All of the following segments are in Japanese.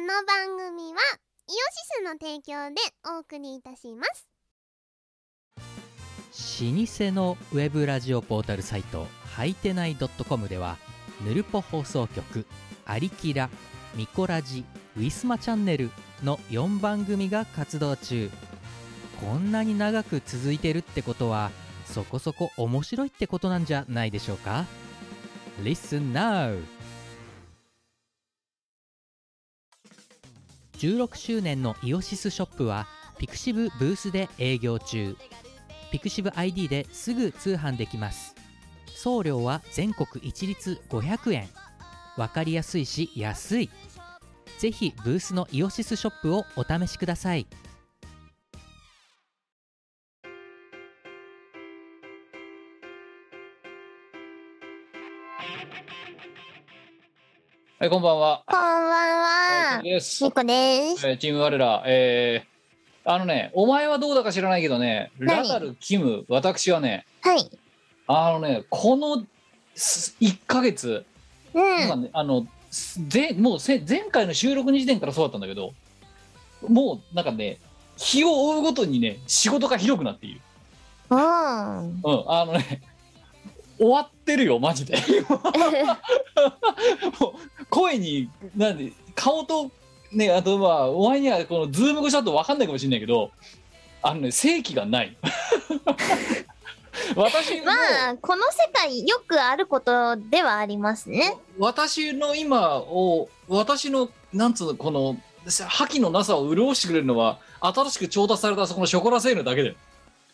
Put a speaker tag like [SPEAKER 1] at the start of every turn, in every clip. [SPEAKER 1] の番組はイオシスの提供でお送りいたします
[SPEAKER 2] 老舗のウェブラジオポータルサイトはいてない .com ではぬるぽ放送局「アリキラ」「ミコラジ」「ウィスマチャンネル」の4番組が活動中こんなに長く続いてるってことはそこそこ面白いってことなんじゃないでしょうか Listen now! 16周年のイオシスショップはピクシブブースで営業中ピクシブ ID ですぐ通販できます送料は全国一律500円わかりやすいし安いぜひブースのイオシスショップをお試しください
[SPEAKER 3] はい、こんばんは。
[SPEAKER 1] こんばんは
[SPEAKER 3] 大丈夫です。
[SPEAKER 1] みこです
[SPEAKER 3] えーチーム我ら、えーあのね、お前はどうだか知らないけどね、ラ
[SPEAKER 1] 何
[SPEAKER 3] ダル、キム、私はね、
[SPEAKER 1] はい
[SPEAKER 3] あのね、このす1ヶ月、
[SPEAKER 1] う
[SPEAKER 3] 今
[SPEAKER 1] ん
[SPEAKER 3] ねあのすぜもうせ前回の収録の時点からそうだったんだけど、もうなんかね、日を追うごとにね、仕事がひどくなっている。
[SPEAKER 1] おー
[SPEAKER 3] うん、あのね、終わってるよ、マジで。 もう声になんで顔とねあとまあお前にはこのズーム越しだと分かんないかもしれないけどあのね正気がない 私の、
[SPEAKER 1] まあ この世界よくあることではありますね
[SPEAKER 3] 私の今を私のなんつうのこの覇気のなさを潤してくれるのは新しく調達されたそこのショコラセールだけで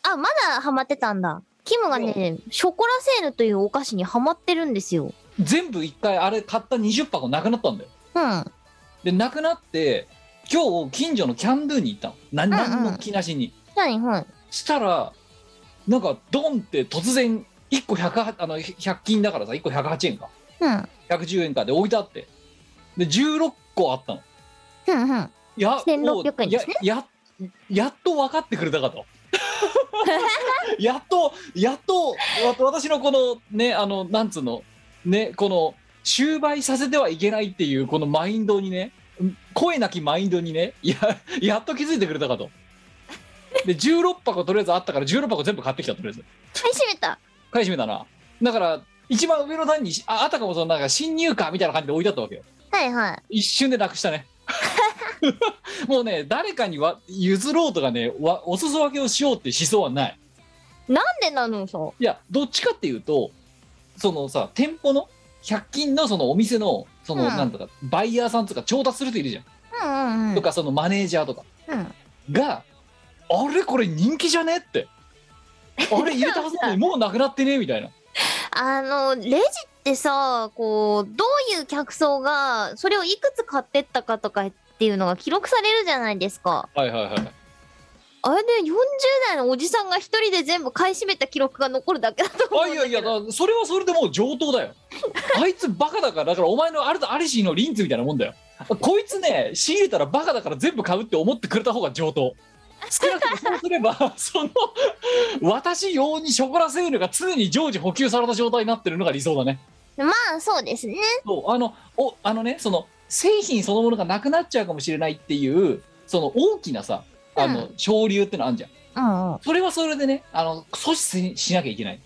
[SPEAKER 1] あまだハマってたんだキムがねショコラセールというお菓子にハマってるんですよ
[SPEAKER 3] 全部一回あれ買った20箱なくなったんだよ
[SPEAKER 1] うん
[SPEAKER 3] でなくなって今日近所のキャンドゥに行ったの何何の気なしに、
[SPEAKER 1] はいはい
[SPEAKER 3] したらなんかドンって突然1個 100, あの100均だからさ1個108円か
[SPEAKER 1] うん
[SPEAKER 3] 110円かで置いてあってで16個あったの
[SPEAKER 1] うんうん
[SPEAKER 3] いや
[SPEAKER 1] 1600円ですね
[SPEAKER 3] やややっと分かってくれたか とやっとやっとわ私のこのねあのなんつうのねこの終売させてはいけないっていうこのマインドにね声なきマインドにねややっと気づいてくれたかとで16箱とりあえずあったから16箱全部買ってきたとりあえず
[SPEAKER 1] 買い占めた
[SPEAKER 3] 買い占めたなだから一番上の段にああたかもそのなんか侵入かみたいな感じで置いてあったわけよ
[SPEAKER 1] はいはい
[SPEAKER 3] 一瞬でなくしたね もうね誰かにわ譲ろうとかねわお裾分けをしようって思想はない
[SPEAKER 1] なんでなのさ
[SPEAKER 3] いやどっちかっていうとそのさ店舗の100均のそのお店のその、
[SPEAKER 1] うん
[SPEAKER 3] なんとかバイヤーさんとか調達する人いるじゃ
[SPEAKER 1] う
[SPEAKER 3] ん、
[SPEAKER 1] んうんうん
[SPEAKER 3] とかそのマネージャーとか
[SPEAKER 1] うん
[SPEAKER 3] があれこれ人気じゃねってあれ入れたはずなのにもうなくなってねみたいな
[SPEAKER 1] あのレジってさこうどういう客層がそれをいくつ買ってったかとかっていうのが記録されるじゃないですか
[SPEAKER 3] はいはいはい
[SPEAKER 1] あれで40代のおじさんが一人で全部買い占めた記録が残るだけだと思
[SPEAKER 3] あ
[SPEAKER 1] うん
[SPEAKER 3] い
[SPEAKER 1] だ
[SPEAKER 3] やい
[SPEAKER 1] け
[SPEAKER 3] や
[SPEAKER 1] ど
[SPEAKER 3] だそれはそれでもう上等だよ あいつバカだからだからお前のあれとアリシーのリンツみたいなもんだよこいつね仕入れたらバカだから全部買うって思ってくれた方が上等少なくともそうすれば その私用にショコラセールが常に常時補給された状態になってるのが理想だね
[SPEAKER 1] まあそうですね
[SPEAKER 3] そうあのおあのねその製品そのものがなくなっちゃうかもしれないっていうその大きなさあの潮流ってのあるじゃん
[SPEAKER 1] うんうん
[SPEAKER 3] それはそれでねあの阻止ししなきゃいけない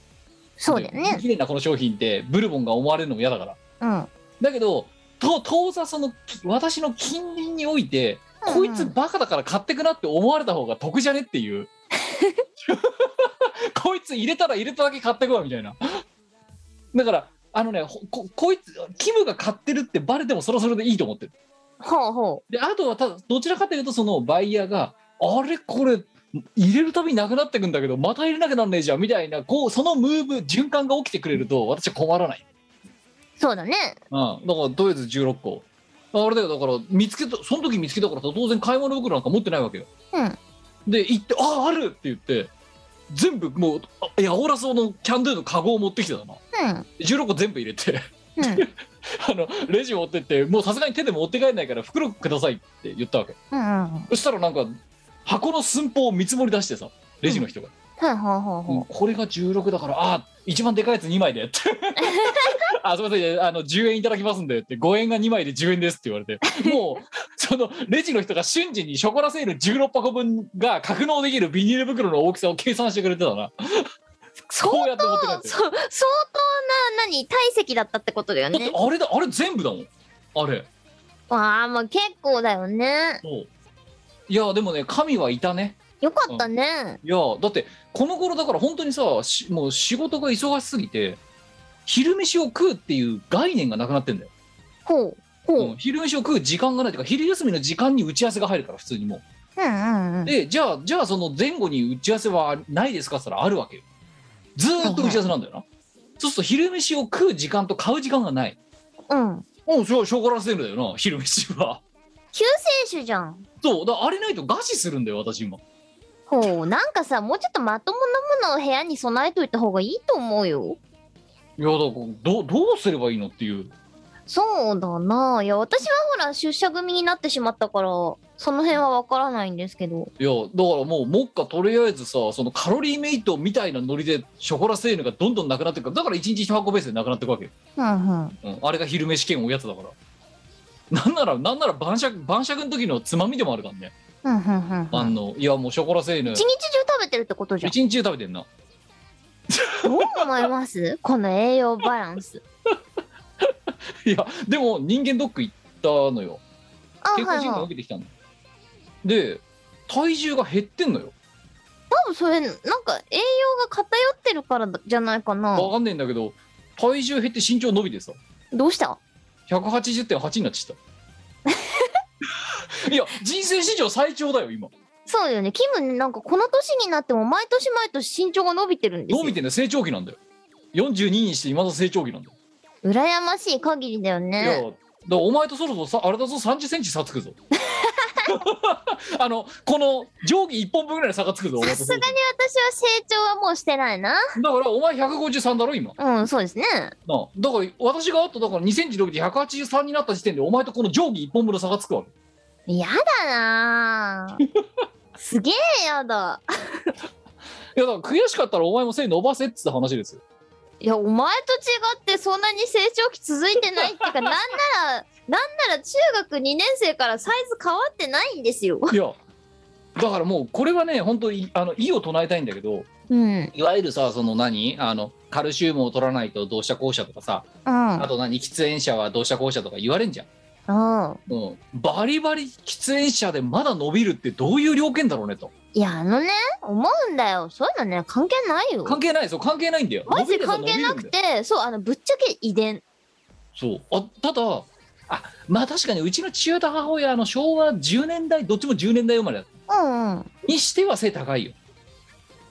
[SPEAKER 1] そうだよね
[SPEAKER 3] 綺麗なこの商品ってブルボンが思われるのも嫌だか
[SPEAKER 1] う
[SPEAKER 3] ら
[SPEAKER 1] ん
[SPEAKER 3] だけどと当座そのき私の近隣において、
[SPEAKER 1] うん
[SPEAKER 3] こいつバカだから買ってくなって思われた方が得じゃねっていう こいつ入れたら入れただけ買ってくわみたいなだからあのねほここいつキムが買ってるってバレてもそれはそれでいいと思ってる
[SPEAKER 1] ほうほ
[SPEAKER 3] であとはたどちらかというとそのバイヤーがあれこれ入れるたびなくなってくんだけどまた入れなきゃなんねえじゃんみたいなこうそのムーブ循環が起きてくれると私は困らない、
[SPEAKER 1] うそうだね
[SPEAKER 3] うん、だからとりあえず16個あれだよだから見つけたその時見つけたからさ当然買い物袋なんか持ってないわけよ
[SPEAKER 1] うん
[SPEAKER 3] で行って「ああある!」って言って全部もうあヤオラソのキャンドゥのカゴを持ってきてたな
[SPEAKER 1] うん
[SPEAKER 3] 16個全部入れて
[SPEAKER 1] うん
[SPEAKER 3] あのレジ持ってってもうさすがに手で持って帰れないから袋くださいって言ったわけ
[SPEAKER 1] うんうん
[SPEAKER 3] そしたらなんか箱の寸法を見積もり出してさレジの人が、
[SPEAKER 1] はいほうほう
[SPEAKER 3] うん
[SPEAKER 1] ほ
[SPEAKER 3] これが16だからあ一番でかいやつ2枚で って あすいませんあの10円いただきますんでって5円が2枚で10円ですって言われてもうそのレジの人が瞬時にショコラセール16箱分が格納できるビニール袋の大きさを計算してくれてたな そうやって持って帰って
[SPEAKER 1] そ相当な何体積だったってことだよ
[SPEAKER 3] だっ
[SPEAKER 1] ね
[SPEAKER 3] て。あれだあれ全部だもんあれ
[SPEAKER 1] わあまあ結構だよね。
[SPEAKER 3] もういやでもね神はいたね
[SPEAKER 1] よかったね。
[SPEAKER 3] いやだってこの頃だから本当にさしもう仕事が忙しすぎて昼飯を食うっていう概念がなくなってんだよ、
[SPEAKER 1] ほうほう。うん
[SPEAKER 3] うん昼飯を食う時間がないというか昼休みの時間に打ち合わせが入るから普通にもう
[SPEAKER 1] うんうん。
[SPEAKER 3] でじゃあじゃあその前後に打ち合わせはないですかっつったらあるわけよずーっと打ち合わせなんだよな、そうすると昼飯を食う時間と買う時間がない
[SPEAKER 1] うん。
[SPEAKER 3] うんそれはショコラセールだよな昼飯は
[SPEAKER 1] 救世主じゃん。
[SPEAKER 3] そうだからあれないと餓死するんだよ私今
[SPEAKER 1] ほうなんかさもうちょっとまともなものを部屋に備えといた方がいいと思うよ。
[SPEAKER 3] いやだからどうどうすればいいのっていう
[SPEAKER 1] そうだな。いや私はほら出社組になってしまったからその辺はわからないんですけど。
[SPEAKER 3] いやだからもう目下とりあえずさそのカロリーメイトみたいなノリでショコラセールがどんどんなくなってくからだから1日1箱ベースでなくなってくわけよ、
[SPEAKER 1] うんうん。
[SPEAKER 3] うん、あれが昼飯兼おやつだからなんならなんなら晩酌晩酌の時のつまみでもあるからね
[SPEAKER 1] うんうんうんう
[SPEAKER 3] あ
[SPEAKER 1] ん。
[SPEAKER 3] のいやもうショコラセーヌ
[SPEAKER 1] 一日中食べてるってことじゃん。
[SPEAKER 3] 一日中食べてんな
[SPEAKER 1] どう思いますこの栄養バラン ス。
[SPEAKER 3] いやでも人間ドック行ったのよ
[SPEAKER 1] あはい
[SPEAKER 3] 健康診断
[SPEAKER 1] は
[SPEAKER 3] 受
[SPEAKER 1] い。
[SPEAKER 3] けてきたの、で体重が減ってんのよ
[SPEAKER 1] 多分それなんか栄養が偏ってるからだじゃないかな。
[SPEAKER 3] わかんねえんだけど体重減って身長伸びてさ
[SPEAKER 1] どうした
[SPEAKER 3] 180.8になっちゃった いや人生史上最長だよ今
[SPEAKER 1] そうよね。キムなんかこの年になっても毎年毎年身長が伸びてるんですよ。
[SPEAKER 3] 伸びてんだよ成長期なんだよ42にして今だ成長期なんだよ、
[SPEAKER 1] 羨ましい限りだよ
[SPEAKER 3] いや
[SPEAKER 1] ね。
[SPEAKER 3] だからお前とそろそろさあれだぞ3 0ンチ差つくぞ あのこの定規1本分ぐらいの差がつくぞお前
[SPEAKER 1] さ
[SPEAKER 3] と
[SPEAKER 1] す
[SPEAKER 3] そ
[SPEAKER 1] が
[SPEAKER 3] ろ
[SPEAKER 1] に
[SPEAKER 3] そろ
[SPEAKER 1] 私は成長はもうしてないな。
[SPEAKER 3] だからお前153だろ今
[SPEAKER 1] うん、そうですね。
[SPEAKER 3] なあだから私があとだから2センチ伸びて183になった時点でお前とこの定規1本分の差がつくわけ
[SPEAKER 1] やだ なぁすげえやだ。
[SPEAKER 3] いやだから悔しかったらお前も背伸ばせっつった話ですよ
[SPEAKER 1] いや、お前と違ってそんなに成長期続いてないっていうか、なんなら、なんなら中学2年生からサイズ変わってないんですよ。
[SPEAKER 3] いやだからもうこれはね本当にあの意を唱えたいんだけど
[SPEAKER 1] うん。うん。
[SPEAKER 3] いわゆるさその何あのカルシウムを取らないとどうしたこうしたとかさあ
[SPEAKER 1] あ
[SPEAKER 3] と何喫煙者はどうしたこうしたとか言われんじゃん、
[SPEAKER 1] あ。
[SPEAKER 3] うん、バリバリ喫煙者でまだ伸びるってどういう条件だろうねと
[SPEAKER 1] いや、あのね、思うんだよ。そういうのね、関係ないよ。
[SPEAKER 3] 関係ないですよ関係ないんだよ
[SPEAKER 1] マジで
[SPEAKER 3] 伸びるのは
[SPEAKER 1] 関
[SPEAKER 3] 伸
[SPEAKER 1] 係
[SPEAKER 3] びるんだよ
[SPEAKER 1] なくて、そう、あの、ぶっちゃけ遺伝。
[SPEAKER 3] そうあただあまあ確かにうちの父親と母親あの昭和10年代どっちも10年代生まれだ
[SPEAKER 1] うんうん。
[SPEAKER 3] にしては背高いよ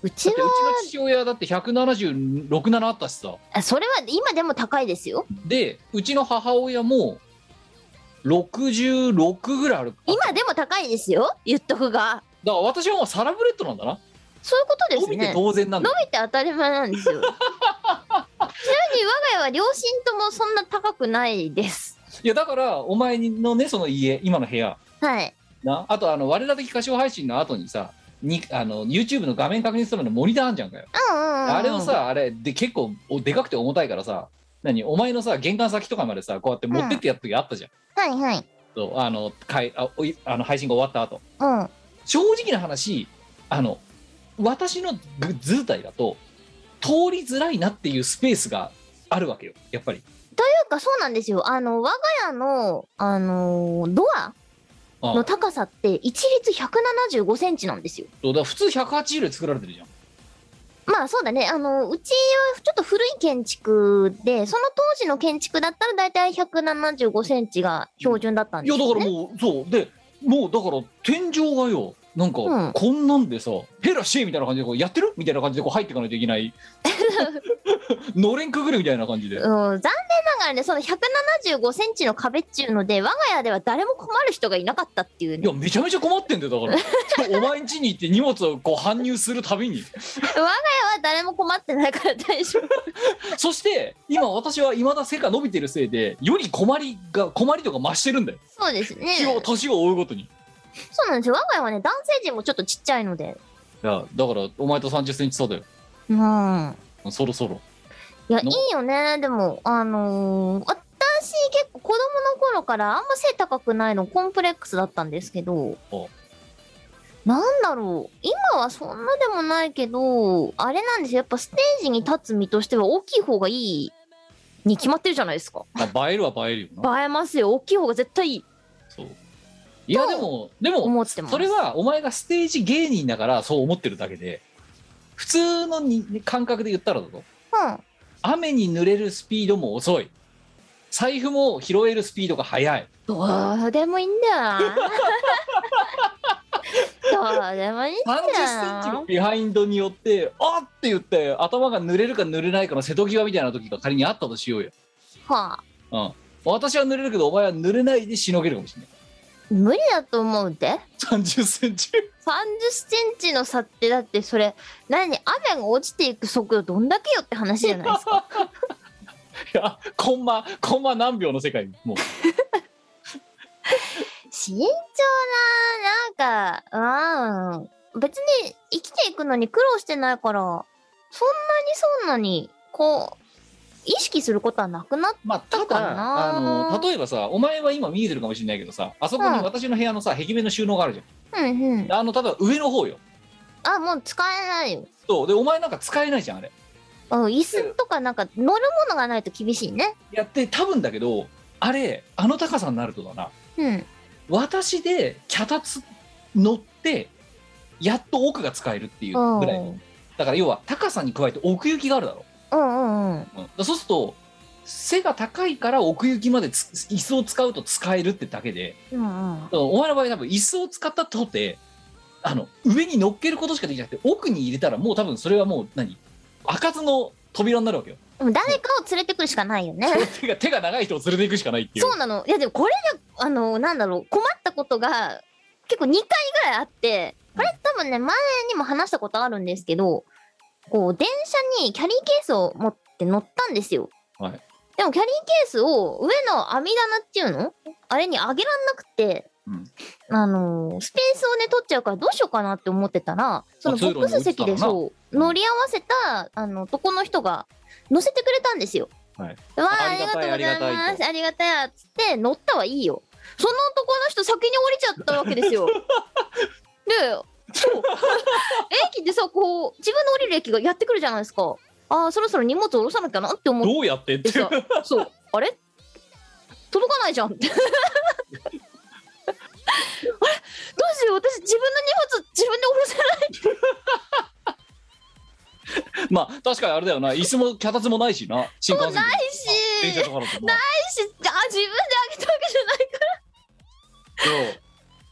[SPEAKER 1] うち
[SPEAKER 3] だってうち
[SPEAKER 1] の
[SPEAKER 3] の、父親だって1767あったしさ
[SPEAKER 1] あそれは今でも高いですよ。
[SPEAKER 3] でうちの母親も66ぐらいある
[SPEAKER 1] 今でも高いですよ。言っとくが。
[SPEAKER 3] だから私はもうサラブレッドなんだな
[SPEAKER 1] そういうことで
[SPEAKER 3] 伸
[SPEAKER 1] す
[SPEAKER 3] びて
[SPEAKER 1] ね。
[SPEAKER 3] 当然なんだ
[SPEAKER 1] 伸びて当たり前なん ですよ。ちなみに我が家は両親ともそんな高くないです。
[SPEAKER 3] いやだからお前のねその家今の部屋
[SPEAKER 1] はい。
[SPEAKER 3] なあとあの我ら的歌唱配信の後にさにあの YouTube の画面確認するためのモニターあんじゃんかよ
[SPEAKER 1] うんうん、うん。
[SPEAKER 3] あれを、さあれで結構おでかくて重たいからさ何お前のさ玄関先とかまでさこうやって持ってってやった時あったじゃん、
[SPEAKER 1] はいはい。
[SPEAKER 3] そうあのかいあおいあの配信が終わった後
[SPEAKER 1] うん。あ
[SPEAKER 3] 正直な話あの私のぐ図体だと通りづらいなっていうスペースがあるわけよやっぱり
[SPEAKER 1] というかそうなんですよ。あの、我が家の、あのードア
[SPEAKER 3] あ
[SPEAKER 1] の高さって一律175センチなんですよ。
[SPEAKER 3] そうだから普通180で作られてるじゃん
[SPEAKER 1] まあそうだね。あの、うちはちょっと古い建築で、その当時の建築だったら大体175センチが標準だったん
[SPEAKER 3] い
[SPEAKER 1] です
[SPEAKER 3] や
[SPEAKER 1] よ、ね。
[SPEAKER 3] だからもうそうでもうだから天井がよなんか
[SPEAKER 1] うん
[SPEAKER 3] こんなんでさ、ヘラシェみたいな感じでこうやってるみたいな感じでこう入っていかないといけ ないのれんくぐるみたいな感じで
[SPEAKER 1] うん、残念ながらね、その175センチの壁っていうので、我が家では誰も困る人がいなかったっていう
[SPEAKER 3] い
[SPEAKER 1] ね。
[SPEAKER 3] やめちゃめちゃ困ってんだよだから そうお前ん家に行って荷物をこう搬入するたび
[SPEAKER 1] 我
[SPEAKER 3] に
[SPEAKER 1] が家は誰も困ってないから大丈夫。
[SPEAKER 3] そして今私はいまだ背が伸びてるせいでより困りが困りとか増してるんだよ
[SPEAKER 1] そうですね。
[SPEAKER 3] 日を年を追うごとに
[SPEAKER 1] そうなんですよ。我が家はね、男性陣もちょっとちっちゃいので。
[SPEAKER 3] いやだからお前と3 0ンチ差だよ
[SPEAKER 1] うん。
[SPEAKER 3] そろそろ
[SPEAKER 1] いや、い
[SPEAKER 3] の
[SPEAKER 1] いよね。でも、あのーあ私結構子供の頃からあんま背高くないのコンプレックスだったんですけど
[SPEAKER 3] お
[SPEAKER 1] なんだろう今はそんなでもないけどあれなんですよやっぱステージに立つ身としては大きい方がいいに決まってるじゃないですか
[SPEAKER 3] まあ、映えるは映えるよな
[SPEAKER 1] 映えますよ大きい方が絶対いい
[SPEAKER 3] そういや
[SPEAKER 1] と
[SPEAKER 3] でもでも
[SPEAKER 1] 思ってます
[SPEAKER 3] それはお前がステージ芸人だからそう思ってるだけで普通のに感覚で言ったらだ
[SPEAKER 1] う
[SPEAKER 3] ぞ
[SPEAKER 1] ん
[SPEAKER 3] 雨に濡れるスピードも遅い財布も拾えるスピードが速い
[SPEAKER 1] どうでもいいんだよ などうでもいいん
[SPEAKER 3] 3
[SPEAKER 1] だよ
[SPEAKER 3] 0ンチ
[SPEAKER 1] な
[SPEAKER 3] のビハインドによってあっって言って頭が濡れるか濡れないかの瀬戸際みたいな時が仮にあったとしようよ、
[SPEAKER 1] はあ
[SPEAKER 3] うん、私は濡れるけどお前は濡れないでしのげるかもしれない
[SPEAKER 1] 無理だと思うで
[SPEAKER 3] 3 0ンチ
[SPEAKER 1] 30センチの差ってだってそれ何雨が落ちていく速度どんだけよって話じゃないです か
[SPEAKER 3] いやコンマコンマ何秒の世界もう
[SPEAKER 1] 身長ななんかうん別に生きていくのに苦労してないからそんなにそんなにこう意識することはなくなっ
[SPEAKER 3] まあた
[SPEAKER 1] だから
[SPEAKER 3] だ
[SPEAKER 1] な
[SPEAKER 3] あの例えばさお前は今見えてるかもしれないけどさあそこに
[SPEAKER 1] うん
[SPEAKER 3] 私の部屋のさ壁面の収納があるじ
[SPEAKER 1] うんうん
[SPEAKER 3] ゃんあのただ上の方よ
[SPEAKER 1] あもう使えないよ
[SPEAKER 3] そうでお前なんか使えないじゃんあれ
[SPEAKER 1] うん椅子とかなんか乗るものがないと厳しいね
[SPEAKER 3] やって多分だけどあれあの高さになるとだな
[SPEAKER 1] うん
[SPEAKER 3] 私で脚立乗ってやっと奥が使えるっていうぐらいのだから要は高さに加えて奥行きがあるだろ、
[SPEAKER 1] うんうんうん
[SPEAKER 3] うんだからそうすると背が高いから奥行きまでつ椅子を使うと使えるってだけで
[SPEAKER 1] うんうん
[SPEAKER 3] だからお前の場合多分椅子を使ったとてあの上に乗っけることしかできなくて奥に入れたらもう多分それはもう何開かずの扉になるわけよ
[SPEAKER 1] でも誰かを連れてくるしかないよね
[SPEAKER 3] 手が手が長い人を連れていくしかないっていう
[SPEAKER 1] そうなのいやでもこれであのなんだろう困ったことが結構2回ぐらいあってこれ多分ね前にも話したことあるんですけどこう電車にキャリーケースを持って乗ったんですよ、
[SPEAKER 3] はい
[SPEAKER 1] でもキャリーケースを上の網棚っていうのあれに上げらんなくて、あのスペースをね取っちゃうからどうしようかなって思ってたらそのボッ
[SPEAKER 3] まあ
[SPEAKER 1] クス席
[SPEAKER 3] 通路に置い
[SPEAKER 1] で
[SPEAKER 3] てたらな
[SPEAKER 1] そう乗り合わせたあの男の人が乗せてくれたんですよ。
[SPEAKER 3] はい、
[SPEAKER 1] わあ
[SPEAKER 3] あ
[SPEAKER 1] あり
[SPEAKER 3] り
[SPEAKER 1] が
[SPEAKER 3] が
[SPEAKER 1] と
[SPEAKER 3] た
[SPEAKER 1] う
[SPEAKER 3] い
[SPEAKER 1] ございますありがたいっつって乗ったはいいよその男の人先に降りちゃったわけです よでそう 駅でさこう自分の降りる駅がやってくるじゃないですかあーそろそろ荷物下ろさなきゃなって思っ
[SPEAKER 3] どうやってって
[SPEAKER 1] て
[SPEAKER 3] いう
[SPEAKER 1] さそうあれ届かないじゃんってあれどうしよう私自分の荷物自分で下ろせない
[SPEAKER 3] まあ確かにあれだよな椅子も脚立もないしな新幹線でも
[SPEAKER 1] ないし
[SPEAKER 3] 電車とかだとな
[SPEAKER 1] しあ自分で開けたわけじゃない
[SPEAKER 3] そう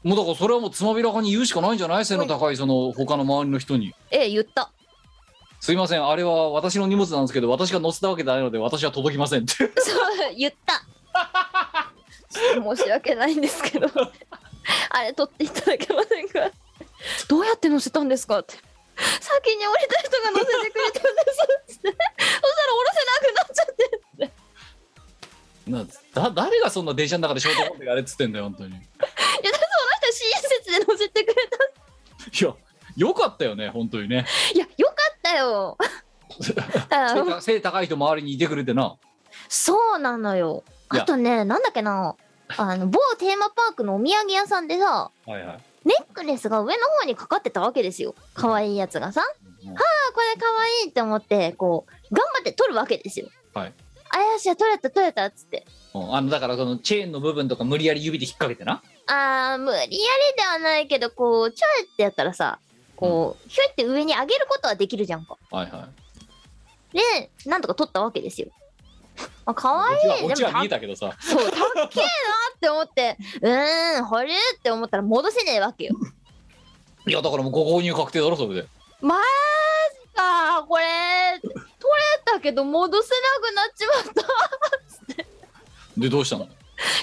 [SPEAKER 3] もうだからそれはもうつまびらかに言うしかないんじゃない背の高いその他の周りの人に
[SPEAKER 1] ええ言った
[SPEAKER 3] すいませんあれは私の荷物なんですけど私が乗せたわけじゃないので私は届きませんって
[SPEAKER 1] そう言ったちょっと申し訳ないんですけどあれ取っていただけませんかどうやって乗せたんですかって先に降りた人が乗せてくれたんですってそしたら降ろせなくなっちゃって
[SPEAKER 3] なだ誰がそんな電車の中でショートコントやれっつってんだよ本当にい
[SPEAKER 1] い やだからその人親切で乗せてくれ
[SPEAKER 3] やよかったよね本当にね
[SPEAKER 1] たいやよかったよあ
[SPEAKER 3] 背高背高い人周りにいてくれてな
[SPEAKER 1] そうなのよ
[SPEAKER 3] い
[SPEAKER 1] あ
[SPEAKER 3] や
[SPEAKER 1] とねなんだっけなあの某テーマパークのお土産屋さんでさ
[SPEAKER 3] はいはい
[SPEAKER 1] ネックレスが上の方にかかってたわけですよ可愛いやつがさこれ可愛いって思ってこう頑張って撮るわけですよ。
[SPEAKER 3] はい。
[SPEAKER 1] あやしは撮れた撮れたっつって。
[SPEAKER 3] うんあのだからそのチェーンの部分とか無理やり指で引っ掛けてな
[SPEAKER 1] あー無理やりではないけどこうちょいってやったらさこうひょいって上に上げることはできるじゃんか。
[SPEAKER 3] はいは
[SPEAKER 1] でなんとか撮ったわけですよ。まあ可愛
[SPEAKER 3] い
[SPEAKER 1] い
[SPEAKER 3] オ
[SPEAKER 1] で
[SPEAKER 3] チ
[SPEAKER 1] も
[SPEAKER 3] は
[SPEAKER 1] た
[SPEAKER 3] 見えたけどさ
[SPEAKER 1] そうたっけえなって思ってうーんほれって思ったら戻せねえわけよ。
[SPEAKER 3] いやだからもうご購入確定だろそれで
[SPEAKER 1] マジかこれ撮れたけど戻せなくなっちまった。
[SPEAKER 3] でどうしたの
[SPEAKER 1] い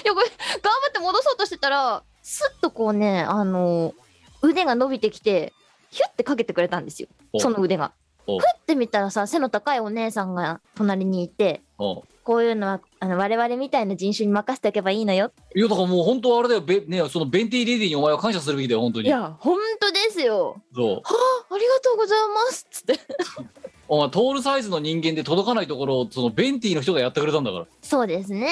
[SPEAKER 1] やこれ頑張って戻そうとしてたらスッとこうねあの腕が伸びてきてヒュッてかけてくれたんですよ
[SPEAKER 3] お
[SPEAKER 1] その腕が。ふ
[SPEAKER 3] お
[SPEAKER 1] って見たらさ背の高いお姉さんが隣にいて
[SPEAKER 3] うん
[SPEAKER 1] こういうのはあの我々みたいな人種に任せておけばいいのよ。
[SPEAKER 3] いやだからもう本当あれだよべ、ね、そのベンティレディにお前は感謝するべきだよ本当
[SPEAKER 1] い
[SPEAKER 3] に
[SPEAKER 1] やほんとですよ。
[SPEAKER 3] そう
[SPEAKER 1] あありがとうございますっつって。
[SPEAKER 3] おお前トールサイズの人間で届かないところをそのベンティの人がやってくれたんだから、
[SPEAKER 1] そうですね。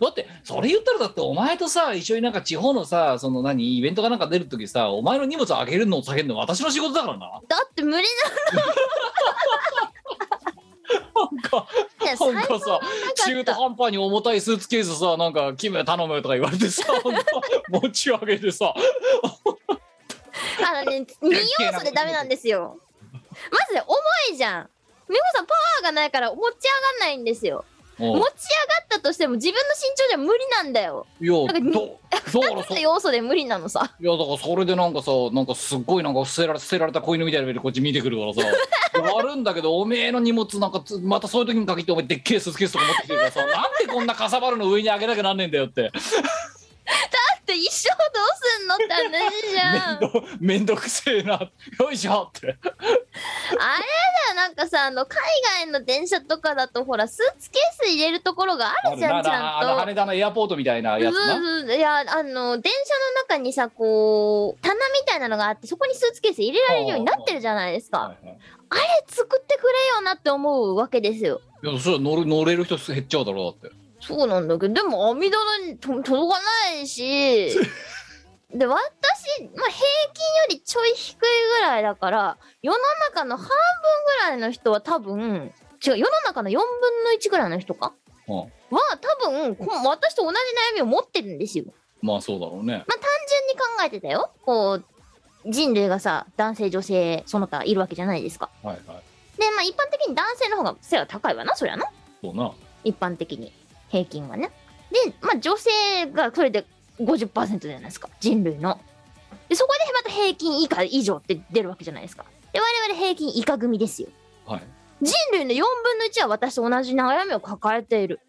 [SPEAKER 3] だってそれ言ったらだってお前とさ一緒になんか地方のさその何イベントかなんか出る時さお前の荷物あげるのを下げるの私の仕事だからな
[SPEAKER 1] だって無理
[SPEAKER 3] なんか
[SPEAKER 1] だよ。
[SPEAKER 3] なんかさ
[SPEAKER 1] 最高な
[SPEAKER 3] 中
[SPEAKER 1] か
[SPEAKER 3] 途
[SPEAKER 1] っ
[SPEAKER 3] 半端に重たいスーツケースさなんか「キム頼む」とか言われてさ なんか持ち上げてさ
[SPEAKER 1] た。あのね、二要素でダメなんですよ。まず重いじゃん。美穂さんパワーがないから持ち上がんないんですよ。
[SPEAKER 3] も
[SPEAKER 1] 持ち上がったとしても自分の身長じゃ無理なんだよ。
[SPEAKER 3] いや
[SPEAKER 1] なんかに
[SPEAKER 3] どどうだ ろう
[SPEAKER 1] 二つの要素で無理なのさ。
[SPEAKER 3] いやだからそれでなんかさなんかすっごいなんか捨てられ捨てられた子犬みたいな目でこっち見てく るからさ割るんだけどおめえの荷物なんかつまたそういう時に限ってお前でっけえスーツケースとか持ってきてるからさなんでこんなかさばるの上に上げなきゃなんねえんだよって
[SPEAKER 1] だって一生どうすんのって話じゃん。
[SPEAKER 3] 面倒めんどくせえなよいしょって
[SPEAKER 1] あれだよなんかさあの海外の電車とかだとほらスーツケース入れるところがあるじゃ
[SPEAKER 3] なん
[SPEAKER 1] ち
[SPEAKER 3] なあの
[SPEAKER 1] ゃんと。
[SPEAKER 3] 羽田のエアポートみたいな
[SPEAKER 1] う
[SPEAKER 3] やつな、
[SPEAKER 1] んうんいやあの電車の中にさこう棚みたいなのがあってそこにスーツケース入れられるようになってるじゃないですか。
[SPEAKER 3] はいはい
[SPEAKER 1] え作ってくれよなって思うわけですよ。
[SPEAKER 3] いやそれ乗る乗れる人減っちゃうだろうだって
[SPEAKER 1] そうなんだけどでも網棚にと届かないしで私、まあ、平均よりちょい低いぐらいだから世の中の半分ぐらいの人は多分違う世の中の4分の1ぐらいの人か、
[SPEAKER 3] うん
[SPEAKER 1] は多分こ私と同じ悩みを持ってるんですよ。
[SPEAKER 3] まあそうだろうね
[SPEAKER 1] まあ単純に考えてたよこう人類がさ男性女性その他いるわけじゃないですか。
[SPEAKER 3] はいはい
[SPEAKER 1] でまあ一般的に男性の方が背が高いわなそりゃな。
[SPEAKER 3] そうな
[SPEAKER 1] 一般的に平均はねで、まあ、女性がそれで50%じゃないですか人類のでそこでまた平均以下以上って出るわけじゃないですかで我々平均以下組ですよ
[SPEAKER 3] はい
[SPEAKER 1] 人類の4分の1は私と同じ悩みを抱えている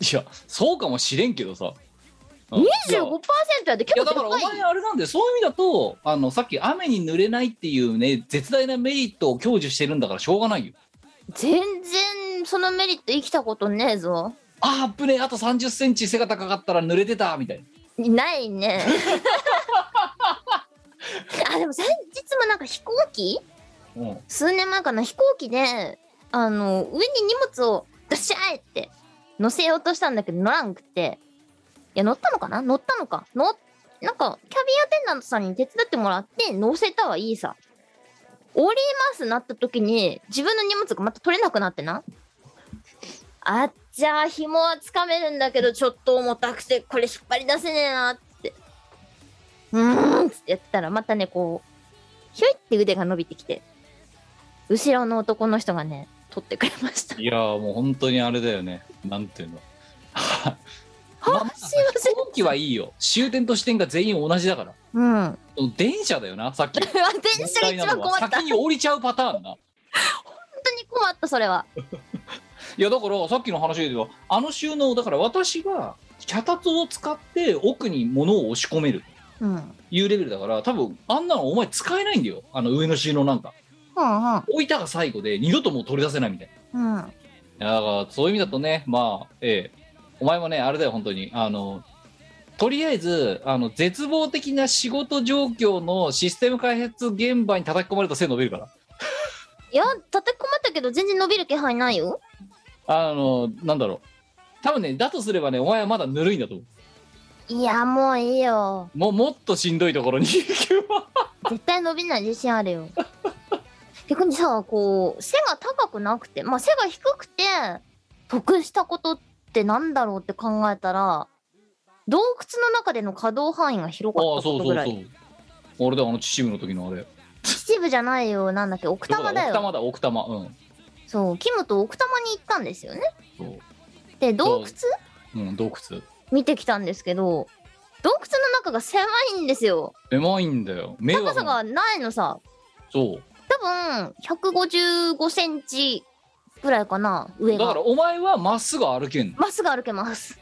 [SPEAKER 3] いやそうかもしれんけどさうんいや
[SPEAKER 1] 25%やで
[SPEAKER 3] い
[SPEAKER 1] 結
[SPEAKER 3] や
[SPEAKER 1] 構
[SPEAKER 3] だ
[SPEAKER 1] で
[SPEAKER 3] からお
[SPEAKER 1] かい
[SPEAKER 3] 前あれなんでそういう意味だとあのさっき雨に濡れないっていうね絶大なメリットを享受してるんだからしょうがないよ
[SPEAKER 1] 全然そのメリット生きたことねえぞ
[SPEAKER 3] あーあぶねえあと3 0センチ背が高かったら濡れてたみたいな
[SPEAKER 1] ないねあでも先日もなんか飛行機
[SPEAKER 3] うん
[SPEAKER 1] 数年前かな飛行機であの上に荷物をドシャーって乗せようとしたんだけど乗らんくていや乗ったのかな乗ったのか乗っなんかキャビンアテンダントさんに手伝ってもらって乗せたはいいさ降りますなった時に自分の荷物がまた取れなくなってなあっじゃあ紐はつかめるんだけどちょっと重たくてこれ引っ張り出せねえなってうーんっつってやってたらまたねこうひょいって腕が伸びてきて後ろの男の人がね取ってくれました。
[SPEAKER 3] いやーもう本当にあれだよねなんていうの まあ
[SPEAKER 1] あ、すいません
[SPEAKER 3] 飛。行機はいいよ終点と支点が全員同じだから
[SPEAKER 1] うん。
[SPEAKER 3] その電車だよなさっき
[SPEAKER 1] 電車が一番
[SPEAKER 3] 問題なの
[SPEAKER 1] 困
[SPEAKER 3] は
[SPEAKER 1] った。
[SPEAKER 3] 先
[SPEAKER 1] 本
[SPEAKER 3] に降りちゃうパターンな
[SPEAKER 1] 当に困ったそれは。
[SPEAKER 3] いやだからさっきの話で言えばあの収納だから私は脚立を使って奥に物を押し込める
[SPEAKER 1] うん。うん
[SPEAKER 3] いうレベルだから多分あんなのお前使えないんだよあの上の収納なんか
[SPEAKER 1] うん
[SPEAKER 3] 置いたが最後で二度ともう取り出せないみたい
[SPEAKER 1] うん。
[SPEAKER 3] なだからそういう意味だとねまあええお前もねあれだよ本当にあのとりあえずあの絶望的な仕事状況のシステム開発現場に叩き込まれると背伸びるから
[SPEAKER 1] いや叩き込まったけど全然伸びる気配ないよ。
[SPEAKER 3] あのなんだろう多分ねだとすればねお前はまだぬるいんだと思
[SPEAKER 1] いやもういいよ。
[SPEAKER 3] うもうもっとしんどいとこ ろに行けば
[SPEAKER 1] 絶対伸びない自信あるよ。 逆にさこう背が高くなくてまあ背が低くて得したことってなんだろうって考えたら洞窟の中での可動範囲が広かっ
[SPEAKER 3] ああ
[SPEAKER 1] た
[SPEAKER 3] そ
[SPEAKER 1] こ
[SPEAKER 3] う
[SPEAKER 1] とぐ
[SPEAKER 3] そうそ
[SPEAKER 1] ら
[SPEAKER 3] う
[SPEAKER 1] い。
[SPEAKER 3] 俺だあの秩父の時のあれ
[SPEAKER 1] 秩父じゃないよなんだっけ奥多摩だよ。
[SPEAKER 3] 奥多摩だ奥多摩うん
[SPEAKER 1] そう、キムと奥多摩に行ったんですよね。
[SPEAKER 3] そう
[SPEAKER 1] で、洞窟
[SPEAKER 3] うん、洞窟
[SPEAKER 1] 見てきたんですけど、洞窟の中が狭いんですよ。
[SPEAKER 3] 狭いんだよ目
[SPEAKER 1] 高さがないのさ、
[SPEAKER 3] そう
[SPEAKER 1] 多分155センチぐらいかな、上
[SPEAKER 3] だか
[SPEAKER 1] が
[SPEAKER 3] ら。お前はまっすぐ歩けん
[SPEAKER 1] まっすぐ歩けます。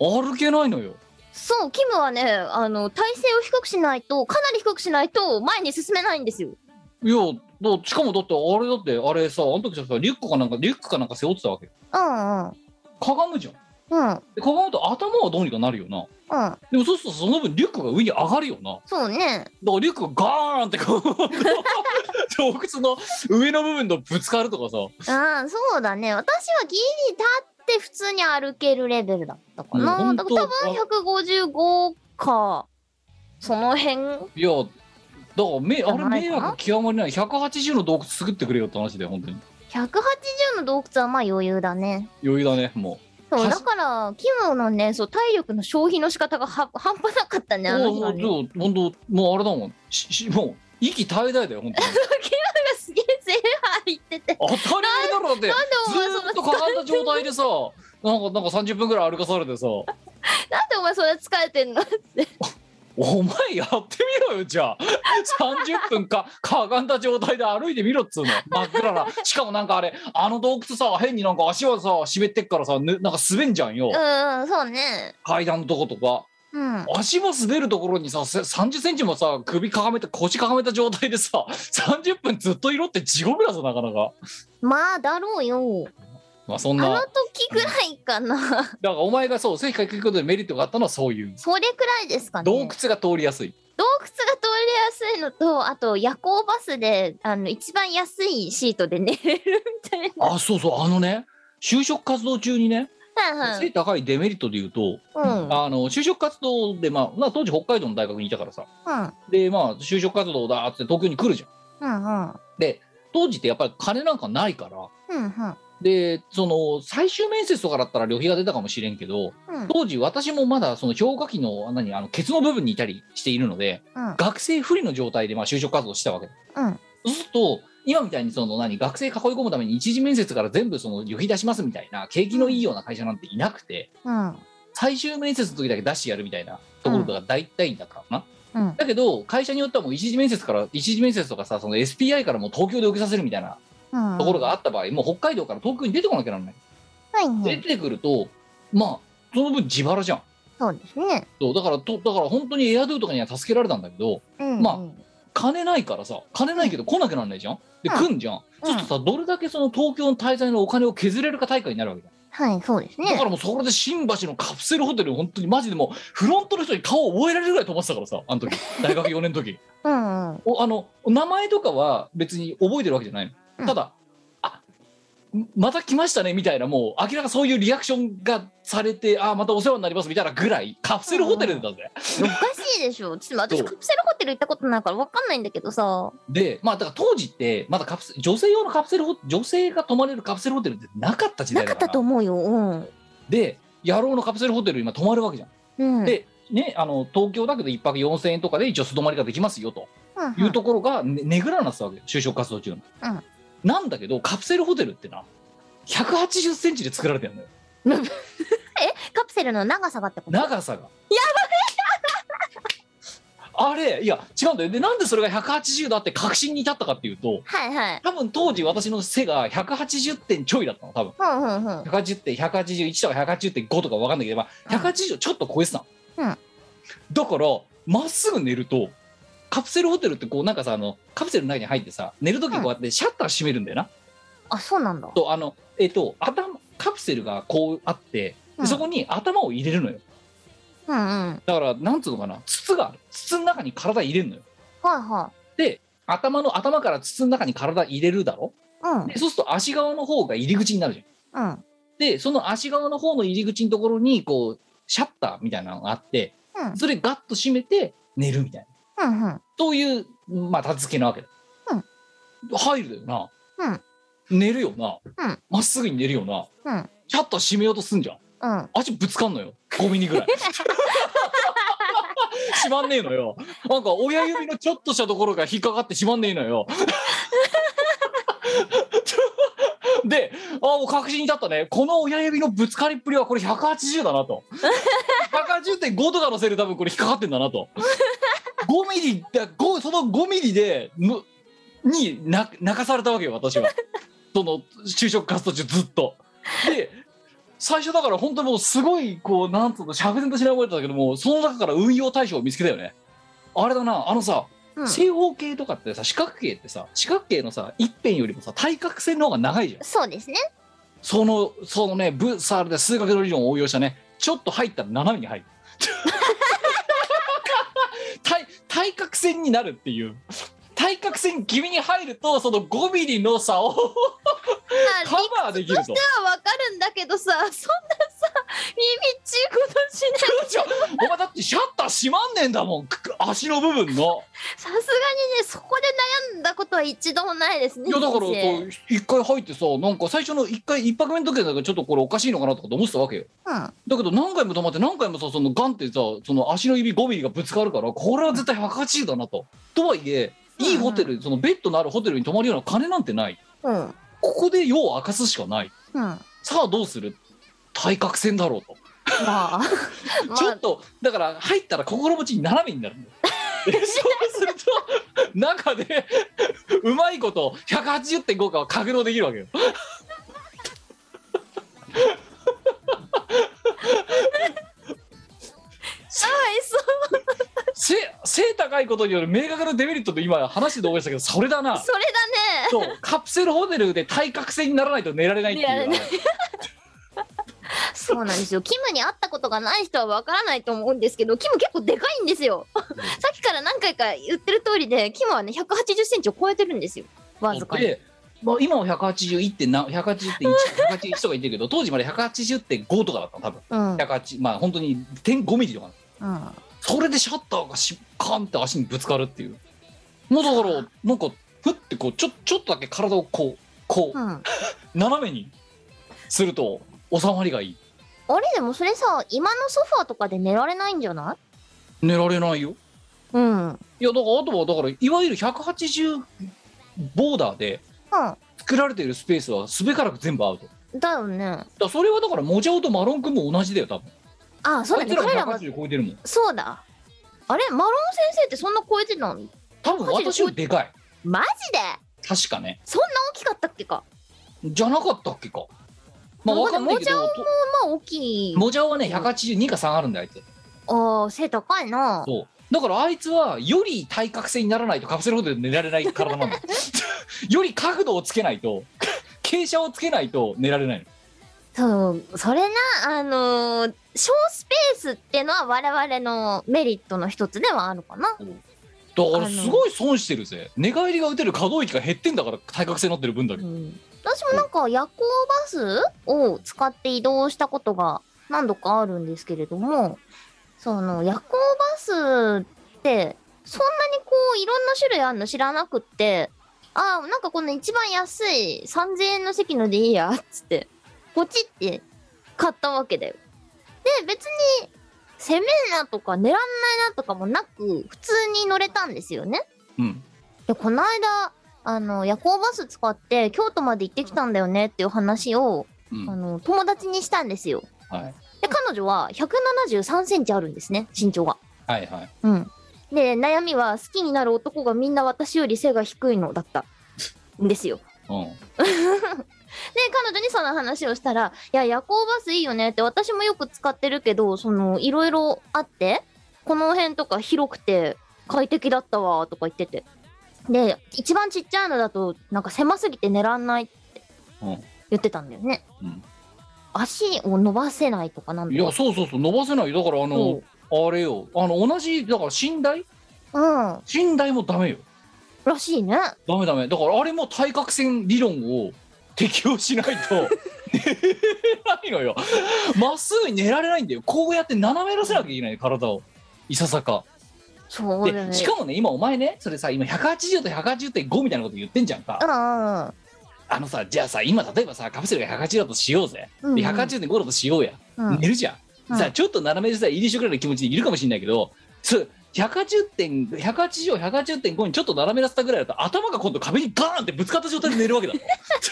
[SPEAKER 3] の歩けないのよ
[SPEAKER 1] そう、キムはね、あの、体勢を低くしないと、かなり低くしないと、前に進めないんですよ。
[SPEAKER 3] いやだしかもだってあれだってあれさあの時さリュックかなんかリュックかなんか背負ってたわけよ
[SPEAKER 1] うんうん。
[SPEAKER 3] かがむじゃん
[SPEAKER 1] うんうん
[SPEAKER 3] でかがむと頭はどうにかなるよなでもそうするとその分リュックが上に上がるよな
[SPEAKER 1] そうね
[SPEAKER 3] だからリュックがガーンってこう 洞窟の上の部分とぶつかるとかさ
[SPEAKER 1] ああそうだね私はギリ立って普通に歩けるレベルだったか
[SPEAKER 3] もうほ
[SPEAKER 1] なんだ
[SPEAKER 3] と
[SPEAKER 1] から多分155かその辺
[SPEAKER 3] いやだからめあれ迷
[SPEAKER 1] じゃないかな
[SPEAKER 3] 惑極まりない180の洞窟作ってくれよって話で本当に
[SPEAKER 1] 180の洞窟はまあ余裕だね
[SPEAKER 3] 余裕だねも
[SPEAKER 1] そう
[SPEAKER 3] は
[SPEAKER 1] だ
[SPEAKER 3] し
[SPEAKER 1] からキムのねそう体力の消費の仕方がは半端なかった
[SPEAKER 3] う
[SPEAKER 1] ねあの
[SPEAKER 3] も
[SPEAKER 1] 日は
[SPEAKER 3] うもう
[SPEAKER 1] ね
[SPEAKER 3] でも本当もうあれだもんししもう息絶え絶えだよ本当に
[SPEAKER 1] すげえセーフ入ってて
[SPEAKER 3] 当たり前だろだって
[SPEAKER 1] なんでお前そん
[SPEAKER 3] ずー
[SPEAKER 1] な
[SPEAKER 3] っとかがんだ状態でさなんかなんか30分ぐらい歩かされて さ
[SPEAKER 1] なんでお前そんな疲れ てんの
[SPEAKER 3] お前やってみろよじゃあ30分かかがんだ状態で歩いてみろっつうの真っ暗なしかもなんかあれあの洞窟さ変になんか足はさ湿ってっからさぬなんか滑んじゃんよ、
[SPEAKER 1] うんうんそうね
[SPEAKER 3] 階段のとことか
[SPEAKER 1] うん
[SPEAKER 3] 足も滑るところにさせ30センチもさ首かがめて腰かがめた状態でさ30分ずっといろって地獄だぞなかなか
[SPEAKER 1] まあだろうよ
[SPEAKER 3] まあそん
[SPEAKER 1] あ
[SPEAKER 3] な
[SPEAKER 1] の
[SPEAKER 3] だか
[SPEAKER 1] 時ぐらいかな
[SPEAKER 3] らお前がそう正解聞くことでメリットがあったのはそういう
[SPEAKER 1] それくらいですかね
[SPEAKER 3] 洞窟が通りやすい
[SPEAKER 1] 洞窟が通りやすいのとあと夜行バスであの一番安いシートで寝れるみたい
[SPEAKER 3] あそうそうあのね就職活動中にね
[SPEAKER 1] なはいはい
[SPEAKER 3] 背高いデメリットで言うと、
[SPEAKER 1] うん
[SPEAKER 3] あの就職活動で、まあ、まあ当時北海道の大学にいたからさでまあ就職活動だーっつって東京に来るじゃん
[SPEAKER 1] うんうんうん
[SPEAKER 3] で当時ってやっぱり金なんかないから
[SPEAKER 1] うんうん
[SPEAKER 3] でその最終面接とかだったら旅費が出たかもしれんけど
[SPEAKER 1] うん
[SPEAKER 3] 当時私もまだその氷河期の何あのケツの部分にいたりしているので
[SPEAKER 1] うん
[SPEAKER 3] 学生不利の状態でまあ就職活動してたわけ
[SPEAKER 1] うん
[SPEAKER 3] そうすると今みたいにその何学生囲い込むために一次面接から全部その旅費出しますみたいな景気のいいような会社なんていなくて、
[SPEAKER 1] うん
[SPEAKER 3] 最終面接の時だけ出してやるみたいなところが大体だからな、
[SPEAKER 1] うん
[SPEAKER 3] だけど会社によってはもう一次面接から一次面接とかさその SPI からもう東京で受けさせるみたいな
[SPEAKER 1] うん
[SPEAKER 3] ところがあった場合、もう北海道から東京に出てこなきゃならない、
[SPEAKER 1] はい
[SPEAKER 3] 出
[SPEAKER 1] ね
[SPEAKER 3] てくるとまあその分自腹じゃん
[SPEAKER 1] そうですね
[SPEAKER 3] そうだからとだから本当にエアドゥとかには助けられたんだけど
[SPEAKER 1] うん
[SPEAKER 3] まあ
[SPEAKER 1] うん
[SPEAKER 3] 金ないからさ金ないけど来なきゃならないじゃんで
[SPEAKER 1] うん
[SPEAKER 3] 来んじゃん、そうするとさどれだけその東京の滞在のお金を削れるか大会になるわけじゃん
[SPEAKER 1] はいそうです
[SPEAKER 3] だ
[SPEAKER 1] ね
[SPEAKER 3] からもうそこで新橋のカプセルホテル本当にマジでもうフロントの人に顔を覚えられるぐらい飛ばしてたからさあの 時大学4年の時
[SPEAKER 1] うんうん
[SPEAKER 3] おあの名前とかは別に覚えてるわけじゃないの、
[SPEAKER 1] うん
[SPEAKER 3] ただあんまた来ましたねみたいなもう明らかにそういうリアクションがされてあまたお世話になりますみたいなぐらいカプセルホテルだぜ、
[SPEAKER 1] おかしいでしょ。ちょっと私、
[SPEAKER 3] そう
[SPEAKER 1] カプセルホテル行ったことないから分かんないんだけどさ。
[SPEAKER 3] でまあだから当時ってまだカプセ女性用のカプセルホ女性が泊まれるカプセルホテルってなかった時
[SPEAKER 1] な
[SPEAKER 3] 代
[SPEAKER 1] か
[SPEAKER 3] だ
[SPEAKER 1] った
[SPEAKER 3] から
[SPEAKER 1] と思うよ。うん。
[SPEAKER 3] で野郎のカプセルホテル今泊まるわけじゃん
[SPEAKER 1] うん。
[SPEAKER 3] でね、あの東京だけど1泊4000円とかで一応素泊まりができますよと
[SPEAKER 1] うん
[SPEAKER 3] いうところがねねぐらなってたわけよ就職活動中の、
[SPEAKER 1] うん
[SPEAKER 3] なんだけどカプセルホテルってな1 8 0ンチで作られてるのよ
[SPEAKER 1] カプセルの長さがってこと
[SPEAKER 3] 長さがやばいあれいや違うんだよでなんでそれが180だって確信に至ったかっていうと
[SPEAKER 1] はいはい。
[SPEAKER 3] 多分当時私の背が180点ちょいだったの多分
[SPEAKER 1] うんうんうん。
[SPEAKER 3] 180点181とか180.5とか分かんないけど、まあ、180ちょっと超えてたの、
[SPEAKER 1] うん
[SPEAKER 3] だからまっすぐ寝るとカプセルホテルってこうなんかさあのカプセルの中に入ってさ寝る時こうやってシャッター閉めるんだよな、
[SPEAKER 1] あ、そうなんだ。
[SPEAKER 3] とあのえっと頭カプセルがこうあって
[SPEAKER 1] う
[SPEAKER 3] で
[SPEAKER 1] ん
[SPEAKER 3] そこに頭を入れるのよ
[SPEAKER 1] うんうん。はい
[SPEAKER 3] だからなんつうのかな筒がある筒の中に体入れるのよ
[SPEAKER 1] は
[SPEAKER 3] 頭の頭から筒の中に体入れるだろ
[SPEAKER 1] い。うん。
[SPEAKER 3] でそうすると足側の方が入り口になるじゃ
[SPEAKER 1] う
[SPEAKER 3] ん
[SPEAKER 1] ん。
[SPEAKER 3] でその足側の方の入り口のところにこうシャッターみたいなのがあって、
[SPEAKER 1] うん
[SPEAKER 3] それガッと閉めて寝るみたいな
[SPEAKER 1] うんうん。
[SPEAKER 3] そういうまあ立付けなわけだ、入るだよな、寝るよな
[SPEAKER 1] うん
[SPEAKER 3] ま、っすぐに寝るよな、
[SPEAKER 1] うん
[SPEAKER 3] シャッター閉めようとすんじゃ
[SPEAKER 1] う
[SPEAKER 3] ん
[SPEAKER 1] ん。
[SPEAKER 3] 足ぶつかんのよ5ミリぐらい しまんねえのよなんか親指のちょっとしたところが引っかかってしまんねえのよ であもう確信に立ったねこの親指のぶつかりっぷりはこれ180だなと180.5とかのせいで多分これ引っかかってんだなと5ミリだ5その5ミリでむにな泣かされたわけよ私はその就職活動中ずっとで最初だから本当にもうすごいこうなんつうの釈然としない覚えだったけどもその中から運用対象を見つけたよねあれだなあのさ、
[SPEAKER 1] うん。
[SPEAKER 3] 正方形とかってさ四角形ってさ四角形のさ一辺よりもさ対角線の方が長いじゃん
[SPEAKER 1] そうですね。
[SPEAKER 3] そのそのねブサールで数学の理論を応用したねちょっと入ったら斜めに入る 対対角線になるっていう対角線気味に入るとその5ミリの差を
[SPEAKER 4] あ
[SPEAKER 3] カバーできると
[SPEAKER 4] はわかるんだけどさそんなさ耳ちいことしない
[SPEAKER 3] じゃあお前だってシャッター閉まんねえんだもんくく足の部分の
[SPEAKER 4] さすがにねそこで悩んだことは一度もないですね
[SPEAKER 3] いやだからこ
[SPEAKER 4] 私
[SPEAKER 3] う一回入ってさなんか最初の一回一泊目の時だからちょっとこれおかしいのかなとかと思ってたわけよ
[SPEAKER 4] うん
[SPEAKER 3] だけど何回も止まって何回もさそのガンってさその足の指5ミリがぶつかるからこれは絶対180だなと。とはいえいいホテルそのベッドのあるホテルに泊まるような金なんてない
[SPEAKER 4] うん
[SPEAKER 3] ここで夜を明かすしかない
[SPEAKER 4] うんま
[SPEAKER 3] さあどうする対角線だろうと、
[SPEAKER 4] あま
[SPEAKER 3] ちょ
[SPEAKER 4] あ
[SPEAKER 3] っとだから入ったら心持ちに斜めにな るんだよでそうすると中でうまいこと180.5かは格納できるわけよ
[SPEAKER 4] かわいそう
[SPEAKER 3] 背背高いことによる明確なデメリットって今話で思いましたけどそれだな
[SPEAKER 4] それだね
[SPEAKER 3] そうカプセルホテルで対角線にならないと寝られないっていう
[SPEAKER 4] 寝られない
[SPEAKER 3] あの
[SPEAKER 4] そうなんですよキムに会ったことがない人はわからないと思うんですけどキム結構でかいんですよさっきから何回か言ってる通りでキムはね1 8 0センチを超えてるんですよわずかに
[SPEAKER 3] で、まあ、今は181点な180.1181とか言ってるけど当時まで180.5とかだったの多分
[SPEAKER 4] うん
[SPEAKER 3] 180まあ本当に0.5ミリとかなの
[SPEAKER 4] うん
[SPEAKER 3] それでシャッターがしカンって足にぶつかるっていうもうだからなんかふってこうちょちょっとだけ体をこうこう
[SPEAKER 4] うん
[SPEAKER 3] 斜めにすると収まりがいい
[SPEAKER 4] あれでもそれさ今のソファーとかで寝られないんじゃない
[SPEAKER 3] 寝られないよ
[SPEAKER 4] うんうん
[SPEAKER 3] いやだからあとはだからいわゆる180ボーダーで作られているスペースはすべからく全部アウトだか
[SPEAKER 4] だよね
[SPEAKER 3] らそれはだからモジャオとマロン君も同じだよ多分
[SPEAKER 4] あそう
[SPEAKER 3] あ
[SPEAKER 4] だ
[SPEAKER 3] いつ
[SPEAKER 4] ね
[SPEAKER 3] らも
[SPEAKER 4] 彼らも
[SPEAKER 3] 180超えてるもん
[SPEAKER 4] そうだあれマロン先生ってそんな超えてたの
[SPEAKER 3] 多分私よりでかい
[SPEAKER 4] マジで
[SPEAKER 3] 確かね
[SPEAKER 4] そんな大きかったっけか
[SPEAKER 3] じゃなかったっけかまあわかんないけど
[SPEAKER 4] モジャオもまあ大きい
[SPEAKER 3] モジャオはね182か3あるんだよあいつ
[SPEAKER 4] あー背高いな
[SPEAKER 3] そうだからあいつはより対角線にならないとカプセルホテルで寝られない体なんだより角度をつけないと 傾斜をつけないと寝られないの
[SPEAKER 4] そうそれなあのー小スペースってのは我々のメリットの一つではあるかな
[SPEAKER 3] だからすごい損してるぜ寝返りが打てる可動域が減ってんだから対角線になってる分だけ
[SPEAKER 4] うん私もなんか夜行バスを使って移動したことが何度かあるんですけれどもその夜行バスってそんなにこういろんな種類あるの知らなくってああなんかこの一番安い3000円の席のでいいやっつってポチって買ったわけだよで別に攻めんなとか狙んないなとかもなく普通に乗れたんですよね
[SPEAKER 3] うん
[SPEAKER 4] でこの間あの夜行バス使って京都まで行ってきたんだよねっていう話を、
[SPEAKER 3] うん
[SPEAKER 4] あの友達にしたんですよ
[SPEAKER 3] はい
[SPEAKER 4] で彼女は1 7 3センチあるんですね身長が
[SPEAKER 3] はいはい
[SPEAKER 4] うんで悩みは好きになる男がみんな私より背が低いのだったんですよ
[SPEAKER 3] うん
[SPEAKER 4] で彼女にその話をしたら「いや夜行バスいいよね」って私もよく使ってるけどそのいろいろあってこの辺とか広くて快適だったわとか言っててで一番ちっちゃいのだとなんか狭すぎて寝らんないって
[SPEAKER 3] うん
[SPEAKER 4] 言ってたんだよね、
[SPEAKER 3] うん
[SPEAKER 4] 足を伸ばせないとかなん
[SPEAKER 3] い
[SPEAKER 4] だ
[SPEAKER 3] やそうそうそう伸ばせないよだからあのあれよあの同じだから寝台
[SPEAKER 4] うん
[SPEAKER 3] 寝台もダメよ
[SPEAKER 4] らしいね
[SPEAKER 3] ダメダメだからあれも対角線理論を適用しない と寝れないのよまっすぐに寝られないんだよこうやって斜めらせなきゃいけない体をいささか
[SPEAKER 4] そうだね
[SPEAKER 3] でしかもね今お前ねそれさ今180と180.5みたいなこと言ってんじゃんか
[SPEAKER 4] うん
[SPEAKER 3] あのさじゃあさ今例えばさカプセルが180だとしようぜ
[SPEAKER 4] うんう
[SPEAKER 3] で
[SPEAKER 4] ん
[SPEAKER 3] 180.5だとしようや、
[SPEAKER 4] うんうん
[SPEAKER 3] 寝るじゃん、
[SPEAKER 4] うん
[SPEAKER 3] さちょっと斜めでさ入りしょくらいの気持ちでいるかもしれないけどそう180点180を180.5にちょっと斜めらせたぐらいだと頭が今度壁にガーンってぶつかった状態で寝るわけだ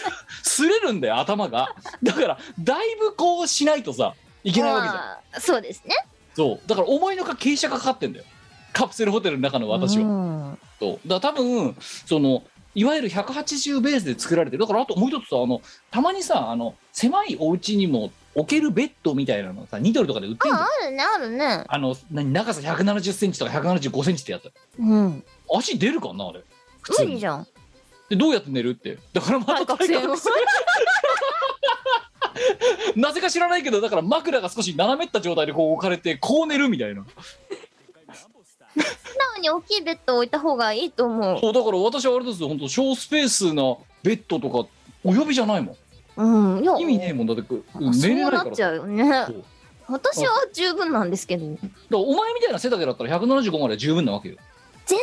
[SPEAKER 3] 擦れるんだよ頭がだからだいぶこうしないとさいけないわけじゃん
[SPEAKER 4] まあそうですね
[SPEAKER 3] そうだから思いのか傾斜がかかってんだよカプセルホテルの中の私は、
[SPEAKER 4] は
[SPEAKER 3] そうだから多分そのいわゆる180ベースで作られてるだからあともう一つさあのたまにさあの狭いお家にも置けるベッドみたいなのさニトリとかで売ってんじゃん
[SPEAKER 4] ああるねあるね
[SPEAKER 3] あの何長さ170センチとか175センチってやつ
[SPEAKER 4] うん
[SPEAKER 3] 足出るかなあれ普
[SPEAKER 4] 無
[SPEAKER 3] 通
[SPEAKER 4] 理
[SPEAKER 3] に
[SPEAKER 4] じゃん
[SPEAKER 3] でどうやって寝るってだからまた
[SPEAKER 4] 対角線を
[SPEAKER 3] 対角線 なぜか知らないけどだから枕が少し斜めった状態でこう置かれてこう寝るみたいな
[SPEAKER 4] 素直に大きいベッドを置いた方がいいと思う。
[SPEAKER 3] そうだから私はあれですよ本当小スペースなベッドとかお呼びじゃないも
[SPEAKER 4] うん、いや
[SPEAKER 3] ん意味ねえもんだってく
[SPEAKER 4] あ
[SPEAKER 3] 寝
[SPEAKER 4] そ
[SPEAKER 3] れ
[SPEAKER 4] う
[SPEAKER 3] ないから
[SPEAKER 4] な
[SPEAKER 3] さ
[SPEAKER 4] っちゃうよね
[SPEAKER 3] そう。
[SPEAKER 4] 私は十分なんですけど。全
[SPEAKER 3] だ
[SPEAKER 4] 然
[SPEAKER 3] からお前みたいな背丈だったら175まで十分なわけよ
[SPEAKER 4] 十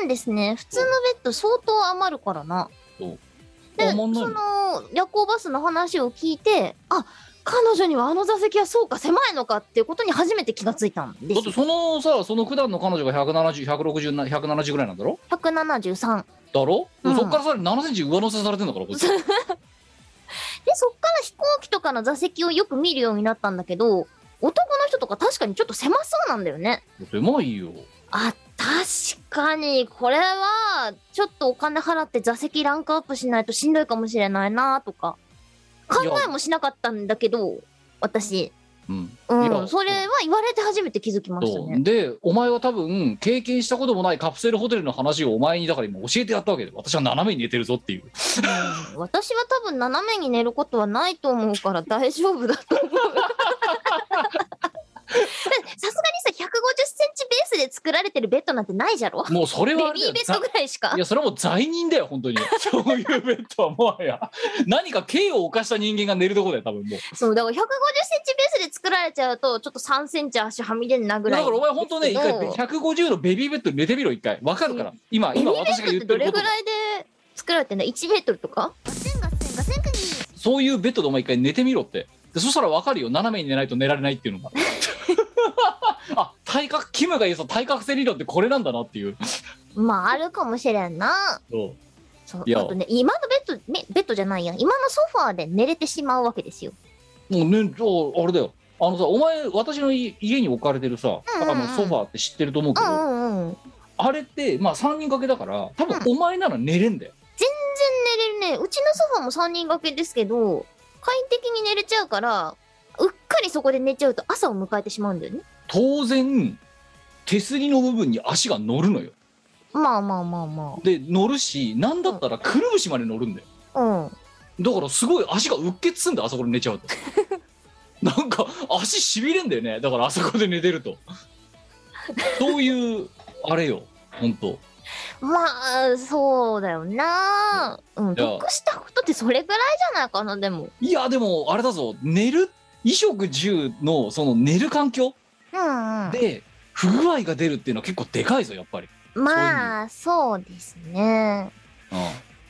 [SPEAKER 4] 分ですね。普通のベッド相当余るからな。
[SPEAKER 3] そう
[SPEAKER 4] で、
[SPEAKER 3] 余
[SPEAKER 4] そ
[SPEAKER 3] んない
[SPEAKER 4] の夜行バスの話を聞いて、あ、彼女にはあの座席はそうか狭いのかっていうことに初めて気がついたんで
[SPEAKER 3] だっ
[SPEAKER 4] す
[SPEAKER 3] て。そのさその普段の彼女が170160170ぐらいなんだろ
[SPEAKER 4] 百七十三。
[SPEAKER 3] だろ、
[SPEAKER 4] うん
[SPEAKER 3] そっからさらに7センチ上乗せされてんだからこい つ
[SPEAKER 4] で、そっから飛行機とかの座席をよく見るようになったんだけど、男の人とか確かにちょっと狭そうなんだよね。
[SPEAKER 3] 狭いよ
[SPEAKER 4] あ、確かに、これは、ちょっとお金払って座席ランクアップしないとしんどいかもしれないなとか、考えもしなかったんだけど、私、
[SPEAKER 3] うん
[SPEAKER 4] う
[SPEAKER 3] いや
[SPEAKER 4] ん、それは言われて初めて気づきました
[SPEAKER 3] そ
[SPEAKER 4] ね
[SPEAKER 3] う。でお前は多分経験したこともないカプセルホテルの話をお前にだから今教えてやったわけで私は斜めに寝てるぞっていう
[SPEAKER 4] うん私は多分斜めに寝ることはないと思うから大丈夫だと思う。 さすがにさ150センチベースで作られてるベッドなんてないじゃろ
[SPEAKER 3] もうそれ
[SPEAKER 4] ベ
[SPEAKER 3] はあれだ
[SPEAKER 4] ビ
[SPEAKER 3] よ
[SPEAKER 4] ーベッドぐらいしか
[SPEAKER 3] いやそれはもう罪人だよ本 当にそういうベッドはもはや何か刑を犯した人間が寝るとこだよ多分もう
[SPEAKER 4] そうだから150センチベースで作られちゃうとちょっと3センチ足はみ出んなぐ
[SPEAKER 3] だ
[SPEAKER 4] らい
[SPEAKER 3] からお前本当ね一回150のベビーベッドに寝てみろ一回わかるから今
[SPEAKER 4] ベビ
[SPEAKER 3] 今
[SPEAKER 4] ーベ
[SPEAKER 3] 私が
[SPEAKER 4] ッドっ
[SPEAKER 3] 言ってて
[SPEAKER 4] ど
[SPEAKER 3] る
[SPEAKER 4] れ
[SPEAKER 3] こと
[SPEAKER 4] ぐらいで作られてんだ1メートルとかガセンガセンガセンクニー
[SPEAKER 3] そういうベッドでお前一回寝てみろってでそしたらわかるよ斜めに寝ないと寝られないっていうの があ体格キムが言うさ対角線理論ってこれなんだなっていう
[SPEAKER 4] まああるかもしれんな
[SPEAKER 3] そう
[SPEAKER 4] そう
[SPEAKER 3] いや
[SPEAKER 4] あとね今のベッドめベッドじゃないや今のソファーで寝れてしまうわけですよ
[SPEAKER 3] もうねじゃああれだよあのさお前私のい家に置かれてるさ、
[SPEAKER 4] うんうんうん
[SPEAKER 3] あのソファーって知ってると思うけ
[SPEAKER 4] う
[SPEAKER 3] ど、
[SPEAKER 4] んうんうん
[SPEAKER 3] あれってまあ3人掛けだから多分
[SPEAKER 4] う
[SPEAKER 3] お前なら寝れんだよ、
[SPEAKER 4] 全然寝れるねうちのソファーも3人掛けですけど快適に寝れちゃうからうっかりそこで寝ちゃうと朝を迎えてしまうんだよね
[SPEAKER 3] 当然手すりの部分に足が乗るのよ
[SPEAKER 4] まあまあまあま
[SPEAKER 3] で乗るしなんだったらくるぶしまで乗るんだよ
[SPEAKER 4] あうん
[SPEAKER 3] だからすごい足がうっ血すんだよあそこで寝ち ゃうとなんか足しびれんだよねだからあそこで寝てるとそういうあれよ本当
[SPEAKER 4] まあそうだよなうん
[SPEAKER 3] じゃあ
[SPEAKER 4] 得したことってそれぐらいじゃないかなでも
[SPEAKER 3] いやでもあれだぞ寝る衣食住のその寝る環境
[SPEAKER 4] うん、うん、
[SPEAKER 3] で不具合が出るっていうのは結構でかいぞやっぱり、
[SPEAKER 4] まあそうですね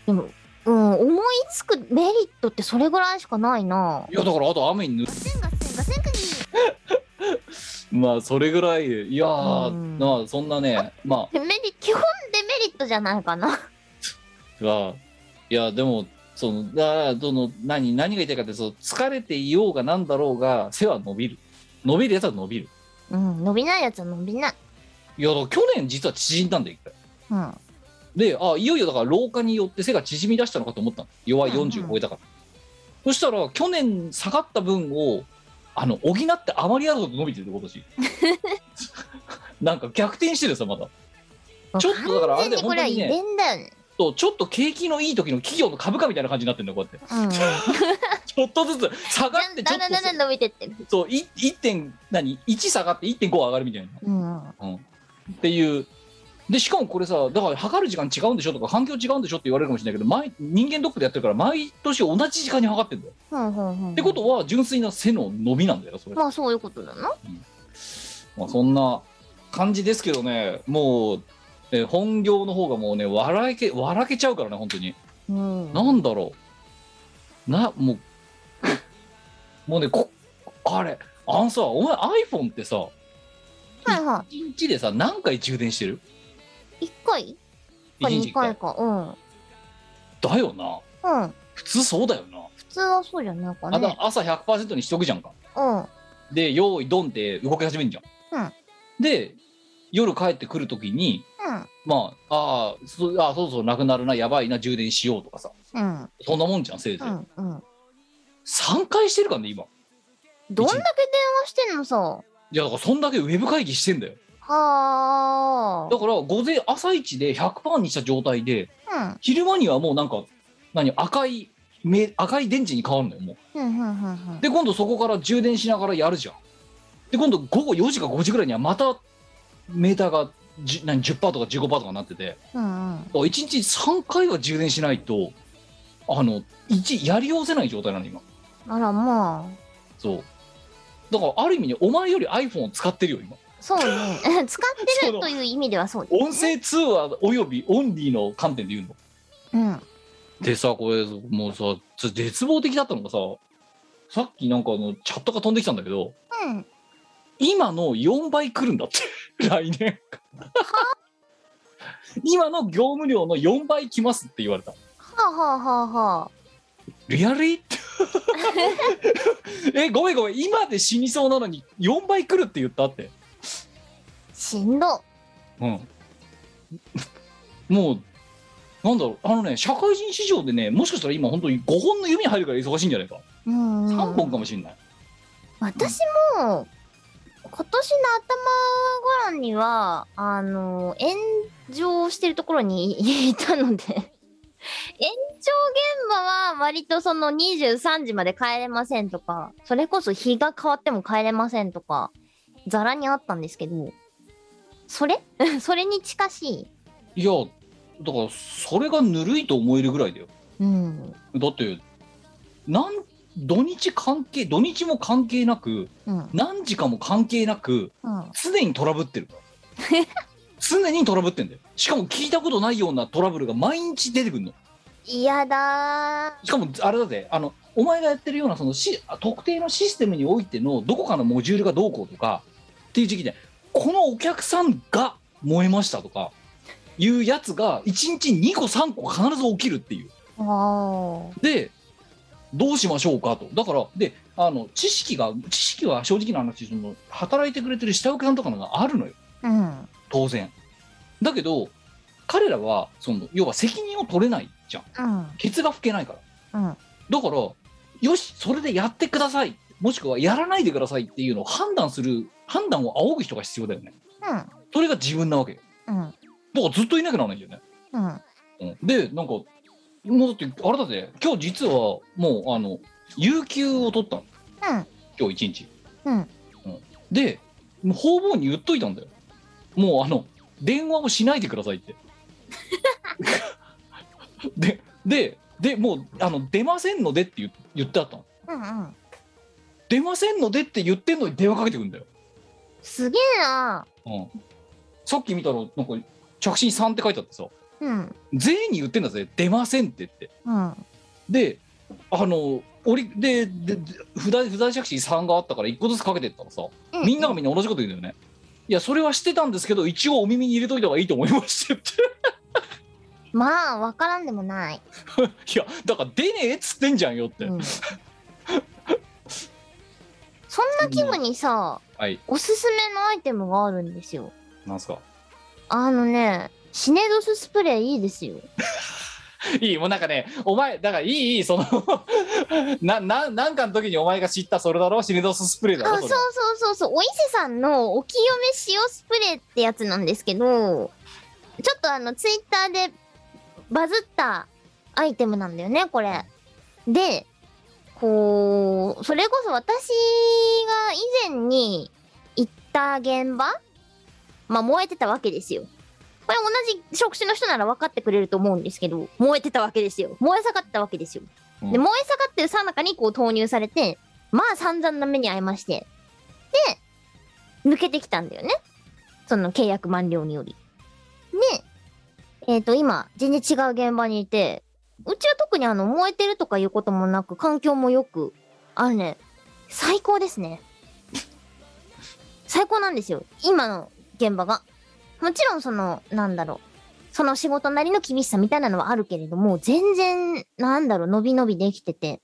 [SPEAKER 3] うん、
[SPEAKER 4] でもうん思いつくメリットってそれぐらいしかないない
[SPEAKER 3] やだからあと雨にぬ
[SPEAKER 4] ガセンガセンガセンクニ
[SPEAKER 3] まあそれぐらいいやー
[SPEAKER 4] うん
[SPEAKER 3] まあそんなねま
[SPEAKER 4] ーメリ基本デメリットじゃないかな
[SPEAKER 3] あがいやでもそのだその何何が言いたいかってその疲れていようがなんだろうが背は伸びる伸びるやつは伸びる
[SPEAKER 4] うん伸びないやつは伸びない
[SPEAKER 3] いやだから去年実は縮んだんだよ一回
[SPEAKER 4] うん
[SPEAKER 3] であいよいよだから老化によって背が縮み出したのかと思ったの弱い
[SPEAKER 4] うんうん
[SPEAKER 3] 40超えたから、そしたら去年下がった分をあの補って余りあるほど伸びてる今 年なんか逆転してるさまだちょっとだからあれだ
[SPEAKER 4] 完全
[SPEAKER 3] よ
[SPEAKER 4] にこれは
[SPEAKER 3] 本
[SPEAKER 4] 遺
[SPEAKER 3] 当にね
[SPEAKER 4] 伝だよね
[SPEAKER 3] とちょっと景気のいい時の企業の株価みたいな感じにな ってるんだよこうやって
[SPEAKER 4] うんうん
[SPEAKER 3] ちょっとずつ下がってちょ
[SPEAKER 4] だ
[SPEAKER 3] っ
[SPEAKER 4] んだんだんだん
[SPEAKER 3] と
[SPEAKER 4] 伸びてってる
[SPEAKER 3] そうい1点何1下がって1.5上がるみたいな
[SPEAKER 4] うんうん
[SPEAKER 3] っていうでしかもこれさだから測る時間違うんでしょとか環境違うんでしょって言われるかもしれないけど毎人間ドックでやってるから毎年同じ時間に測ってんだよ、
[SPEAKER 4] うんうん
[SPEAKER 3] ってことは純粋な背の伸びなんだよそれ、
[SPEAKER 4] まあそういうことだな
[SPEAKER 3] まあ、そんな感じですけどねもう、えー本業の方がもうね笑け笑けちゃうからね本当に
[SPEAKER 4] うん
[SPEAKER 3] なんだろうなもうもうねこあれあんさお前 iPhone ってさ
[SPEAKER 4] はいは
[SPEAKER 3] 1日でさ何回充電してる
[SPEAKER 4] い1回
[SPEAKER 3] 一
[SPEAKER 4] か
[SPEAKER 3] 日
[SPEAKER 4] 2
[SPEAKER 3] 一回
[SPEAKER 4] 回かうん
[SPEAKER 3] だよな
[SPEAKER 4] うん
[SPEAKER 3] 普通そうだよな、
[SPEAKER 4] 普通はそうじゃないか
[SPEAKER 3] あだ
[SPEAKER 4] ね
[SPEAKER 3] 朝100%にしとくじゃんか
[SPEAKER 4] うん
[SPEAKER 3] で用意ドンって動き始めんじゃん、
[SPEAKER 4] うん
[SPEAKER 3] で夜帰ってくるときにまああーそあーそうそうなくなるなやばいな充電しようとかさ
[SPEAKER 4] うんうん
[SPEAKER 3] そんなもんじゃんせいぜ
[SPEAKER 4] う
[SPEAKER 3] い、
[SPEAKER 4] んうん
[SPEAKER 3] 3回してるからね今
[SPEAKER 4] どんだけ電話してんのさはい
[SPEAKER 3] やだからそんだけウェブ会議してんだよ
[SPEAKER 4] あ
[SPEAKER 3] だから午前朝一で100%にした状態で
[SPEAKER 4] うん
[SPEAKER 3] 昼間にはもうなんか何赤いめ赤い電池に変わるのよも
[SPEAKER 4] ふんふんふんふん
[SPEAKER 3] うで今度そこから充電しながらやるじゃんで今度午後4時か5時ぐらいにはまたメーターがじ何10%とか15%とかなってて
[SPEAKER 4] うんうん
[SPEAKER 3] 1日3回は充電しないとあの一やりようせない状態なの今
[SPEAKER 4] あらまあ
[SPEAKER 3] そうだからある意味ねお前より iPhone を使ってるよ今
[SPEAKER 4] そうね 使ってるという意味ではそうですね
[SPEAKER 3] 音声通話およびオンリーの観点で言うの
[SPEAKER 4] うん
[SPEAKER 3] でさこれもうさつ絶望的だったのがささっきなんかあのチャットが飛んできたんだけど
[SPEAKER 4] うん
[SPEAKER 3] 今の4倍来るんだって 来年今の業務量の4倍来ますって言われた
[SPEAKER 4] はあはあはあは
[SPEAKER 3] リ アルイってえごめんごめん今で死にそうなのに4倍来るって言ったって
[SPEAKER 4] あしんど
[SPEAKER 3] うん、もうなんだろうあのね社会人市場でねもしかしたら今本当に5本の指に入るから忙しいんじゃないか、
[SPEAKER 4] うんうん
[SPEAKER 3] 3本かもしれない
[SPEAKER 4] 私も今年の頭ごろにはあの炎上してるところにい たので炎上現場は割とその23時まで帰れませんとかそれこそ日が変わっても帰れませんとかざらにあったんですけどそれ それに近しい
[SPEAKER 3] いやだからそれがぬるいと思えるぐらいだよ
[SPEAKER 4] うん
[SPEAKER 3] だってなん土日関係土日も関係なく
[SPEAKER 4] うん
[SPEAKER 3] 何時かも関係なく
[SPEAKER 4] うん
[SPEAKER 3] 常にトラブってるから常にトラブってんだよしかも聞いたことないようなトラブルが毎日出てくるの
[SPEAKER 4] 嫌だ
[SPEAKER 3] しかもあれだぜあのお前がやってるようなそのし特定のシステムにおいてのどこかのモジュールがどうこうとかっていう時期でこのお客さんが燃えましたとかいうやつが1日2個3個必ず起きるっていう
[SPEAKER 4] ーわ
[SPEAKER 3] でどうしましょうかとだからであの知識が知識は正直な話その働いてくれてる下請けさんとかのがあるのよ
[SPEAKER 4] ーうん
[SPEAKER 3] 当然だけど彼らはその要は責任を取れないじゃん
[SPEAKER 4] うん
[SPEAKER 3] ケツが拭けないから
[SPEAKER 4] うん
[SPEAKER 3] だから、よし、それでやってください、もしくはやらないでくださいっていうのを判断する、判断を仰ぐ人が必要だよね。それが自分なわけよ。
[SPEAKER 4] うん
[SPEAKER 3] だからずっといなきゃならないんだよ
[SPEAKER 4] うんうん
[SPEAKER 3] ね。うん、で、なんか、もうだって、あれだぜ、今日実はもう、あの、有給を取ったの、
[SPEAKER 4] うん
[SPEAKER 3] 今日一日。
[SPEAKER 4] うん
[SPEAKER 3] で、もう方々に言っといたんだよ。もう、あの、電話をしないでください って。で、で、で、もう、あの、出ませんのでって言言ってあったの。
[SPEAKER 4] うんうん
[SPEAKER 3] 出ませんのでって言ってんのに電話かけてくんだよ、
[SPEAKER 4] すげえな
[SPEAKER 3] うん、さっき見たらなんか着信3って書いてあってさ
[SPEAKER 4] うん
[SPEAKER 3] 全員に言ってんだぜ出ませんってって
[SPEAKER 4] うん
[SPEAKER 3] であの俺ででで不在不在着信3があったから1個ずつかけてったらさみんながみんな同じこと言うんだよね、いやそれはしてたんですけど一応お耳に入れといた方がいいと思いまして って
[SPEAKER 4] まあわからんでもない、
[SPEAKER 3] いやだから出ねえっつってんじゃんよって、
[SPEAKER 4] うん、そんな気分にさ
[SPEAKER 3] はい
[SPEAKER 4] おすすめのアイテムがあるんですよ
[SPEAKER 3] なんすか
[SPEAKER 4] あのねシネドススプレーいいですよ
[SPEAKER 3] いいもうなんかねお前だからいいいいその なななんかの時にお前が知ったそれだろシネドススプレーだろ
[SPEAKER 4] あそう
[SPEAKER 3] れ
[SPEAKER 4] そうそうそうお伊勢さんのお清め塩スプレーってやつなんですけどちょっとあのツイッターでバズったアイテムなんだよねこれでこうそれこそ私が以前に行った現場まあ燃えてたわけですよこれ同じ職種の人なら分かってくれると思うんですけど燃えてたわけですよ燃え盛ってたわけですよ、
[SPEAKER 3] うん
[SPEAKER 4] で燃え盛ってるさなかにこう投入されてまあ散々な目に遭いまして。で、抜けてきたんだよね。その契約満了により。で、えっ、と、今、全然違う現場にいて、うちは特にあの、燃えてるとかいうこともなく、環境も良く、あのね、最高ですね。最高なんですよ。今の現場が。もちろんその、なんだろう。その仕事なりの厳しさみたいなのはあるけれども、全然、なんだろう、伸び伸びできてて。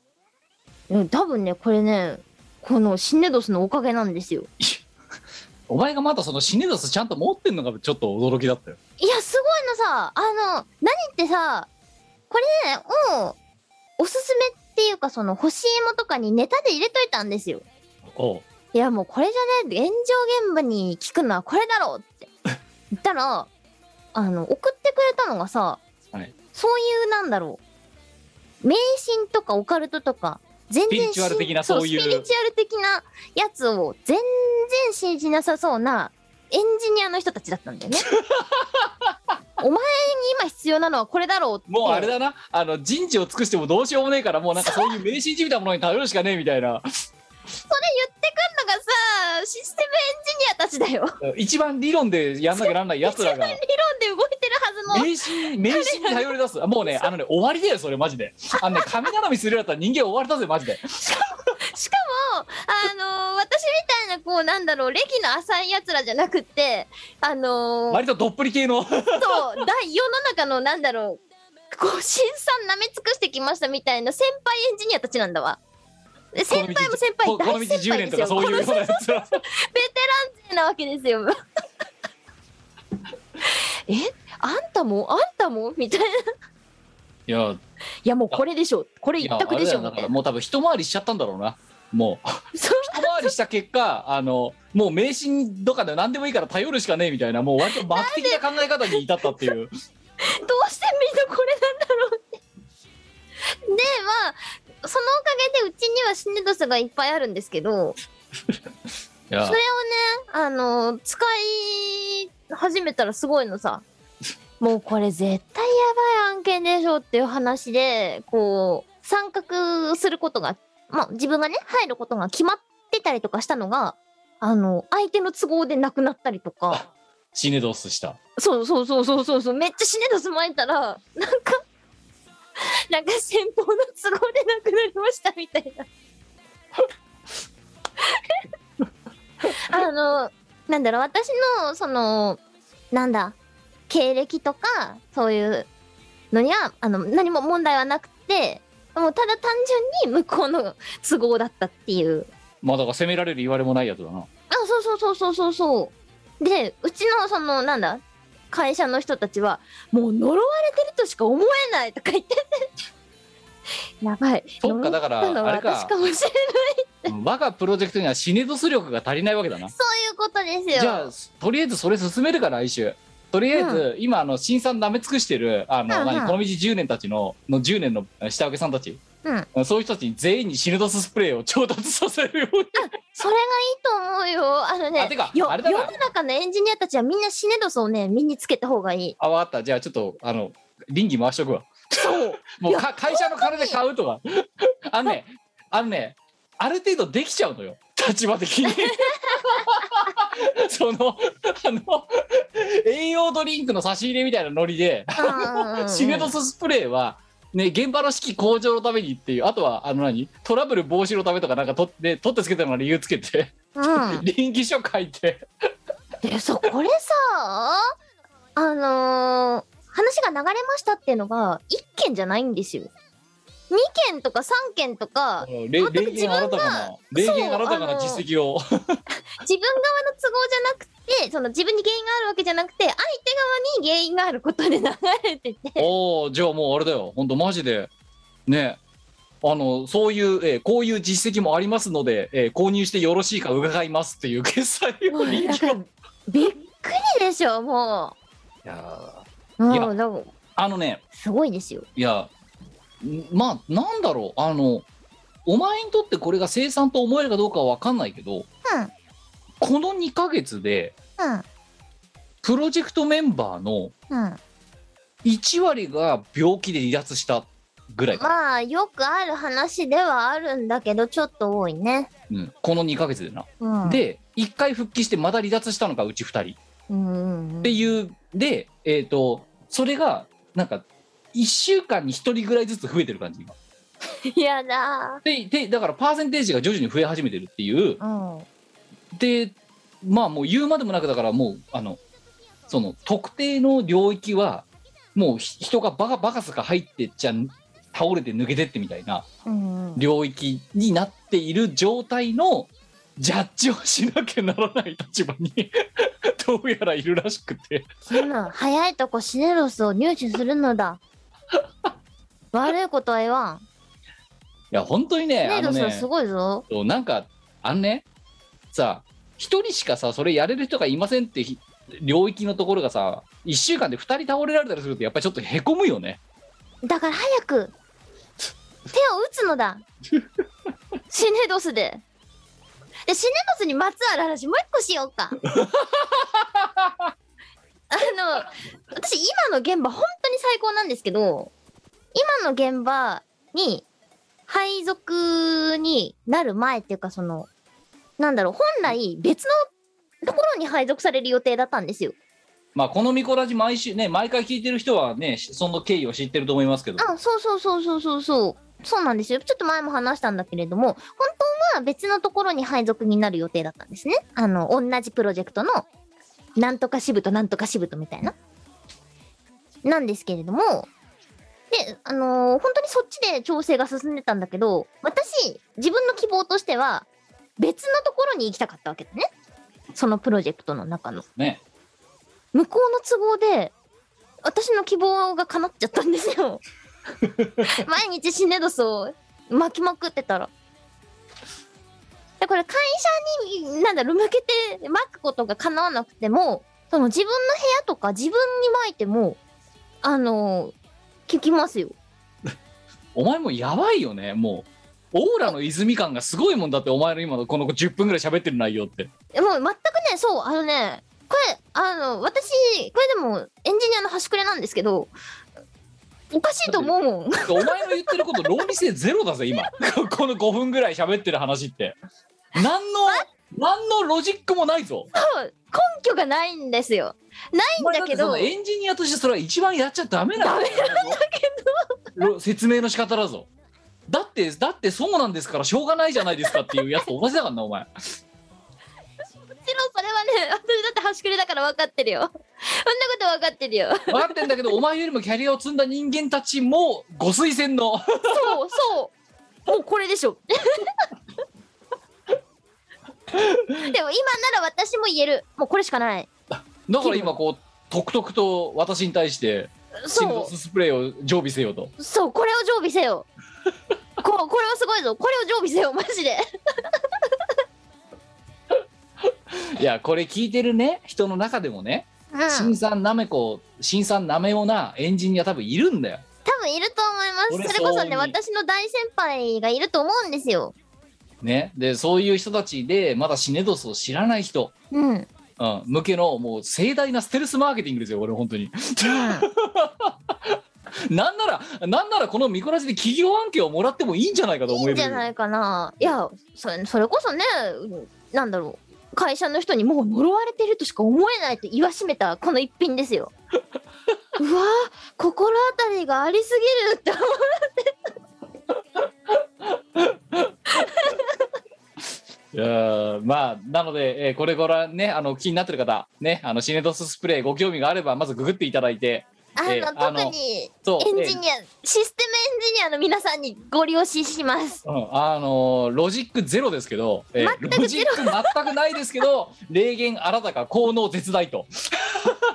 [SPEAKER 4] うん、多分ね、これね、このシンネドスのおかげなんですよ。
[SPEAKER 3] お前がまたそのシネダスちゃんと持ってんのがちょっと驚きだったよ。
[SPEAKER 4] いや、すごいのさ、あの、何ってさ、これね、もう、おすすめっていうか、その、干し芋とかにネタで入れといたんですよ。
[SPEAKER 3] おう
[SPEAKER 4] いや、もうこれじゃね、炎上現場に聞くのはこれだろ うって。言ったら、あの、送ってくれたのがさ、
[SPEAKER 3] はい
[SPEAKER 4] そういう、なんだろう、迷信とかオカルトとか全
[SPEAKER 3] スピ
[SPEAKER 4] 然
[SPEAKER 3] リチュアル的な
[SPEAKER 4] 信
[SPEAKER 3] そういう
[SPEAKER 4] スピリチュアル的なやつを全然信じなさそうなエンジニアの人たちだったん だよねお前に今必要なのはこれだろうって
[SPEAKER 3] もうあれだな、あの人事を尽くしてもどうしようもねえから、もうなんかそういう迷信じみたものに頼るしかねえみたいな、
[SPEAKER 4] 言ってくんのがさシステムエンジニアたちだよ
[SPEAKER 3] 一番理論でやんなきゃなんないやつらが
[SPEAKER 4] 理論、で動いてる はずの
[SPEAKER 3] 迷信、迷信に頼り出す、もうね、あのね、終わりだよ、それ、マジで。あのね、神頼みするやつは人間終わりだぜ、マジで。
[SPEAKER 4] しかもあのー私みたいなこうなんだろう歴の浅いやつらじゃなくってあのー
[SPEAKER 3] 割とどっぷり系の、
[SPEAKER 4] そう 大世の中のなんだろうこう新さん舐め尽くしてきましたみたいな先輩エンジニアたちなんだわで先輩も先輩
[SPEAKER 3] ここの
[SPEAKER 4] 大
[SPEAKER 3] 道
[SPEAKER 4] 先
[SPEAKER 3] 10
[SPEAKER 4] 輩
[SPEAKER 3] 年
[SPEAKER 4] で
[SPEAKER 3] と
[SPEAKER 4] す
[SPEAKER 3] か
[SPEAKER 4] よ
[SPEAKER 3] そういうようなやつら。
[SPEAKER 4] ベテラン勢なわけですよ えあんたもあんたもみたいない
[SPEAKER 3] いや、
[SPEAKER 4] やもうこれでしょこれ
[SPEAKER 3] い
[SPEAKER 4] 一
[SPEAKER 3] やあ
[SPEAKER 4] 択
[SPEAKER 3] れ
[SPEAKER 4] で
[SPEAKER 3] だ
[SPEAKER 4] しょ
[SPEAKER 3] よ
[SPEAKER 4] み
[SPEAKER 3] だ
[SPEAKER 4] た
[SPEAKER 3] か
[SPEAKER 4] い
[SPEAKER 3] ら
[SPEAKER 4] な
[SPEAKER 3] もう多分一回りしちゃったんだろうな、もう。
[SPEAKER 4] そう
[SPEAKER 3] 一回りした結果、あのもう迷信とかで何でもいいから頼るしかねえみたいな、もう割と末期的な考え方に至ったっていう。
[SPEAKER 4] どうしてみんなこれなんだろうって。でまあそのおかげでうちにはシネドスがいっぱいあるんですけど
[SPEAKER 3] いや
[SPEAKER 4] それあの使い始めたらすごい のさもうこれ絶対やばい案件でしょっていう話でこう参画することが、まあ、自分がね入ることが決まってたりとかしたのがあの相手の都合でなくなったりとか
[SPEAKER 3] シネドスした。
[SPEAKER 4] そうそうそうそうそうそうめっちゃ死ねたすまいたらなんかなんか先方の都合でなくなりましたみたいな。あのなんだろう私のそのなんだ経歴とかそういうのにはあの何も問題はなくてもうただ単純に向こうの都合だったっていう
[SPEAKER 3] まあだから責められる言われもないやつだな。
[SPEAKER 4] あそうそうそうそうそうそうでうちのそのなんだ会社の人たちはもう呪われてるとしか思えないとか言っててやばい
[SPEAKER 3] そっかだから
[SPEAKER 4] 呪ったのは
[SPEAKER 3] あれか
[SPEAKER 4] 私かもしれない
[SPEAKER 3] うん我がプロジェクトにはシネドス力が足りないわけだな。
[SPEAKER 4] そういうことですよ
[SPEAKER 3] じゃあ、とりあえずそれ進めるか、来週。とりあえず、今あの、新さん舐め尽くしてる、あの、
[SPEAKER 4] うんうん
[SPEAKER 3] 何この道10年たちの、の10年の下請けさんたち、
[SPEAKER 4] うん
[SPEAKER 3] そういう人たちに全員にシネドススプレーを調達させるように。
[SPEAKER 4] それがいいと思うよあの
[SPEAKER 3] あ
[SPEAKER 4] ね
[SPEAKER 3] てか
[SPEAKER 4] よ
[SPEAKER 3] あれだな
[SPEAKER 4] 世の中のエンジニアたちはみんなシネドスをね身につけた方がいい
[SPEAKER 3] あ、わかった。じゃあ、ちょっと、あの、倫理回しとくわ。
[SPEAKER 4] そう
[SPEAKER 3] もう
[SPEAKER 4] いや
[SPEAKER 3] か会社の金で買うとか。あのね、あのね、ある程度できちゃうのよ、立場 的に。その、あの、栄養ドリンクの差し入れみたいなノリで、 シネドススプレーは、ね、現場の士気向上のためにっていう、あとは、あの何、トラブル防止のためとか、なんか取って、取ってつけたのが理由つけて、
[SPEAKER 4] うん
[SPEAKER 3] 臨機書書いて、
[SPEAKER 4] でさこれさあのー話が流れましたっていうのが1件じゃないんですよ。2件とか3件とか
[SPEAKER 3] れ
[SPEAKER 4] 全く
[SPEAKER 3] 霊言新たかな、霊
[SPEAKER 4] 自分が
[SPEAKER 3] 言新たかな
[SPEAKER 4] そう
[SPEAKER 3] 実績を。
[SPEAKER 4] 自分側の都合じゃなくてその自分に原因があるわけじゃなくて相手側に原因があることで流れてて
[SPEAKER 3] おおじゃあもうあれだよ本当マジでねあのそういう、えーこういう実績もありますので、えー購入してよろしいか伺いますっていう決済
[SPEAKER 4] も
[SPEAKER 3] を
[SPEAKER 4] う
[SPEAKER 3] 臨
[SPEAKER 4] だ
[SPEAKER 3] 機
[SPEAKER 4] か
[SPEAKER 3] を
[SPEAKER 4] らびっくりでしょも
[SPEAKER 3] いや
[SPEAKER 4] う。
[SPEAKER 3] いや
[SPEAKER 4] もうだから
[SPEAKER 3] あのね
[SPEAKER 4] すごいですよ。
[SPEAKER 3] いやんまあなんだろうあのお前にとってこれが生産と思えるかどうかは分かんないけど、この2ヶ月で
[SPEAKER 4] うん
[SPEAKER 3] プロジェクトメンバーの
[SPEAKER 4] うん、
[SPEAKER 3] 1割が病気で離脱したぐらいかな、
[SPEAKER 4] まあよくある話ではあるんだけどちょっと多いね。
[SPEAKER 3] うん、この2ヶ月でな、
[SPEAKER 4] うん、
[SPEAKER 3] で1回復帰してまた離脱したのがうち2人
[SPEAKER 4] うんうんうん、
[SPEAKER 3] っていうでえっ、とそれがなんか1週間に1人ぐらいずつ増えてる感じ今
[SPEAKER 4] やだ
[SPEAKER 3] ででだからパーセンテージが徐々に増え始めてるっていう
[SPEAKER 4] ー。うん
[SPEAKER 3] でまあもう言うまでもなくだからもうあのその特定の領域はもうひ人がバカバカすか入ってっちゃ倒れて抜けてってみたいな
[SPEAKER 4] うんうん
[SPEAKER 3] 領域になっている状態のジャッジをしなきゃならない立場に どうやらいるらしくて
[SPEAKER 4] そうなん早いとこシネロスを入手するのだ悪いことは言わん
[SPEAKER 3] いや本当にね
[SPEAKER 4] シネ
[SPEAKER 3] あの
[SPEAKER 4] ロス
[SPEAKER 3] ね
[SPEAKER 4] はすごいぞ、
[SPEAKER 3] そうなんかあのねさ一人しかさそれやれる人がいませんってひ領域のところがさ1週間で2人倒れられたりするとやっぱりちょっとへこむよね
[SPEAKER 4] だから早く手を打つのだシネドスででシネドスにまつわる話もう一個しようかあの私今の現場本当に最高なんですけど今の現場に配属になる前っていうかそのなんだろう本来別のところに配属される予定だったんですよ
[SPEAKER 3] まあこのミコラジ毎週ね毎回聞いてる人はねしその経緯を知ってると思いますけど
[SPEAKER 4] あそうそうそうそうそうそうそうなんですよちょっと前も話したんだけれども本当は別のところに配属になる予定だったんですねあの同じプロジェクトのなんとか支部となんとか支部とみたいななんですけれどもであのー本当にそっちで調整が進んでたんだけど私自分の希望としては別のところに行きたかったわけだねそのプロジェクトの中の
[SPEAKER 3] ね
[SPEAKER 4] 向こうの都合で私の希望が叶っちゃったんですよ毎日シネドスを巻きまくってたらだから会社になんだろう向けて巻くことが叶わなくてもその自分の部屋とか自分に巻いてもあの聞きますよ
[SPEAKER 3] お前もうやばいよねもうオーラの泉感がすごいもんだってお前の今のこの10分ぐらい喋ってる内容って
[SPEAKER 4] えもう全くねそうあのねこれあの私これでもエンジニアの端くれなんですけどおかしいと思うもん
[SPEAKER 3] お前の言ってること論理性ゼロだぜ今 ここの5分ぐらい喋ってる話って何の何のロジックもないぞ
[SPEAKER 4] そう根拠がないんですよ。ないんだけ
[SPEAKER 3] お前だって
[SPEAKER 4] ど、
[SPEAKER 3] そのエンジニアとしてそれは一番やっちゃダメなんだけ ど説明の仕方だぞだってだってそうなんですからしょうがないじゃないですかっていうやつと同じだからなお前
[SPEAKER 4] もちろんそれはね、私だって端くれだから分かってるよ。そんなこと分かってるよ。
[SPEAKER 3] 分かってんだけどお前よりもキャリアを積んだ人間たちもご推薦の
[SPEAKER 4] そうそう。もうこれでし ょ。でも今なら私も言える。もうこれしかない。
[SPEAKER 3] だから今こうとくとくと私に対してシンド
[SPEAKER 4] そ
[SPEAKER 3] ススプレーを常備せよと
[SPEAKER 4] う、そう、これを常備せよ。ここれはすごいぞ。これを常備せよ、マジで。
[SPEAKER 3] いやこれ聞いてるね人の中でもね
[SPEAKER 4] うん、
[SPEAKER 3] 新さんなめこ新さんなめよなエンジニア多分いるんだよ
[SPEAKER 4] 多分いると思いま
[SPEAKER 3] 俺
[SPEAKER 4] す。それこそ
[SPEAKER 3] そう思
[SPEAKER 4] ね、
[SPEAKER 3] う
[SPEAKER 4] 私の大先輩がいると思うんですよ。
[SPEAKER 3] ねでそういう人たちでまだシネドスを知らない人、
[SPEAKER 4] うん。
[SPEAKER 3] うん、向けのもう盛大なステルスマーケティングですよこれ本当になんならなんならこのミコラジで企業案件をもらってもいいんじゃないかと思
[SPEAKER 4] いい
[SPEAKER 3] え
[SPEAKER 4] ん
[SPEAKER 3] る
[SPEAKER 4] じゃないかな。いやそれ、それこそね、うんなんだろう、会社の人にもう呪われてるとしか思えないと言わしめたこの一品で すよ。うわー心当たりがありすぎるって思
[SPEAKER 3] いやーまあなので、えーこれご覧ねあの気になってる方ねあのシネドススプレーご興味があればまずググっていただいてえ
[SPEAKER 4] う。
[SPEAKER 3] ー
[SPEAKER 4] あの、
[SPEAKER 3] あの
[SPEAKER 4] 特に
[SPEAKER 3] そう
[SPEAKER 4] エンジニア、システムエンジニアの皆さんにご利用しします。
[SPEAKER 3] うん、あのーロジックゼロですけど、えー
[SPEAKER 4] 全く
[SPEAKER 3] ロジック全くないですけど霊言あなたが効能絶大と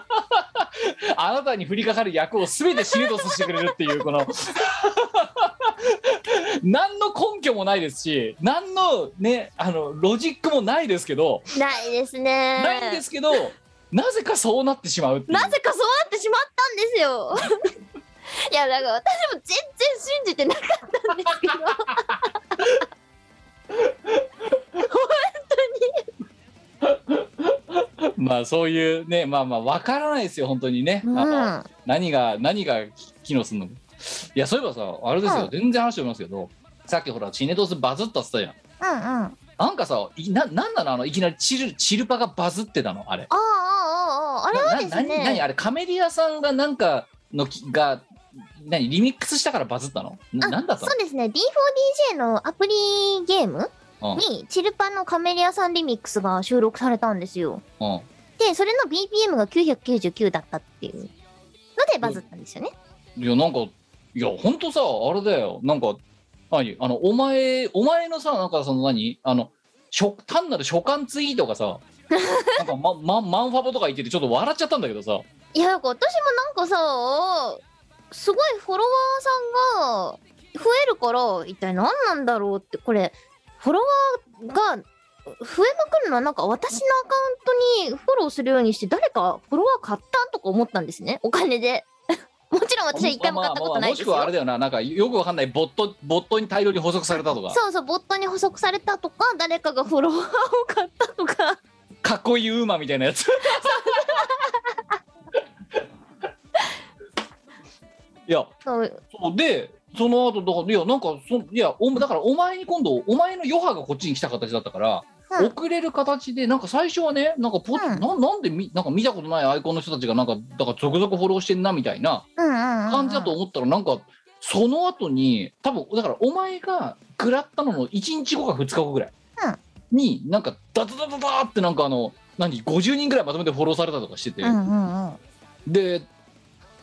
[SPEAKER 3] あなたに降りかかる役を全てシードスしてくれるっていうこの 何の根拠もないですし何のねあのロジックもないですけど、
[SPEAKER 4] ないですね。
[SPEAKER 3] ないんですけどなぜかそうなってしまうっていう
[SPEAKER 4] なぜかそうなってしまったんで すよ。いや、だから私も全然信じてなかったんですけど。本
[SPEAKER 3] まあそういうねまあまあわからないですよ本当にね。
[SPEAKER 4] 当
[SPEAKER 3] あの
[SPEAKER 4] に。
[SPEAKER 3] 何が何が機能するのいやそういえばさあれですよ、
[SPEAKER 4] はい
[SPEAKER 3] 全然話してますけどさっきほらチネトスバズったっつったじゃん
[SPEAKER 4] うんうん。
[SPEAKER 3] なんかさいななんなのあのいきなりチルチルパがバズってたのあれ
[SPEAKER 4] あああああああれはです
[SPEAKER 3] なな何何
[SPEAKER 4] ね
[SPEAKER 3] あれカメリアさんがなんかのきが何リミックスしたからバズったのな
[SPEAKER 4] あ
[SPEAKER 3] なんだった
[SPEAKER 4] そうですね D4DJ のアプリゲーム
[SPEAKER 3] の
[SPEAKER 4] にチルパのカメリアさんリミックスが収録されたんですよ
[SPEAKER 3] うん、うん
[SPEAKER 4] でそれの BPM が999だったっていうのでバズったんですよね
[SPEAKER 3] いやなんかいやほんとさあれだよなんか何あのお前お前のさなんかその何あの初単なる初感ツイートがさなんか、まま、マンファボとか言っててちょっと笑っちゃったんだけどさ
[SPEAKER 4] いやなんか私もなんかさすごいフォロワーさんが増えるから一体何なんだろうってこれフォロワーが増えまくるのはなんか私のアカウントにフォローするようにして誰かフォロワー買ったとか思ったんですねお金で もちろん私は一回も買ったことないですよ
[SPEAKER 3] まあまあまあもしくはあれだよななんかよくわかんないボットボットに大量に補足されたとか
[SPEAKER 4] そうそうボットに捕捉されたとか誰かがフォロワーを買ったとか
[SPEAKER 3] かっこいいウーマみたいなやついや
[SPEAKER 4] そう
[SPEAKER 3] そうでその後だからいやなんかそいやおだからお前に今度お前の余波がこっちに来た形だったから、
[SPEAKER 4] うん
[SPEAKER 3] 遅れる形でなんか最初はねなんかポ、
[SPEAKER 4] うん
[SPEAKER 3] ななんでみなんか見たことないアイコンの人たちがなんかだから続々フォローしてんなみたいな
[SPEAKER 4] うんうんうんうん
[SPEAKER 3] 感じだと思ったらなんかその後に多分だからお前が食らったのの1日後か2日後ぐらいになんかダダダダダーってなんかあの何50人ぐらいまとめてフォローされたとかしてて、
[SPEAKER 4] うんうんうん
[SPEAKER 3] で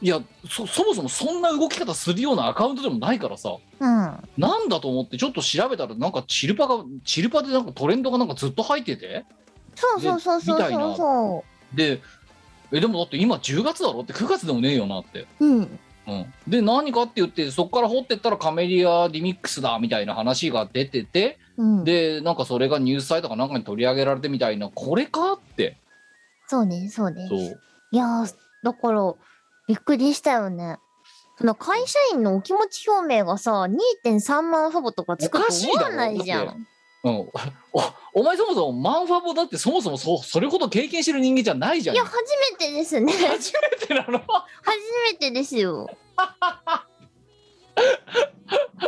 [SPEAKER 3] いやそそもそもそんな動き方するようなアカウントでもないからさ
[SPEAKER 4] うん
[SPEAKER 3] なんだと思ってちょっと調べたらなんかチルパがチルパでなんかトレンドがなんかずっと入ってて
[SPEAKER 4] そうそうそうそう
[SPEAKER 3] みたい
[SPEAKER 4] そう
[SPEAKER 3] な
[SPEAKER 4] そ
[SPEAKER 3] でえでもだって今10月だろって9月でもねえよなって
[SPEAKER 4] ううん
[SPEAKER 3] うん、で何かって言ってそこから掘ってったらカメリアリミックスだみたいな話が出てて
[SPEAKER 4] うん
[SPEAKER 3] でなんかそれがニュースサイトかなんかに取り上げられてみたいなこれかって
[SPEAKER 4] そうねそうね
[SPEAKER 3] そう
[SPEAKER 4] いやーだからびっくりしたよねその会社員のお気持ち表明がさ2.3万ファボとかつく
[SPEAKER 3] お
[SPEAKER 4] と
[SPEAKER 3] かしい
[SPEAKER 4] 思
[SPEAKER 3] だろ
[SPEAKER 4] わないじゃ
[SPEAKER 3] だっ
[SPEAKER 4] ん
[SPEAKER 3] うん、おお前そもそもマンファボだってそもそもそそれほど経験してる人間じゃないじゃん
[SPEAKER 4] いや初めてです ね初
[SPEAKER 3] 初めてなの
[SPEAKER 4] めてですよい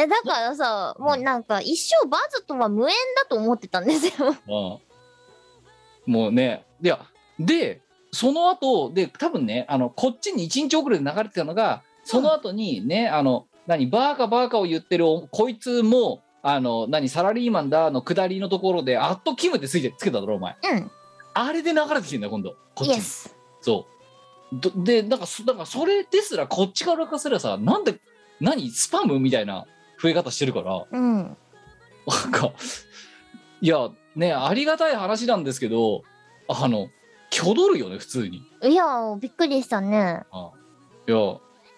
[SPEAKER 4] やだからさもうなんか一生バズとは無縁だと思ってたんですよ
[SPEAKER 3] うん、もうねいやでその後で多分ねあのこっちに1日遅れで流れてたのがその後にね、あの何バーカバーカを言ってるおこいつもあの何サラリーマンだの下りのところで「アットキム」ってついてつけただろお前
[SPEAKER 4] うん
[SPEAKER 3] あれで流れてきてんだよ今度こっ
[SPEAKER 4] イ
[SPEAKER 3] ち
[SPEAKER 4] エ
[SPEAKER 3] に
[SPEAKER 4] ス
[SPEAKER 3] そうどでなんかそだからそれですらこっちからかすらさなんで何スパムみたいな増え方してるから
[SPEAKER 4] うん
[SPEAKER 3] なんか、いや、ね、ありがたい話なんですけど、あの、きょどるよね、普通に。
[SPEAKER 4] いやーびっくりしたね
[SPEAKER 3] あいや、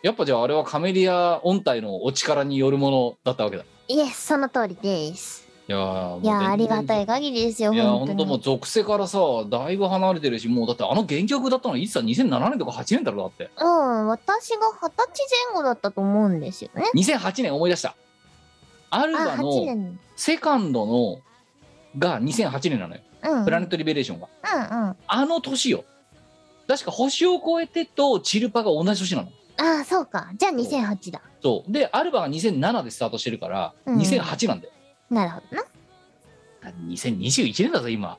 [SPEAKER 3] やっぱじゃああれはカメリア音体のお力によるものだったわけだ。い
[SPEAKER 4] イエスその通りです
[SPEAKER 3] やー、
[SPEAKER 4] いやーありがた
[SPEAKER 3] い。
[SPEAKER 4] い限りですよ
[SPEAKER 3] いや
[SPEAKER 4] 本当
[SPEAKER 3] 本当
[SPEAKER 4] に
[SPEAKER 3] もう属性からさだいぶ離れてるしもうだってあの原曲だったのいつだ2007年とか8年だろだって
[SPEAKER 4] うん、私が二十歳前後だったと思うんですよね。
[SPEAKER 3] 2008年思い出したアル
[SPEAKER 4] あ、
[SPEAKER 3] バ
[SPEAKER 4] 八
[SPEAKER 3] の
[SPEAKER 4] 年。
[SPEAKER 3] セカンドのが2008年なのよ
[SPEAKER 4] うん、うん、う
[SPEAKER 3] プラネットリベレーションが
[SPEAKER 4] ん。
[SPEAKER 3] あの年よ。確か星を超えてとチルパが同じ年なの。
[SPEAKER 4] あ、そうか。じゃあ二千八だ。
[SPEAKER 3] そう。で、アルバが2007でスタートしてるから、
[SPEAKER 4] うん
[SPEAKER 3] 2008なんだよ。
[SPEAKER 4] なるほどな。
[SPEAKER 3] 2021年だぞ、今。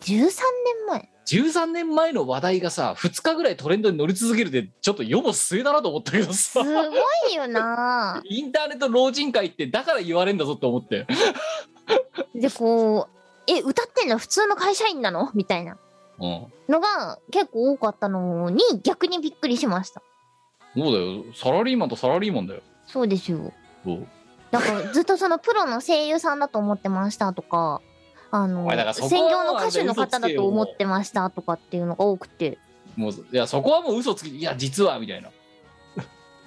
[SPEAKER 4] 十三 年前。
[SPEAKER 3] 13年前の話題がさ、2日ぐらいトレンドに乗り続けるって、ちょっと世も末だなと思ったけど
[SPEAKER 4] す
[SPEAKER 3] さ、
[SPEAKER 4] ごいよな。
[SPEAKER 3] インターネット老人会って、だから言われんだぞって思って。
[SPEAKER 4] で、こう、え、歌ってんの普通の会社員なのみたいな
[SPEAKER 3] うん。
[SPEAKER 4] のが結構多かったのに逆にびっくりしました。
[SPEAKER 3] そうだよ。サラリーマンとサラリーマンだよ。
[SPEAKER 4] そうですよ。
[SPEAKER 3] そう。
[SPEAKER 4] だからずっとそのプロの声優さんだと思ってましたとか、あ
[SPEAKER 3] お
[SPEAKER 4] の
[SPEAKER 3] 前だからそこは
[SPEAKER 4] 専業の歌手の方だと思ってましたとかっていうのが多くて。
[SPEAKER 3] もう、いや、そこはもう嘘つき、いや、実は、みたいな。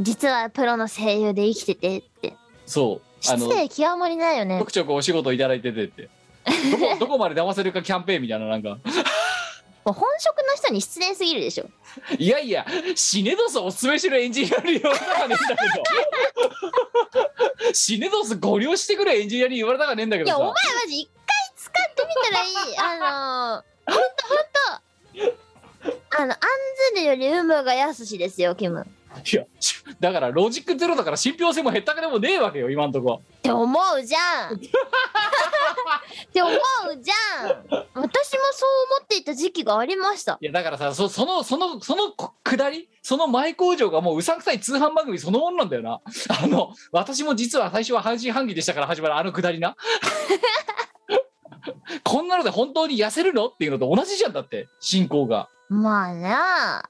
[SPEAKER 4] 実はプロの声優で生きててって
[SPEAKER 3] そう。あ
[SPEAKER 4] 失礼極まりないよ
[SPEAKER 3] ち
[SPEAKER 4] ね
[SPEAKER 3] ょくちょくお仕事いただいててってど こどこまで騙せるかキャンペーンみたいななんか
[SPEAKER 4] もう本職の人に失礼すぎるでしょ
[SPEAKER 3] いやいや死ねどすおすすめしてるエンジニアに言われたかねえんだけど死ねどすご利用してくれエンジニアに言われたかねえんだけ
[SPEAKER 4] い
[SPEAKER 3] ど
[SPEAKER 4] やお前
[SPEAKER 3] さ
[SPEAKER 4] マジ一回使ってみたらい いあのー、ほんとほんとあのアンズルより有無がやすしですよキムっ
[SPEAKER 3] いやしだからロジックゼロだから信憑性も減ったくれもねえわけよ今んとこ
[SPEAKER 4] て思う じゃんって思うじゃん私もそう思っていた時期がありました
[SPEAKER 3] いやだからさそそのそのそのこ下りその前工場がもううさんくさい通販番組そのものなんだよなあの私も実は最初は半信半疑でしたから始まるあの下りな こんなので本当に痩せるのっていうのと同じじゃんだって進行が
[SPEAKER 4] まあなあ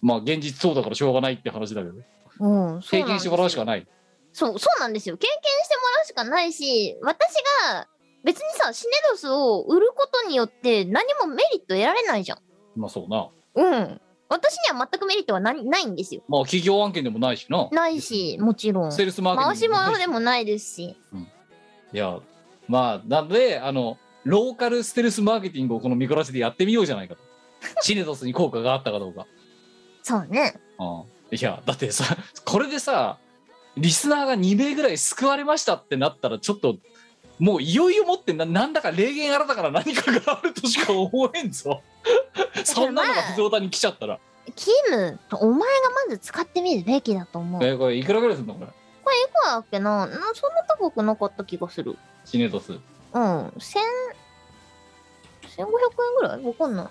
[SPEAKER 3] まあ現実そうだからしょうがないって話だけど
[SPEAKER 4] うんそう
[SPEAKER 3] 経
[SPEAKER 4] な
[SPEAKER 3] 験
[SPEAKER 4] んで
[SPEAKER 3] し
[SPEAKER 4] す
[SPEAKER 3] て
[SPEAKER 4] よ
[SPEAKER 3] もらうしかない
[SPEAKER 4] そう、そうなんですよ。経験してもらうしかないし、私が別にさ、シネドスを売ることによって何もメリット得られないじゃん。
[SPEAKER 3] まあそうな
[SPEAKER 4] うん。私には全くメリットはなないんですよ。
[SPEAKER 3] まあ企業案件でもないしな
[SPEAKER 4] ないし、もちろん。
[SPEAKER 3] セールスマーケティン
[SPEAKER 4] 回
[SPEAKER 3] グ
[SPEAKER 4] し
[SPEAKER 3] もない
[SPEAKER 4] 物でもないですし。
[SPEAKER 3] いやまあなのであのローカルステルスマーケティングをこのミコラジでやってみようじゃないかとシネドスに効果があったかどうか
[SPEAKER 4] そうね
[SPEAKER 3] うんいやだってさこれでさリスナーが2名ぐらい救われましたってなったらちょっともういよいよもってななんだか霊言新たから何かがあるとしか思えんぞそんなのが不動産に来ちゃったら、
[SPEAKER 4] キムお前がまず使ってみるべきだと思うこれい
[SPEAKER 3] えこれいくらぐらいするのこれ
[SPEAKER 4] くらだっけななそんな高くなかった気がする
[SPEAKER 3] シネトス
[SPEAKER 4] うん千千五百円ぐらいわかんない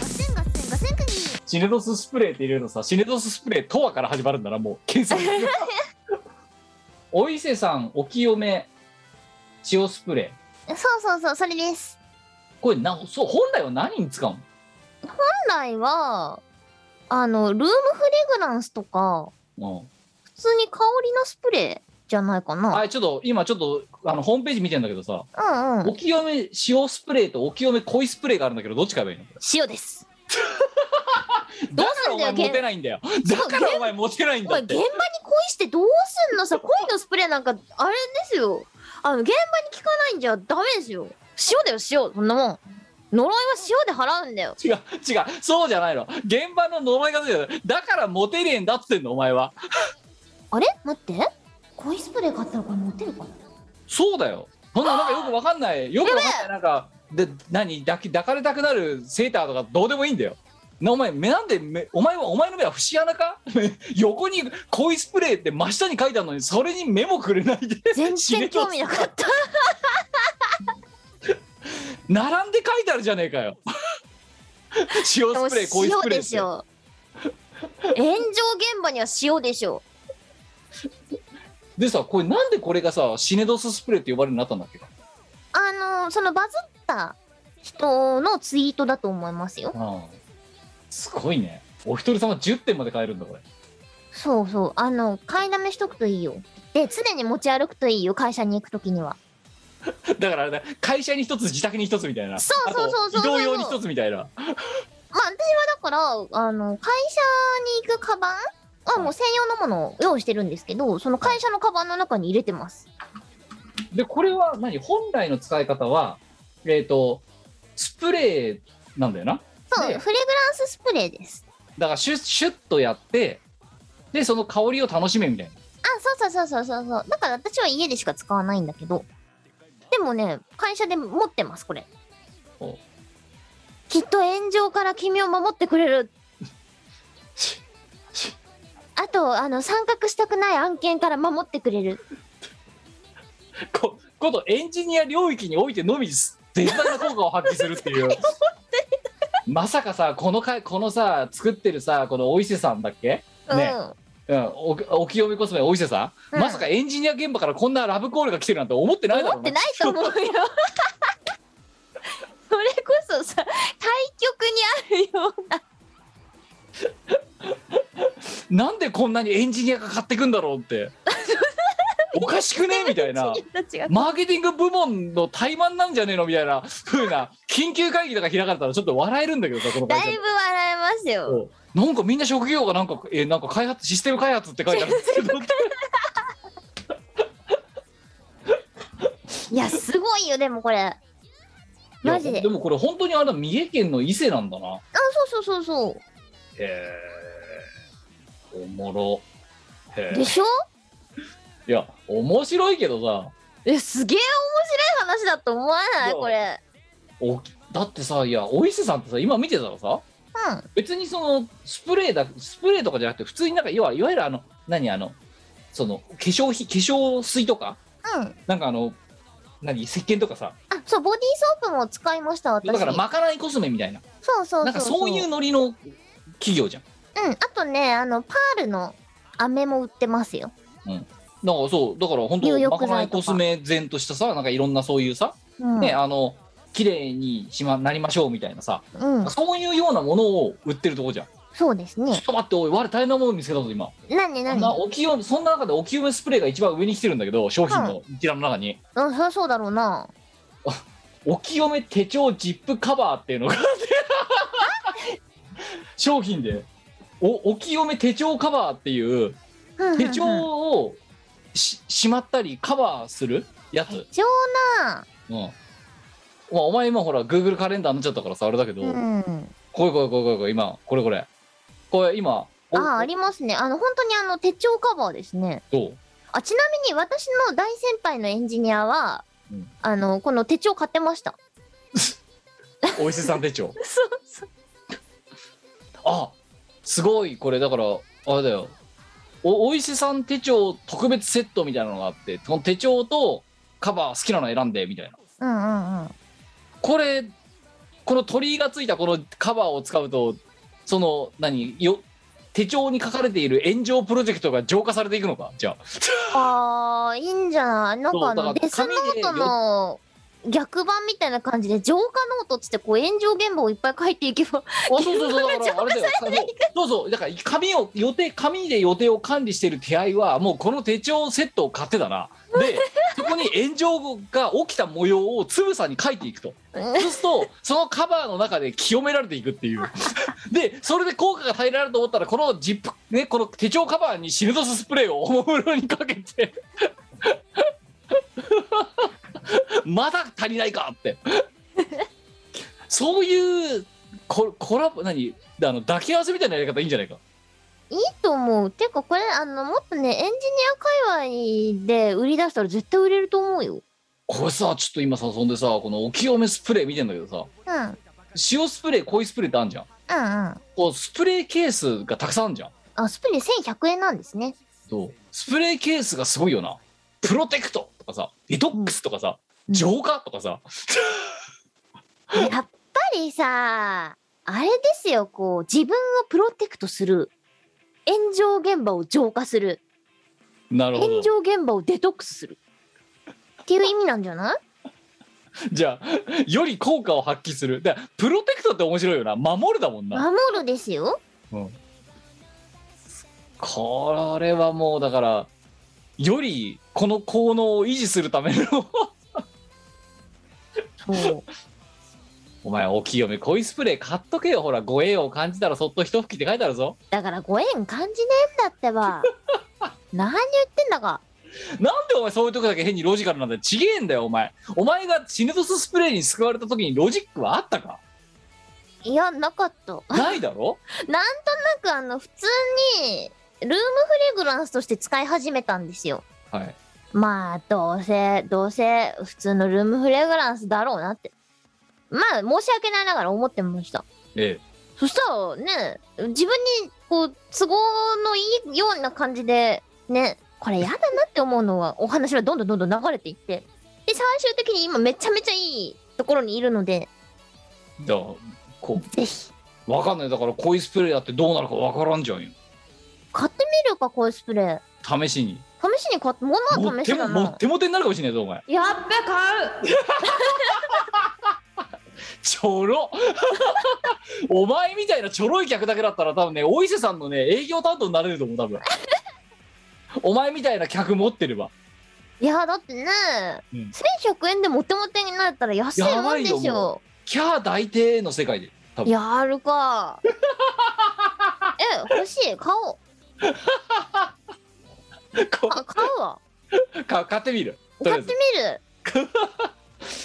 [SPEAKER 4] ガセンガセンガセンクギ
[SPEAKER 3] シネトススプレーって入れるのさシネトススプレーとはから始まるんだなもう 検索お伊勢さんお清め塩スプレー
[SPEAKER 4] そうそうそうそれです
[SPEAKER 3] これなそう本来は何に使うの
[SPEAKER 4] 本来はあのルームフレグランスとか
[SPEAKER 3] うん
[SPEAKER 4] 普通に香りのスプレーじゃないかな
[SPEAKER 3] あちょっと今ちょっとあのホームページ見てんだけどさ、
[SPEAKER 4] うんうん
[SPEAKER 3] お清め塩スプレーとお清め濃いスプレーがあるんだけどどっち買えばいいの
[SPEAKER 4] 塩です
[SPEAKER 3] だ
[SPEAKER 4] どう
[SPEAKER 3] か
[SPEAKER 4] す
[SPEAKER 3] ら
[SPEAKER 4] ん
[SPEAKER 3] お
[SPEAKER 4] だ
[SPEAKER 3] 前
[SPEAKER 4] よ
[SPEAKER 3] モテないんだよだからお前モテないんだ
[SPEAKER 4] お前
[SPEAKER 3] っ
[SPEAKER 4] 現
[SPEAKER 3] て
[SPEAKER 4] 場に恋してどうすんのさ恋のスプレーなんかあれですよあの現場に効かないんじゃダメですよ塩だよ塩そんなもん呪いは塩で払うんだよ
[SPEAKER 3] 違う違うそうじゃないの現場の呪いがついてるだからモテねえんだっつってんのお前は
[SPEAKER 4] あれ待って恋スプレー買ったらこれ持てるかな
[SPEAKER 3] そうだよそんななんかよくわかんないよくわかんないなんかで何抱き抱かれたくなるセーターとかどうでもいいんだよなお前目なんで目お前はお前の目は節穴か 横に濃いスプレーって真下に書いてあるのにそれに目もくれないで
[SPEAKER 4] 全然興味なかった
[SPEAKER 3] 並んで書いてあるじゃねえかよ 塩
[SPEAKER 4] でも
[SPEAKER 3] スプレーこういうスプ
[SPEAKER 4] 塩
[SPEAKER 3] レー
[SPEAKER 4] で
[SPEAKER 3] って
[SPEAKER 4] しょ炎上現場には塩でしょ
[SPEAKER 3] でさこれなんでこれがさシネドススプレーって呼ばれるようになったんだっけか
[SPEAKER 4] あのそのバズった人のツイートだと思いますよ
[SPEAKER 3] うんすごいねお一人様10点まで買えるんだこれ
[SPEAKER 4] そうそうあの買いだめしとくといいよで常に持ち歩くといいよ会社に行くときには
[SPEAKER 3] だからあれだ会社に一つ自宅に一つみたいな
[SPEAKER 4] そうそうそうそう
[SPEAKER 3] あと移動用に一つみたいな
[SPEAKER 4] まあ私はだからあの会社に行くカバンはもう専用のものを用意してるんですけどその会社のカバンの中に入れてます
[SPEAKER 3] でこれは何本来の使い方はえっ、とスプレーなんだよな
[SPEAKER 4] そう、
[SPEAKER 3] ね
[SPEAKER 4] フレグランススプレーです
[SPEAKER 3] だからシュッシュッとやってでその香りを楽しめみたいな
[SPEAKER 4] あそうそうそうそうそうそうだから私は家でしか使わないんだけどでもね会社で持ってますこれ
[SPEAKER 3] こう
[SPEAKER 4] きっと炎上から君を守ってくれる
[SPEAKER 3] しし
[SPEAKER 4] あとあの参画したくない案件から守ってくれる
[SPEAKER 3] こことエンジニア領域においてのみ絶大な効果を発揮するっていう まさかさこのかこのさ作ってるさこのお伊勢さんだっけ、
[SPEAKER 4] うん、
[SPEAKER 3] ねうん、おお清めコスメのお伊勢さん、
[SPEAKER 4] うん
[SPEAKER 3] まさかエンジニア現場からこんなラブコールが来てるなんて思ってないだろ
[SPEAKER 4] 思
[SPEAKER 3] う
[SPEAKER 4] ってないと思うよそれこそさ対局にあるような
[SPEAKER 3] なんでこんなにエンジニアが買ってくんだろうって おかしくねみたいな
[SPEAKER 4] 人たちが
[SPEAKER 3] マーケティング部門の怠慢なんじゃねえのみたいな風な緊急会議とか開かれたらちょっと笑えるんだけどさこの会
[SPEAKER 4] だ
[SPEAKER 3] 社
[SPEAKER 4] いぶ笑えますよ。
[SPEAKER 3] なんかみんな職業がなんか、えーなんか開発システム開発って書 いてあるんですけど
[SPEAKER 4] いや、すごいよ、でもこれ。あ、マジで
[SPEAKER 3] いやでもこれ本当にあれだ三重県の伊勢なんだな
[SPEAKER 4] そうそうそうそ
[SPEAKER 3] へえおもろへ
[SPEAKER 4] う。
[SPEAKER 3] え
[SPEAKER 4] でしょ
[SPEAKER 3] いや面白いけどさ
[SPEAKER 4] え、すげえ面白い話だと思わない
[SPEAKER 3] そう
[SPEAKER 4] これ。
[SPEAKER 3] おだってさいやお伊勢さんってさ今見てたらさ
[SPEAKER 4] うん。
[SPEAKER 3] 別にそのスプレーだスプレーとかじゃなくて普通になんか要はいわゆるあの何あのその化粧品化粧水とか
[SPEAKER 4] うん。
[SPEAKER 3] なんかあの何石鹸とかさ
[SPEAKER 4] あ、そう、ボディーソープも使いました、私。
[SPEAKER 3] だからまかないコスメみたいな
[SPEAKER 4] そうそうそうそう。
[SPEAKER 3] なんかそういう。ノリの企業じゃん
[SPEAKER 4] うん。あとね、あの、パールの飴も売ってますよ。
[SPEAKER 3] だからそうだから本
[SPEAKER 4] 入
[SPEAKER 3] 当ま
[SPEAKER 4] 浴
[SPEAKER 3] か
[SPEAKER 4] 剤とか
[SPEAKER 3] ないコスメ前としたさなんかいろんなそういうさ、
[SPEAKER 4] うん。
[SPEAKER 3] ねあの綺麗にしまなりましょうみたいなさ、
[SPEAKER 4] うん。
[SPEAKER 3] そういうようなものを売ってるとこじゃん、
[SPEAKER 4] そうです
[SPEAKER 3] ちょ
[SPEAKER 4] ね
[SPEAKER 3] っ。と待っておい我大変なもの見つけたぞ今
[SPEAKER 4] なに
[SPEAKER 3] そ
[SPEAKER 4] なんに
[SPEAKER 3] なお清めそんな中でお清めスプレーが一番上に来てるんだけど商品の一覧の中に、
[SPEAKER 4] うん、そりゃそうだろうな。
[SPEAKER 3] お清め手帳ジップカバーっていうのがあって商品でおお清め手帳カバーっていう
[SPEAKER 4] うんうんうん
[SPEAKER 3] 手帳をししまったりカバーするやつ
[SPEAKER 4] 手帳な
[SPEAKER 3] うん。まあ、お前今ほら Google カレンダーになっちゃったからさあれだけど、
[SPEAKER 4] うん。
[SPEAKER 3] これこれこれこれこれ今これこれこれ今
[SPEAKER 4] あー、ありますね。あの、本当にあの、手帳カバーですね。
[SPEAKER 3] どう
[SPEAKER 4] あ、ちなみに私の大先輩のエンジニアは、
[SPEAKER 3] うん
[SPEAKER 4] あの、この手帳買ってました。
[SPEAKER 3] お伊勢さん手帳
[SPEAKER 4] そうそう。
[SPEAKER 3] あすごいこれだからあれだよおお伊勢さん手帳特別セットみたいなのがあってこの手帳とカバー好きなの選んでみたいな
[SPEAKER 4] うんうんうん。
[SPEAKER 3] これこの鳥居がついたこのカバーを使うとその何よ手帳に書かれている炎上プロジェクトが浄化されていくのかじゃあ
[SPEAKER 4] あー、いいんじゃないなんかあ
[SPEAKER 3] そ
[SPEAKER 4] の、
[SPEAKER 3] うだから
[SPEAKER 4] デスノートの逆版みたいな感じで、浄化ノートっつって、こう、炎上現場をいっぱい書いていけば、
[SPEAKER 3] あそうそうそうだからあれだよそうそうだから紙を予定紙で予定を管理している手合いはもうこの手帳セットを買ってたなでそこに炎上が起きた模様をつぶさに書いていくとそうするとそのカバーの中で清められていくっていうでそれで効果が耐えられると思ったらこのジップ、ね、この手帳カバーにシルドススプレーをおもむろにかけて まだ足りないかってそういうココラボ何あの抱き合わせみたいなやり方いいんじゃないか
[SPEAKER 4] いいと思う。てか、これ、あの、もっとね、エンジニア界隈で売り出したら絶対売れると思うよ。
[SPEAKER 3] これさちょっと今さそんでさこのお清めスプレー見てんだけどさ
[SPEAKER 4] うん。うんうん。
[SPEAKER 3] 塩スプレー濃いスプレーってあんじゃん
[SPEAKER 4] あ、
[SPEAKER 3] こうスプレーケースがたくさんあんじゃん
[SPEAKER 4] スプリン1100円なんですね。
[SPEAKER 3] そうスプレーケースがすごいよなプロテクトとかさデトックスとかさ、
[SPEAKER 4] うん
[SPEAKER 3] 浄化とかさ
[SPEAKER 4] やっぱりさ、あれですよ、こう、自分をプロテクトする。炎上現場を浄化する。
[SPEAKER 3] なるほ
[SPEAKER 4] 炎
[SPEAKER 3] ど
[SPEAKER 4] 上現場をデトックスする。っていう意味なんじゃない
[SPEAKER 3] じゃあより効果を発揮するだからプロテクトって面白いよな守るだもんな
[SPEAKER 4] 守るですよ。
[SPEAKER 3] これはもうだからよりこの効能を維持するための
[SPEAKER 4] そう。
[SPEAKER 3] お前お清め恋スプレー買っとけよほらご縁を感じたらそっと一吹きって書いてあるぞ
[SPEAKER 4] だからご縁感じねえんだって ば。何言ってんだか。
[SPEAKER 3] なんでお前そういうとこだけ変にロジカルなんだよちげえんだよお前お前がシネトススプレーに救われた時にロジックはあったか
[SPEAKER 4] いや、なかった。
[SPEAKER 3] ないだろ
[SPEAKER 4] なんとなくあの普通にルームフレグランスとして使い始めたんですよ。
[SPEAKER 3] はい
[SPEAKER 4] まあどうせどうせ普通のルームフレグランスだろうなって。まあ申し訳ないながら思ってました。
[SPEAKER 3] え
[SPEAKER 4] そしたらね自分にこう都合のいいような感じでねこれやだなって思うのはお話はどんどんどんどん流れていってで最終的に今めちゃめちゃいいところにいるので
[SPEAKER 3] えだからこ
[SPEAKER 4] ぜひ
[SPEAKER 3] うわかんないだから恋スプレーだってどうなるかわからんじゃんよ
[SPEAKER 4] 買ってみるかこういうスプレー。
[SPEAKER 3] 試しに
[SPEAKER 4] 試しに買って物
[SPEAKER 3] も
[SPEAKER 4] は
[SPEAKER 3] っ
[SPEAKER 4] 試
[SPEAKER 3] て
[SPEAKER 4] しだ
[SPEAKER 3] もも
[SPEAKER 4] な
[SPEAKER 3] っ。てもてになるかもしれないぞお前
[SPEAKER 4] やっべ買う
[SPEAKER 3] ちょろ お前みたいなちょろい客だけだったら多分ねお伊勢さんのね営業担当になれると思う多 分お前みたいな客持ってれば
[SPEAKER 4] いやだってね、
[SPEAKER 3] うん
[SPEAKER 4] 1100円でモテモテになったら安いもんで
[SPEAKER 3] や
[SPEAKER 4] し
[SPEAKER 3] ばいよも
[SPEAKER 4] ょ
[SPEAKER 3] キャー大抵の世界で多分
[SPEAKER 4] やるか え欲しい買おう
[SPEAKER 3] こ
[SPEAKER 4] あ買うわ
[SPEAKER 3] か買ってみるとりあ
[SPEAKER 4] 買
[SPEAKER 3] え
[SPEAKER 4] っ
[SPEAKER 3] ず
[SPEAKER 4] て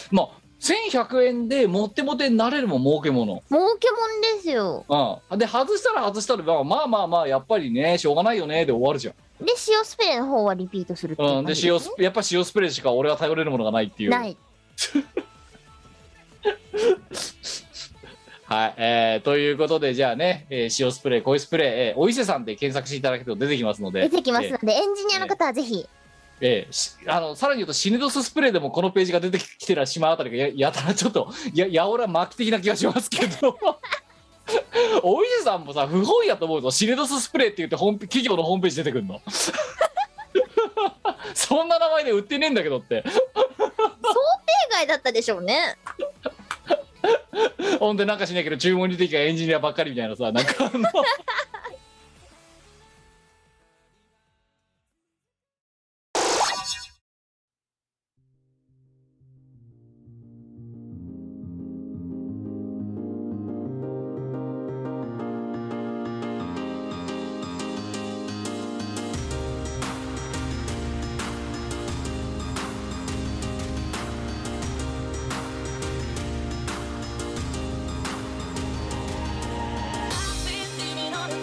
[SPEAKER 4] みる
[SPEAKER 3] まあ1100円でモテモテになれるもん儲けもの
[SPEAKER 4] 儲けもんですよ
[SPEAKER 3] うんで外したら外したらまあまあまあまあやっぱりねしょうがないよねで終わるじゃん
[SPEAKER 4] で塩スプレーの方はリピートするっていう
[SPEAKER 3] うん、で
[SPEAKER 4] 感じ
[SPEAKER 3] 塩スプやっぱ塩スプレーしか俺は頼れるものがないっていう
[SPEAKER 4] ない
[SPEAKER 3] はい、えーということでじゃあね、えー塩スプレー恋スプレー、えーお伊勢さんで検索していただけると出てきますので
[SPEAKER 4] 出てきますので、エンジニアの方はぜひ、
[SPEAKER 3] えーえーしあのさらに言うとシネドススプレーでもこのページが出てきてらしまあたりがややたらちょっとややおら末期的な気がしますけど お伊勢さんもさ不本意やと思うぞシネドススプレーって言ってホーム企業のホームページ出てくるの そんな名前で売ってねえんだけどって
[SPEAKER 4] 海外だったでしょうね
[SPEAKER 3] ほんでなんかしないけど注文に的がエンジニアばっかりみたいなさなんかあの
[SPEAKER 5] Been thinking on the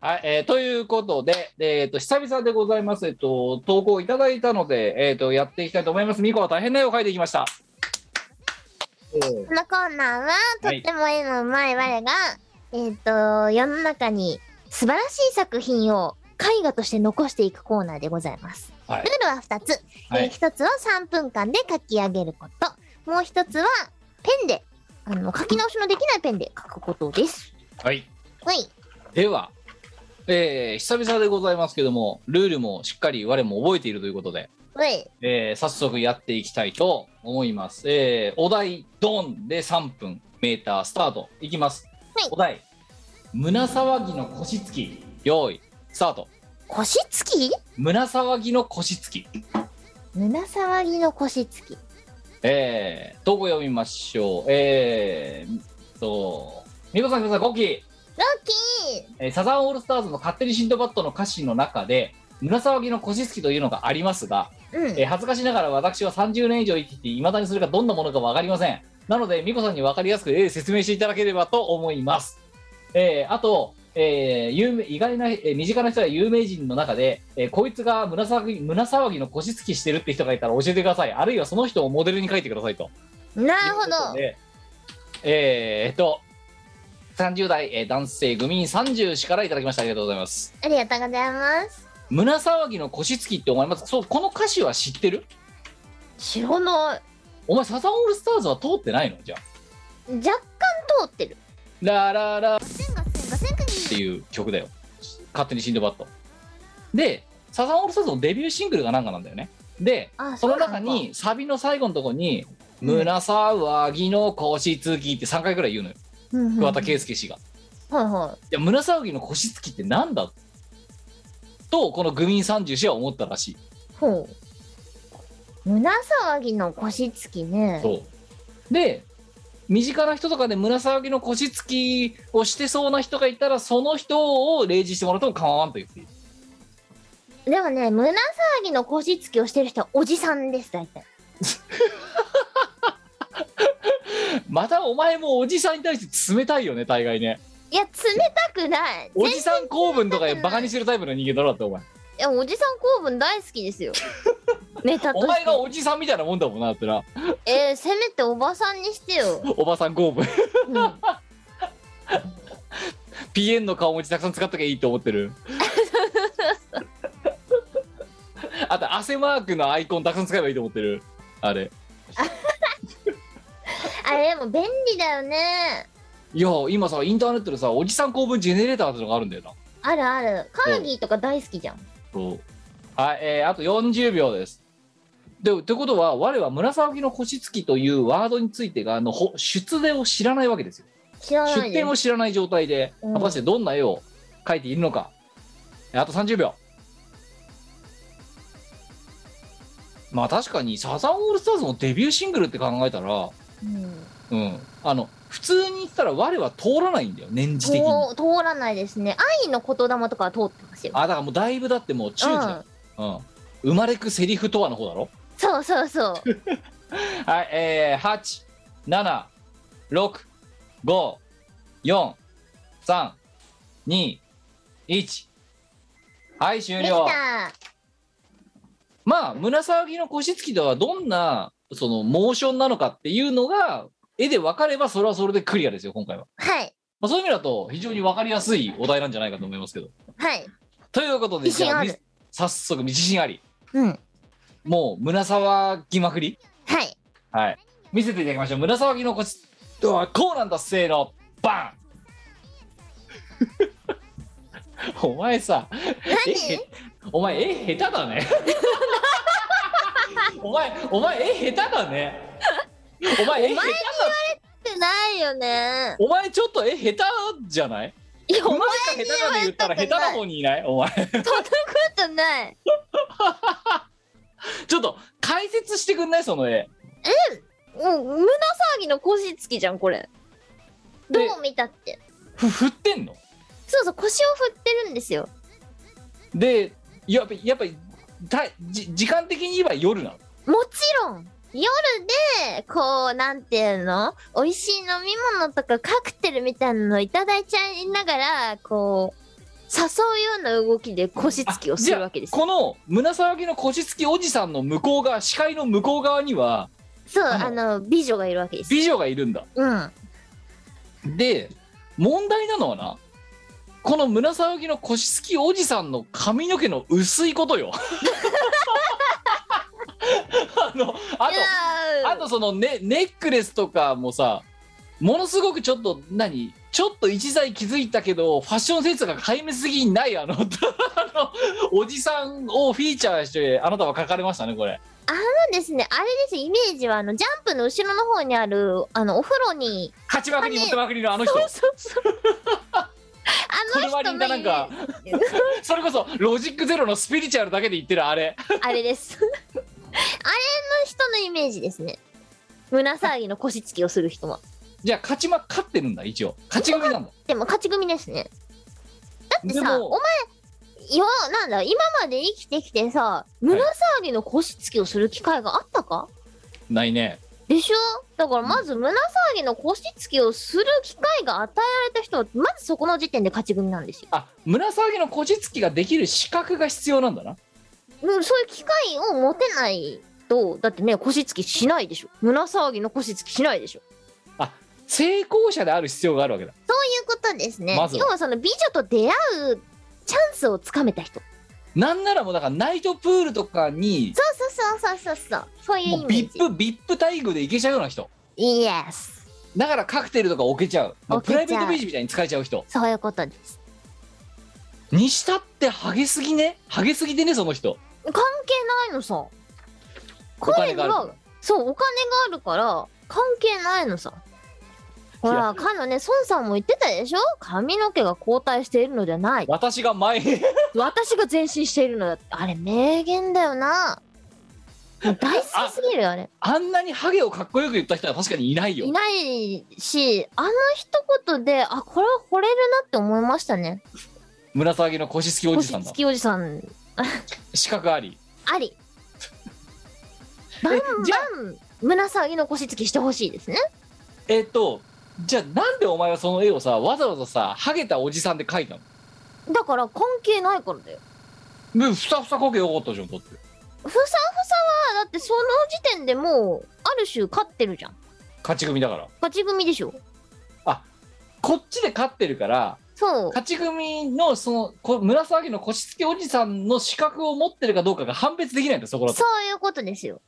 [SPEAKER 3] はい、えーということで、えー、と久々でございます、えっと、投稿いただいたので、えー、とやっていきたいと思います。ミコは大変な絵を描いてきました。えー
[SPEAKER 4] このコーナーは、と
[SPEAKER 3] はい
[SPEAKER 4] っても絵のうまい我が、えっ、と、世の中に素晴らしい作品を絵画として残していくコーナーでございます。
[SPEAKER 3] はい
[SPEAKER 4] ルールは2つ。
[SPEAKER 3] は
[SPEAKER 4] え
[SPEAKER 3] い、
[SPEAKER 4] 1つは3分間で書き上げること。もう1つは、ペンで、あの、書き直しのできないペンで書くことです。
[SPEAKER 3] はい、
[SPEAKER 4] はい。
[SPEAKER 3] では、えー久々でございますけども、ルールもしっかり我も覚えているということで、
[SPEAKER 4] はい。
[SPEAKER 3] えー早速やっていきたいと思います。えーお題、ドンで3分、メータースタート、いきます。
[SPEAKER 4] はい
[SPEAKER 3] お題、胸騒ぎの腰つき、用意、スタート。
[SPEAKER 4] 腰つき
[SPEAKER 3] 胸騒ぎの腰つき。
[SPEAKER 4] 胸騒ぎの腰つき。
[SPEAKER 3] えー、どこ読みましょう。えー、そう、みこさん、みこさん、コッキー。
[SPEAKER 4] ロッキー
[SPEAKER 3] えーサザンオールスターズの勝手にシンドバッドの歌詞の中で、胸騒ぎの腰つきというのがありますが、
[SPEAKER 4] うん
[SPEAKER 3] えー恥ずかしながら私は30年以上生きていまだにそれがどんなものか分かりませんなので美子さんに分かりやすく、えー説明していただければと思います、えーあと、えー有名意外な、えー身近な人や有名人の中で、えーこいつが胸騒ぎ胸騒ぎの腰つきしてるって人がいたら教えてくださいあるいはその人をモデルに書いてくださいと
[SPEAKER 4] な
[SPEAKER 3] な
[SPEAKER 4] るほど。
[SPEAKER 3] えーえっと30代、えー男性グミン30氏からいただきましたありがとうございます
[SPEAKER 4] ありがとうございます。
[SPEAKER 3] 胸騒ぎの腰つきってお前まずそうこの歌詞は知ってる
[SPEAKER 4] 知らない。
[SPEAKER 3] お前サザンオールスターズは通ってないのじゃあ
[SPEAKER 4] 若干通ってる。
[SPEAKER 3] ラララっ
[SPEAKER 4] 千五千五千九
[SPEAKER 3] ていう曲だよ勝手にシンドバッドでサザンオールスターズのデビューシングルがなんかなんだよねで
[SPEAKER 4] あ
[SPEAKER 3] その
[SPEAKER 4] そうな
[SPEAKER 3] 中
[SPEAKER 4] んだ
[SPEAKER 3] にサビの最後のとこに「
[SPEAKER 4] うん
[SPEAKER 3] 胸騒ぎの腰つき」って3回ぐらい言うのよ
[SPEAKER 4] うん
[SPEAKER 3] 桑田佳祐氏が。
[SPEAKER 4] はいはい
[SPEAKER 3] や胸騒ぎの腰つきってなんだとこのグミン30氏は思ったらしい
[SPEAKER 4] い。ほう。胸騒ぎの腰つきね。
[SPEAKER 3] そうで身近な人とかで胸騒ぎの腰つきをしてそうな人がいたらその人を例示してもらっても構わんと言っている
[SPEAKER 4] でもね、胸騒ぎの腰つきをしてる人はおじさんです、大体。
[SPEAKER 3] またお前もおじさんに対して冷たいよね大概ね
[SPEAKER 4] いや、冷たくない。
[SPEAKER 3] おじさん公文とか
[SPEAKER 4] 全然
[SPEAKER 3] バカにするタイプの人間だろだってお前
[SPEAKER 4] いや、おじさん公文大好きで すよ。ネタと
[SPEAKER 3] お前
[SPEAKER 4] して
[SPEAKER 3] が。おじさんみたいなもんだもんなだってな
[SPEAKER 4] えー、せめておばさんにしてよ。
[SPEAKER 3] おばさん公文
[SPEAKER 4] うん、そう
[SPEAKER 3] PN の顔文字たくさん使っときゃいいと思って るあと汗マークのアイコンたくさん使えばいいと思ってるあれ
[SPEAKER 4] あれ、でも便利だよね。
[SPEAKER 3] いや今さインターネットでさおじさん公文ジェネレーターってのがあるんだよな
[SPEAKER 4] あるある。カーギーとか大好きじゃん。
[SPEAKER 3] そうはい、えーあと40秒です。でということは我は紫の腰つきというワードについてがあのほ出典を知らないわけですよ。
[SPEAKER 4] 知らな
[SPEAKER 3] 出
[SPEAKER 4] いで
[SPEAKER 3] 典を知らない状態で
[SPEAKER 4] うん
[SPEAKER 3] 果たしてどんな絵を描いているのか。あと30秒。まあ確かにサザンオールスターズのデビューシングルって考えたら、
[SPEAKER 4] うん
[SPEAKER 3] うん、あの普通に言ったら我は通らないんだよ年次的に。
[SPEAKER 4] 通通らないですね。愛の言霊とかは通ってますよ。
[SPEAKER 3] あだからもうだいぶだってもう中期だよ、うん、生まれくセリフとはの方だろ
[SPEAKER 4] そうそうそう。
[SPEAKER 3] はい、えー、八、七、六、五、四、三、二、一。はい、終
[SPEAKER 4] でき
[SPEAKER 3] 了。
[SPEAKER 4] た。
[SPEAKER 3] まあ、胸騒ぎの腰つきとはどんな、そのモーションなのかっていうのが。絵で分かれば、それはそれでクリアですよ、今回は。
[SPEAKER 4] はい。
[SPEAKER 3] まあ、そういう意味だと、非常に分かりやすいお題なんじゃないかと思いますけど。
[SPEAKER 4] はい。
[SPEAKER 3] ということで、
[SPEAKER 4] 自信ある
[SPEAKER 3] じゃみ早速、自信あり。
[SPEAKER 4] うん。は
[SPEAKER 3] もう胸騒ぎまくり。
[SPEAKER 4] い。
[SPEAKER 3] はい。見せていただきましょう。胸騒ぎのこち。うわこうなんだ、せーの。バン お前さ、えへお前、え、下手だ ね。お前、お前、え、下手だね。お前、え、下手だ。
[SPEAKER 4] ってないよね。
[SPEAKER 3] お前、ちょっと、え、下手じゃない
[SPEAKER 4] いや、
[SPEAKER 3] う
[SPEAKER 4] お
[SPEAKER 3] ま
[SPEAKER 4] 前
[SPEAKER 3] いか下手かで言ったら、下手な方にいないお前。
[SPEAKER 4] そんなことない。
[SPEAKER 3] ちょっと、解説してくんないその絵。
[SPEAKER 4] もう、胸騒ぎの腰つきじゃん、これ。ど
[SPEAKER 3] で
[SPEAKER 4] う見たって。
[SPEAKER 3] ふ、振ってんの
[SPEAKER 4] そうそう、腰を振ってるんですよ。
[SPEAKER 3] で、やっぱり、やっぱり、たじ時間的に言えば夜なの。
[SPEAKER 4] もちろん。夜で、こう、なんていうの美味しい飲み物とかカクテルみたいなのいただいちゃいながら、こう、
[SPEAKER 1] 誘うような動きで腰つきをするわけですよ
[SPEAKER 3] この胸騒ぎの腰つきおじさんの向こう側視界の向こう側には
[SPEAKER 4] そう、
[SPEAKER 3] あ
[SPEAKER 4] あの、美女がいるわけです。
[SPEAKER 3] 美女がいるんだ
[SPEAKER 4] うん。
[SPEAKER 3] で問題なのはなこの胸騒ぎの腰つきおじさんの髪の毛の薄いことよあのあとあとそのネネックレスとかもさものすごくちょっと何ちょっと一材気づいたけどファッションセンスが壊滅的にないあの あのおじさんをフィーチャーしてあなたは書かれましたねこれ
[SPEAKER 4] そうですね、あれです、イメージは、あの、ジャンプの後ろの方にある、あの、お風呂に、
[SPEAKER 3] 勝ちまくり持ってまくりのあの人
[SPEAKER 1] そうそう
[SPEAKER 4] あの
[SPEAKER 3] 車
[SPEAKER 4] 人
[SPEAKER 3] にい
[SPEAKER 4] の
[SPEAKER 3] たなんかそれこそロジックゼロのスピリチュアルだけで言ってるあれ
[SPEAKER 4] あれです。あれの人のイメージですね。胸騒ぎの腰つきをする人は。
[SPEAKER 3] じゃあ勝ちま勝ってるんだ一応勝ち組なんだ
[SPEAKER 4] でも、勝ち組ですね。だって
[SPEAKER 3] で
[SPEAKER 4] さ、
[SPEAKER 3] も
[SPEAKER 4] お前、よ、なんだ、今まで生きてきてさ、胸騒ぎの腰つきをする機会があったか、
[SPEAKER 3] ないね
[SPEAKER 4] でしょだからまず胸騒ぎの腰つきをする機会が与えられた人はまずそこの時点で勝ち組なんですよ。
[SPEAKER 3] あ胸騒ぎのこじつきができる資格が必要なんだな
[SPEAKER 4] うんそういう機会を持てないとだってね腰つきしないでしょ胸騒ぎの腰つきしないでしょと
[SPEAKER 3] 成功者である必要があるわけだ
[SPEAKER 4] いうことですね。
[SPEAKER 3] まずは
[SPEAKER 4] 要はその美女と出会うチャンスをつかめた人。
[SPEAKER 3] なんならもうだからナイトプールとかに
[SPEAKER 4] そうそうそうそうそうそうそういう
[SPEAKER 3] もう
[SPEAKER 4] イメー
[SPEAKER 3] ビッ。
[SPEAKER 4] ジ
[SPEAKER 3] プビップ待遇でいけちゃうような人
[SPEAKER 4] イエス
[SPEAKER 3] だからカクテルとか置けちゃうもう
[SPEAKER 4] 置け
[SPEAKER 3] プ
[SPEAKER 4] ちゃ
[SPEAKER 3] ライベー
[SPEAKER 4] う
[SPEAKER 3] トビーチみたいに使えちゃう人
[SPEAKER 4] そういうことです。
[SPEAKER 3] にしたってハゲすぎねハゲすぎでねその人
[SPEAKER 4] 関係ないのさ。
[SPEAKER 3] お金
[SPEAKER 4] 彼
[SPEAKER 3] があるから
[SPEAKER 4] はそうお金があるから関係ないのさほ
[SPEAKER 3] い
[SPEAKER 4] らかのね孫さんも言ってたでしょ髪の毛が後退しているのではない
[SPEAKER 3] 私が前
[SPEAKER 4] 私が前進しているのだってあれ名言だよなもう大好きすぎるよあれ
[SPEAKER 3] あんなにハゲをかっこよく言った人は確かにいないよ
[SPEAKER 4] いないしあの一言であこれは惚れるなって思いましたね
[SPEAKER 3] 胸騒ぎの腰つきおじさん
[SPEAKER 4] 星
[SPEAKER 3] だ
[SPEAKER 4] 月おじさん
[SPEAKER 3] 資格あり
[SPEAKER 4] ありバンバ
[SPEAKER 3] じゃ
[SPEAKER 4] ン胸騒ぎの腰つきしてほしいですね
[SPEAKER 3] えっとじゃあなんでお前はその絵をさわざわざさハゲたおじさんで描いたの
[SPEAKER 4] だから関係ないからだよ
[SPEAKER 3] でふさふさこけよかったじゃんだって
[SPEAKER 4] ふさふさはだってその時点でもうある種勝ってるじゃん
[SPEAKER 3] 勝ち組だから
[SPEAKER 4] 勝ち組でしょ
[SPEAKER 3] こっちで勝ってるから
[SPEAKER 4] そう
[SPEAKER 3] 勝ち組のそのこ紫騒ぎの腰つきおじさんの資格を持ってるかどうかが判別できないんだよそこだと
[SPEAKER 4] そういうことですよ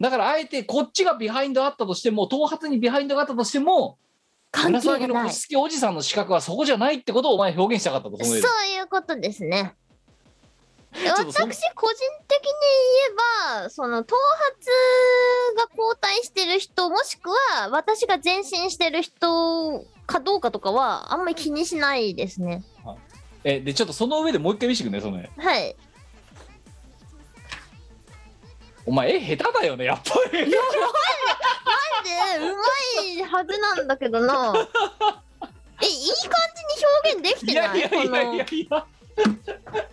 [SPEAKER 3] だからあえてこっちがビハインドあったとしても頭髪にビハインドがあったとしても
[SPEAKER 4] 関
[SPEAKER 3] 紫
[SPEAKER 4] 係
[SPEAKER 3] 騒ぎの
[SPEAKER 4] ない
[SPEAKER 3] 腰
[SPEAKER 4] そ
[SPEAKER 3] つきおじさんの資格はそこじゃないってことをお前表現したかったとそ
[SPEAKER 4] う
[SPEAKER 3] の絵で
[SPEAKER 4] いうことですね私
[SPEAKER 3] ょっ
[SPEAKER 4] 個
[SPEAKER 3] と
[SPEAKER 4] 人
[SPEAKER 3] そん
[SPEAKER 4] 的に言えばその頭髪が交代してる人もしくは私が前進してる人かどうかとかはあんまり気にしないですね
[SPEAKER 3] えでちょっとその上でもう一回見せてくんねその絵
[SPEAKER 4] はい
[SPEAKER 3] お前絵下手だよねやっぱり
[SPEAKER 4] なんでうまいはずなんだけど なえいい感じに表現でき
[SPEAKER 3] い
[SPEAKER 4] て
[SPEAKER 3] や
[SPEAKER 4] ないい
[SPEAKER 3] やいやいやいや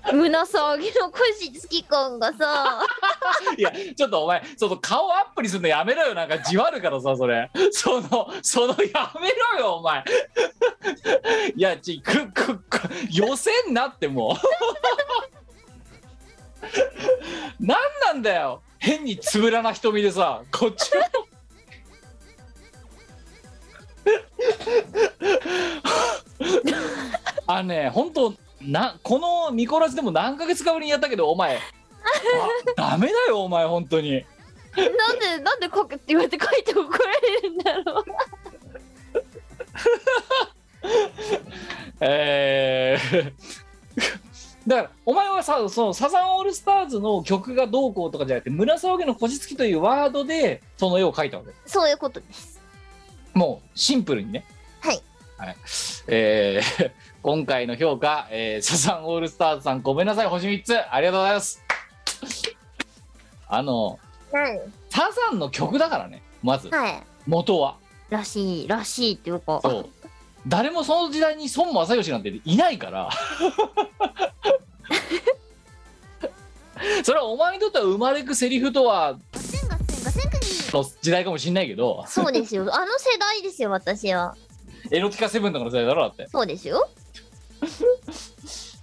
[SPEAKER 4] この胸騒ぎの腰つき感がさ
[SPEAKER 3] いやちょっとお前その顔アップにするのやめろよなんかじわるからさそれそのそのやめろよお前いやちくくく寄せんなってもう何なんだよ変につぶらな瞳でさこっちをあのね本当なこのミコラジでも何ヶ月かぶりにやったけどお前 だダメだよお前本当に
[SPEAKER 4] なんでなんで書くって言われて書いて怒られるんだろう
[SPEAKER 3] えー だからお前はさそのサザンオールスターズの曲がどうこうとかじゃなくて「胸騒ぎのこじつき」というワードでその絵を描いたわけ
[SPEAKER 4] そういうことです
[SPEAKER 3] もうシンプルにね
[SPEAKER 4] はい、
[SPEAKER 3] はいえー 今回の評価、えーサザンオールスターズさんごめんなさい星3つありがとうございますあの
[SPEAKER 4] はい
[SPEAKER 3] サザンの曲だからねまず
[SPEAKER 4] はい
[SPEAKER 3] 元は
[SPEAKER 4] らしいらしいっていうか
[SPEAKER 3] そう誰もその時代に孫正義なんていないからそれはお前にとっては生まれくセリフとはの時代かもしんないけど
[SPEAKER 4] そ うですよあの世代ですよ私は
[SPEAKER 3] エロティカセブンとかの時代だろだって
[SPEAKER 4] そうですよ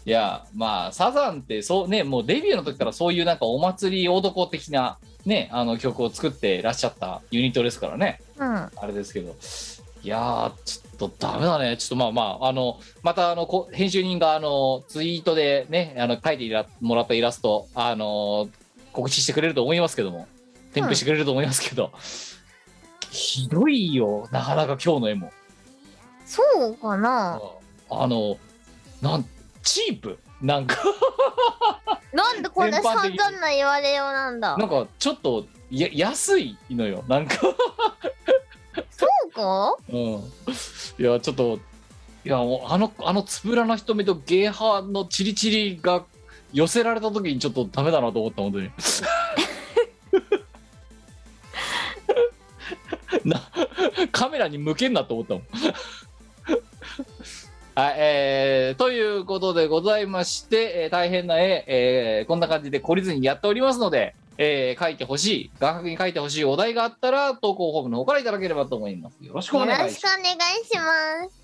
[SPEAKER 3] いやまあサザンってそうねもうデビューの時からそういうなんかお祭り男的なねあの曲を作ってらっしゃったユニットですからね
[SPEAKER 4] うん。
[SPEAKER 3] あれですけどいやーちょっとダメだねちょっとまあまああのまたあのこ編集人があのツイートでねあの書いていらもらったイラストあの告知してくれると思いますけども添付してくれると思いますけど、ひどいよなかなか今日の絵も。
[SPEAKER 4] そうかな
[SPEAKER 3] あのなんチープなんか
[SPEAKER 4] なんでこんな
[SPEAKER 3] 全般的
[SPEAKER 4] 散
[SPEAKER 3] に
[SPEAKER 4] 々な言われようなんだ
[SPEAKER 3] なんかちょっとや安いのよなんか
[SPEAKER 4] そうか
[SPEAKER 3] うんいやちょっといやもうあのあのつぶらな瞳とゲーハーのチリチリが寄せられた時にちょっとダメだなと思った本当に なカメラに向けんなと思ったもんはい、えーということでございまして、えー大変な絵、えーこんな感じで懲りずにやっておりますので、えー書いてほしい、画角に書いてほしいお題があったら、投稿フォームの方からいただければと思います。よろしくお
[SPEAKER 4] よろ
[SPEAKER 3] 願い
[SPEAKER 4] し
[SPEAKER 3] し
[SPEAKER 4] くお願
[SPEAKER 3] ま
[SPEAKER 4] い
[SPEAKER 3] す
[SPEAKER 4] し。ます。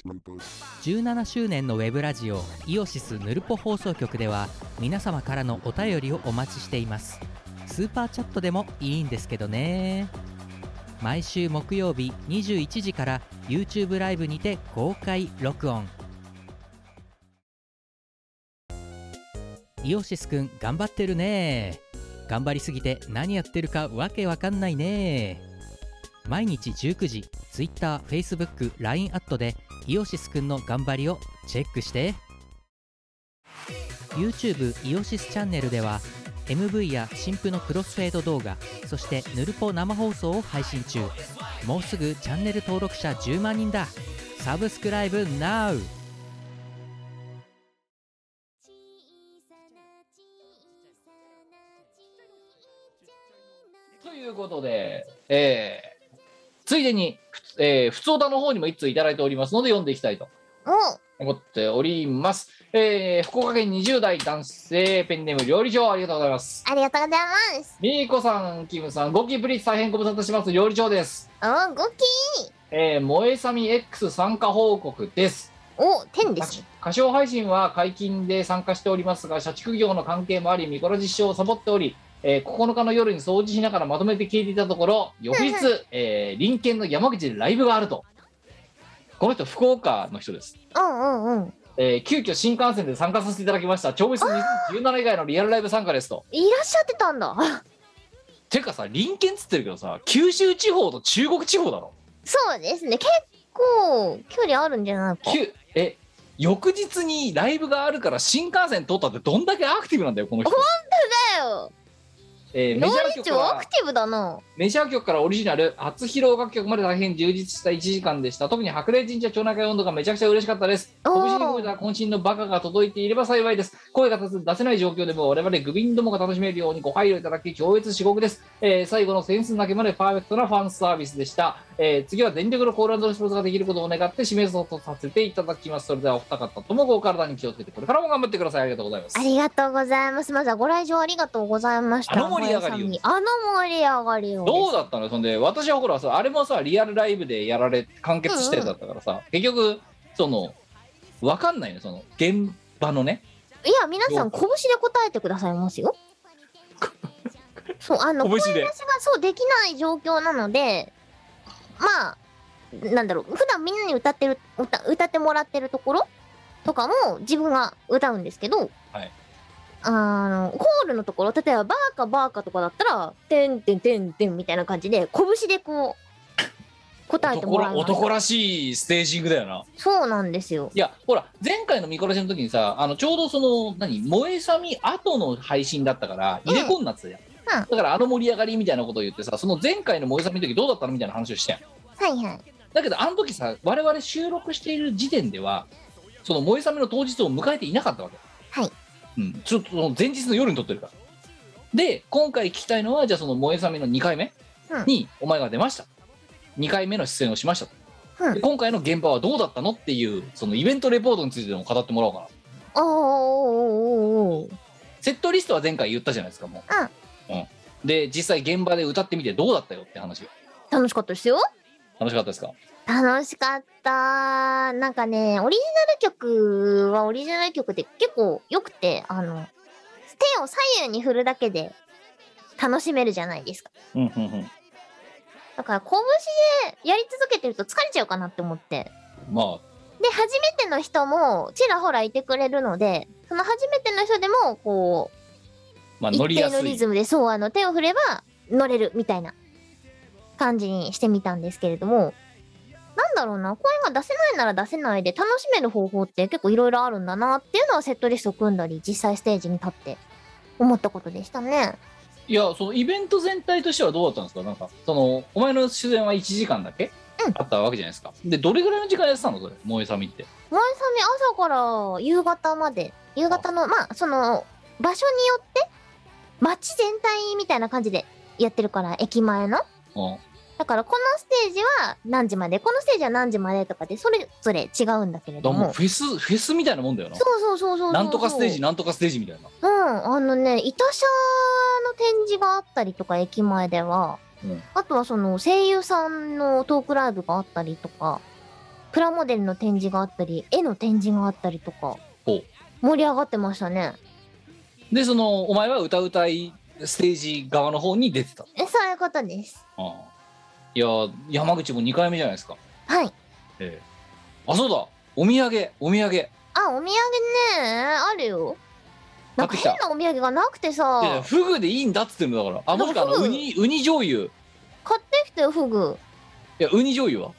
[SPEAKER 2] 17周年のウェブラジオイオシスヌルポ放送局では皆様からのお便りをお待ちしていますスーパーチャットでもいいんですけどね毎週木曜日21時から YouTube ライブにて公開録音イオシスくん頑張ってるね頑張りすぎて何やってるかわけわかんないね毎日19時 TwitterFacebookLINE アットでイオシスくんの頑張りをチェックして YouTube イオシスチャンネルでは MV や新婦のクロスフェード動画そしてヌルポ生放送を配信中もうすぐチャンネル登録者10万人だサブスクライブ NOW!
[SPEAKER 3] ということで、えーついでに、ふえー、普通歌の方にも一通いただいておりますので読んでいきたいと
[SPEAKER 4] お
[SPEAKER 3] 思っております。えー福岡県20代男性ペンネーム料理長ありがとうございます。
[SPEAKER 4] ありがとうございます。
[SPEAKER 3] みーこさん、キムさん、ゴキブリ大変ご無沙汰します。料理長です。
[SPEAKER 4] おごき
[SPEAKER 3] えー、萌えさみ X 参加報告です。
[SPEAKER 4] お天ですよ。
[SPEAKER 3] 歌唱配信は解禁で参加しておりますが社畜業の関係もありミコラ実証をサボっており、えー9日の夜に掃除しながらまとめて聞いていたところ翌日
[SPEAKER 4] うん、
[SPEAKER 3] えー隣県の山口でライブがあるとこの人福岡の人です、
[SPEAKER 4] うんうんうん。
[SPEAKER 3] えー急遽新幹線で参加させていただきました超別2017以外のリアルライブ参加ですと
[SPEAKER 4] いらっしゃってたんだ。
[SPEAKER 3] ていうかさ隣県っつってるけどさ九州地方と中国地方だろ
[SPEAKER 4] そうですね。結構距離あるんじゃないか。
[SPEAKER 3] きゅえ翌日にライブがあるから新幹線通ったってどんだけアクティブなんだよこの人、
[SPEAKER 4] だよ。
[SPEAKER 3] えーメ
[SPEAKER 4] 料
[SPEAKER 3] ジャー
[SPEAKER 4] 理
[SPEAKER 3] 曲
[SPEAKER 4] 長ア
[SPEAKER 3] は
[SPEAKER 4] クティブだな。
[SPEAKER 3] メジャー曲からオリジナル初披露楽曲まで大変充実した1時間でした特に白麗神社町内会温度がめちゃくちゃ嬉しかったです
[SPEAKER 4] おー
[SPEAKER 3] 拳に込めた渾身のバカが届いていれば幸いです声が立つ出せない状況でも我々グビンどもが楽しめるようにご配慮いただき強烈至極です、えー最後のセンスだけまでパーフェクトなファンサービスでした、えー次は全力のコールレスポンスができることを願って指名そうとさせていただきますそれではお二方ともご体に気をつけてこれからも頑張ってくださいありがとうございます
[SPEAKER 4] ありがとうございます。まずはご来場ありがとうございました。
[SPEAKER 3] あの盛り上がりよ
[SPEAKER 4] お前さんにあの盛り上がりを。
[SPEAKER 3] どうだったのそんで私はほらさあれもさリアルライブでやられ完結したやつだったからさ、結局そのわかんないねその現場のね
[SPEAKER 4] いや、皆さん、拳で答えてくださいま すよ。そう、あの、
[SPEAKER 3] 拳
[SPEAKER 4] 声
[SPEAKER 3] で
[SPEAKER 4] 出しがそうできない状況なので、まあ、なんだろう、普段みんなに歌ってる、歌歌ってもらってるところとかも自分が歌うんですけど、
[SPEAKER 3] はい
[SPEAKER 4] あの、コールのところ、例えば、バーカバーカとかだったら、てんてんてんてんみたいな感じで、拳でこう、答えても
[SPEAKER 3] 男
[SPEAKER 4] ら
[SPEAKER 3] ら
[SPEAKER 4] う。
[SPEAKER 3] 男らしいステージングだよな
[SPEAKER 4] そうなんですよ。
[SPEAKER 3] いやほら前回の見殺しの時にさあのちょうどその何燃えさみ後の配信だったから入れ込んだっつや、
[SPEAKER 4] う
[SPEAKER 3] だ
[SPEAKER 4] ん
[SPEAKER 3] からあの盛り上がりみたいなことを言ってさその前回の燃えさみの時どうだったのみたいな話をしてん
[SPEAKER 4] はいはい。
[SPEAKER 3] だけどあの時さ我々収録している時点ではその萌えさめの当日を迎えていなかったわけ
[SPEAKER 4] はい、
[SPEAKER 3] うん、ちょっとその前日の夜に撮ってるからで今回聞きたいのはじゃあその萌えさめの2回目
[SPEAKER 4] うん
[SPEAKER 3] にお前が出ました、2回目の出演をしましたと、
[SPEAKER 4] うん
[SPEAKER 3] で今回の現場はどうだったのっていうそのイベントレポートについても語ってもらおうかな
[SPEAKER 4] おーおーおーおーおー
[SPEAKER 3] セットリストは前回言ったじゃないですかもう、うんで実際現場で歌ってみてどうだったよって話
[SPEAKER 4] 楽しかったですよ。
[SPEAKER 3] 楽しかったですか
[SPEAKER 4] 楽しかった。なんかね、オリジナル曲はオリジナル曲で結構良くて、あの、手を左右に振るだけで楽しめるじゃないですか。
[SPEAKER 3] うんうんうん
[SPEAKER 4] だから、拳でやり続けてると疲れちゃうかなって思って。
[SPEAKER 3] ま
[SPEAKER 4] で、初めての人もちらほらいてくれるので、その初めての人でも、こう、
[SPEAKER 3] あまあ乗
[SPEAKER 4] 一
[SPEAKER 3] り
[SPEAKER 4] 定
[SPEAKER 3] や
[SPEAKER 4] の
[SPEAKER 3] す
[SPEAKER 4] リ
[SPEAKER 3] い
[SPEAKER 4] ズムで、そう、あの、手を振れば乗れるみたいな感じにしてみたんですけれども、なんだろうな、声が出せないなら出せないで、楽しめる方法って結構いろいろあるんだなっていうのはセットリスト組んだり、実際ステージに立って思ったことでしたね。
[SPEAKER 3] いやそのイベント全体としてはどうだったんですかなんかそのお前の出演は1時間だけ、
[SPEAKER 4] うん
[SPEAKER 3] あったわけじゃないですかでどれぐらいの時間やってたのそれ萌えさみって
[SPEAKER 4] 前さみ朝から夕方まで、夕方の、まあ、その、場所によって、街全体みたいな感じでやってるから、駅前の。
[SPEAKER 3] うん
[SPEAKER 4] だからこのステージは何時までこのステージは何時までとかでそれぞれ違うんだけれ
[SPEAKER 3] だ
[SPEAKER 4] ど
[SPEAKER 3] もう
[SPEAKER 4] も
[SPEAKER 3] フェスフェスみたいなもんだよな
[SPEAKER 4] そうそうそうそうそう
[SPEAKER 3] なんとかステージなんとかステージみたいな
[SPEAKER 4] うんあのね板車の展示があったりとか駅前では、
[SPEAKER 3] うん
[SPEAKER 4] あとはその声優さんのトークライブがあったりとかプラモデルの展示があったり絵の展示があったりとか
[SPEAKER 3] ほう
[SPEAKER 4] 盛り上がってましたね
[SPEAKER 3] でそのお前は歌うたいステージ側の方に出てた
[SPEAKER 4] えそういうことです
[SPEAKER 3] うんいや山口も2回目じゃないですか
[SPEAKER 4] はい
[SPEAKER 3] ええあそうだお土産お土産い
[SPEAKER 4] あお土産ねあるよなんか
[SPEAKER 3] 買ってきた
[SPEAKER 4] 変なお土産がなくてさ
[SPEAKER 3] やフグでいいんだっつってんだからあもしくはあの
[SPEAKER 4] フグ
[SPEAKER 3] ウニウニ醤油い
[SPEAKER 4] 買ってきたよフグ
[SPEAKER 3] やウニ醤油は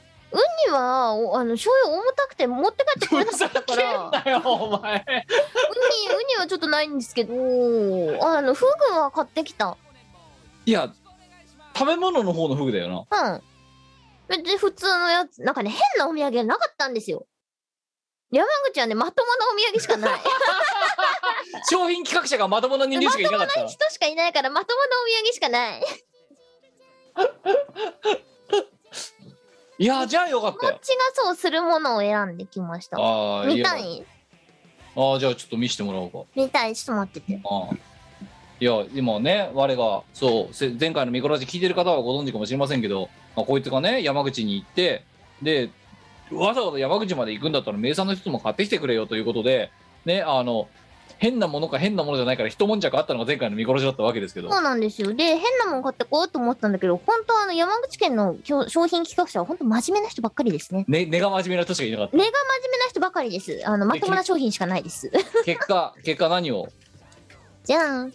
[SPEAKER 4] にはおあの醤油重たくて持って帰ってこれなかったからウニウ
[SPEAKER 3] だよお前
[SPEAKER 4] ニはちょっとないんですけどあのフグは買ってきた
[SPEAKER 3] いや食べ物の方のフグだよな
[SPEAKER 4] うん別に普通のやつなんかね変なお土産なかったんですよ山口はねまともなお土産しか ない
[SPEAKER 3] 商品企画者がまともな人間しかいなかった
[SPEAKER 4] 人しかいないからまともなお土産しかない
[SPEAKER 3] いやじゃあよかった
[SPEAKER 4] こっ
[SPEAKER 3] よ
[SPEAKER 4] ちがそうするものを選んできました
[SPEAKER 3] ああ
[SPEAKER 4] 見たい
[SPEAKER 3] ああじゃあちょっと見せてもらおうか
[SPEAKER 4] 見たいちょっと待ってて
[SPEAKER 3] ああいや今ね我がそうせ前回のミコラジ聞いてる方はご存知かもしれませんけど、まあ、こいつがね山口に行ってでわざわざ山口まで行くんだったら名産の一つも買ってきてくれよということでねあの変なものか変なものじゃないから一悶着あったのが前回のミコラジだったわけですけど
[SPEAKER 4] そうなんですよで変なもん買ってこうと思ってたんだけど本当あの山口県のきょ商品企画者は本当真面目な人ばっかりですね
[SPEAKER 3] ね根が真面目な人しかいなかっ
[SPEAKER 4] 根が真面目な人ばかりです。あの、まともな商品しかな いです。
[SPEAKER 3] た結果結果何を
[SPEAKER 4] じゃん。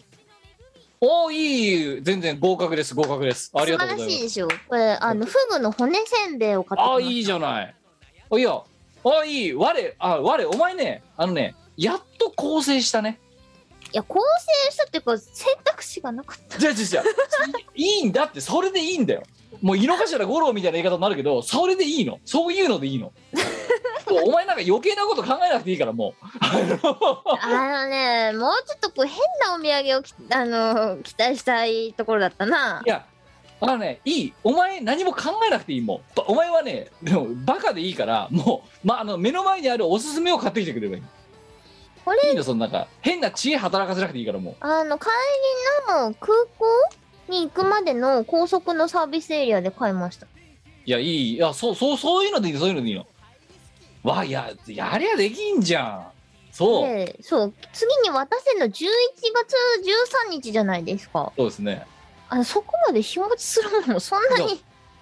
[SPEAKER 3] おおいい全然合格です合格ですあり
[SPEAKER 4] 素晴
[SPEAKER 3] がとう
[SPEAKER 4] ら
[SPEAKER 3] ございま
[SPEAKER 4] しい
[SPEAKER 3] す
[SPEAKER 4] でしょ。これ、あの、フグの骨せんべいを買ってき
[SPEAKER 3] あ
[SPEAKER 4] ま
[SPEAKER 3] あ
[SPEAKER 4] した
[SPEAKER 3] いいじゃないあいやあいい我あ我お前ねあのねやっと構成したね
[SPEAKER 4] いや、構成したっていうか、選択肢がなかった。
[SPEAKER 3] じゃあじゃあじゃあ いいいんだってそれでいいんだよもう井の頭五郎みたいな言い方になるけどそれでいいのそういうのでい いのそうお前なんか余計なこと考えなくていいからもうあ
[SPEAKER 4] あのね、もうちょっとこう、変なお土産をき、あの、期待したいところだった
[SPEAKER 3] の
[SPEAKER 4] な
[SPEAKER 3] い。やあのねいいお前何も考えなくていいもうお前はねでもバカでいいからもう、ま、あの目の前にあるおすすめを買ってきてくればいい
[SPEAKER 4] これ
[SPEAKER 3] いいのそのなんか変な知恵働かせなくていいからもう
[SPEAKER 4] あの、帰りの空港に行くまでの高速のサービスエリアで買いました。
[SPEAKER 3] いや、いい、いや、そう、そう、そういうのでいいの、そういうのでいいの。わ、いや、やりゃできんじゃん。そう、
[SPEAKER 4] で、そう、次に渡せるの11月13日じゃないですか。
[SPEAKER 3] そうですね。
[SPEAKER 4] あそこまで日持ちするものもそんなに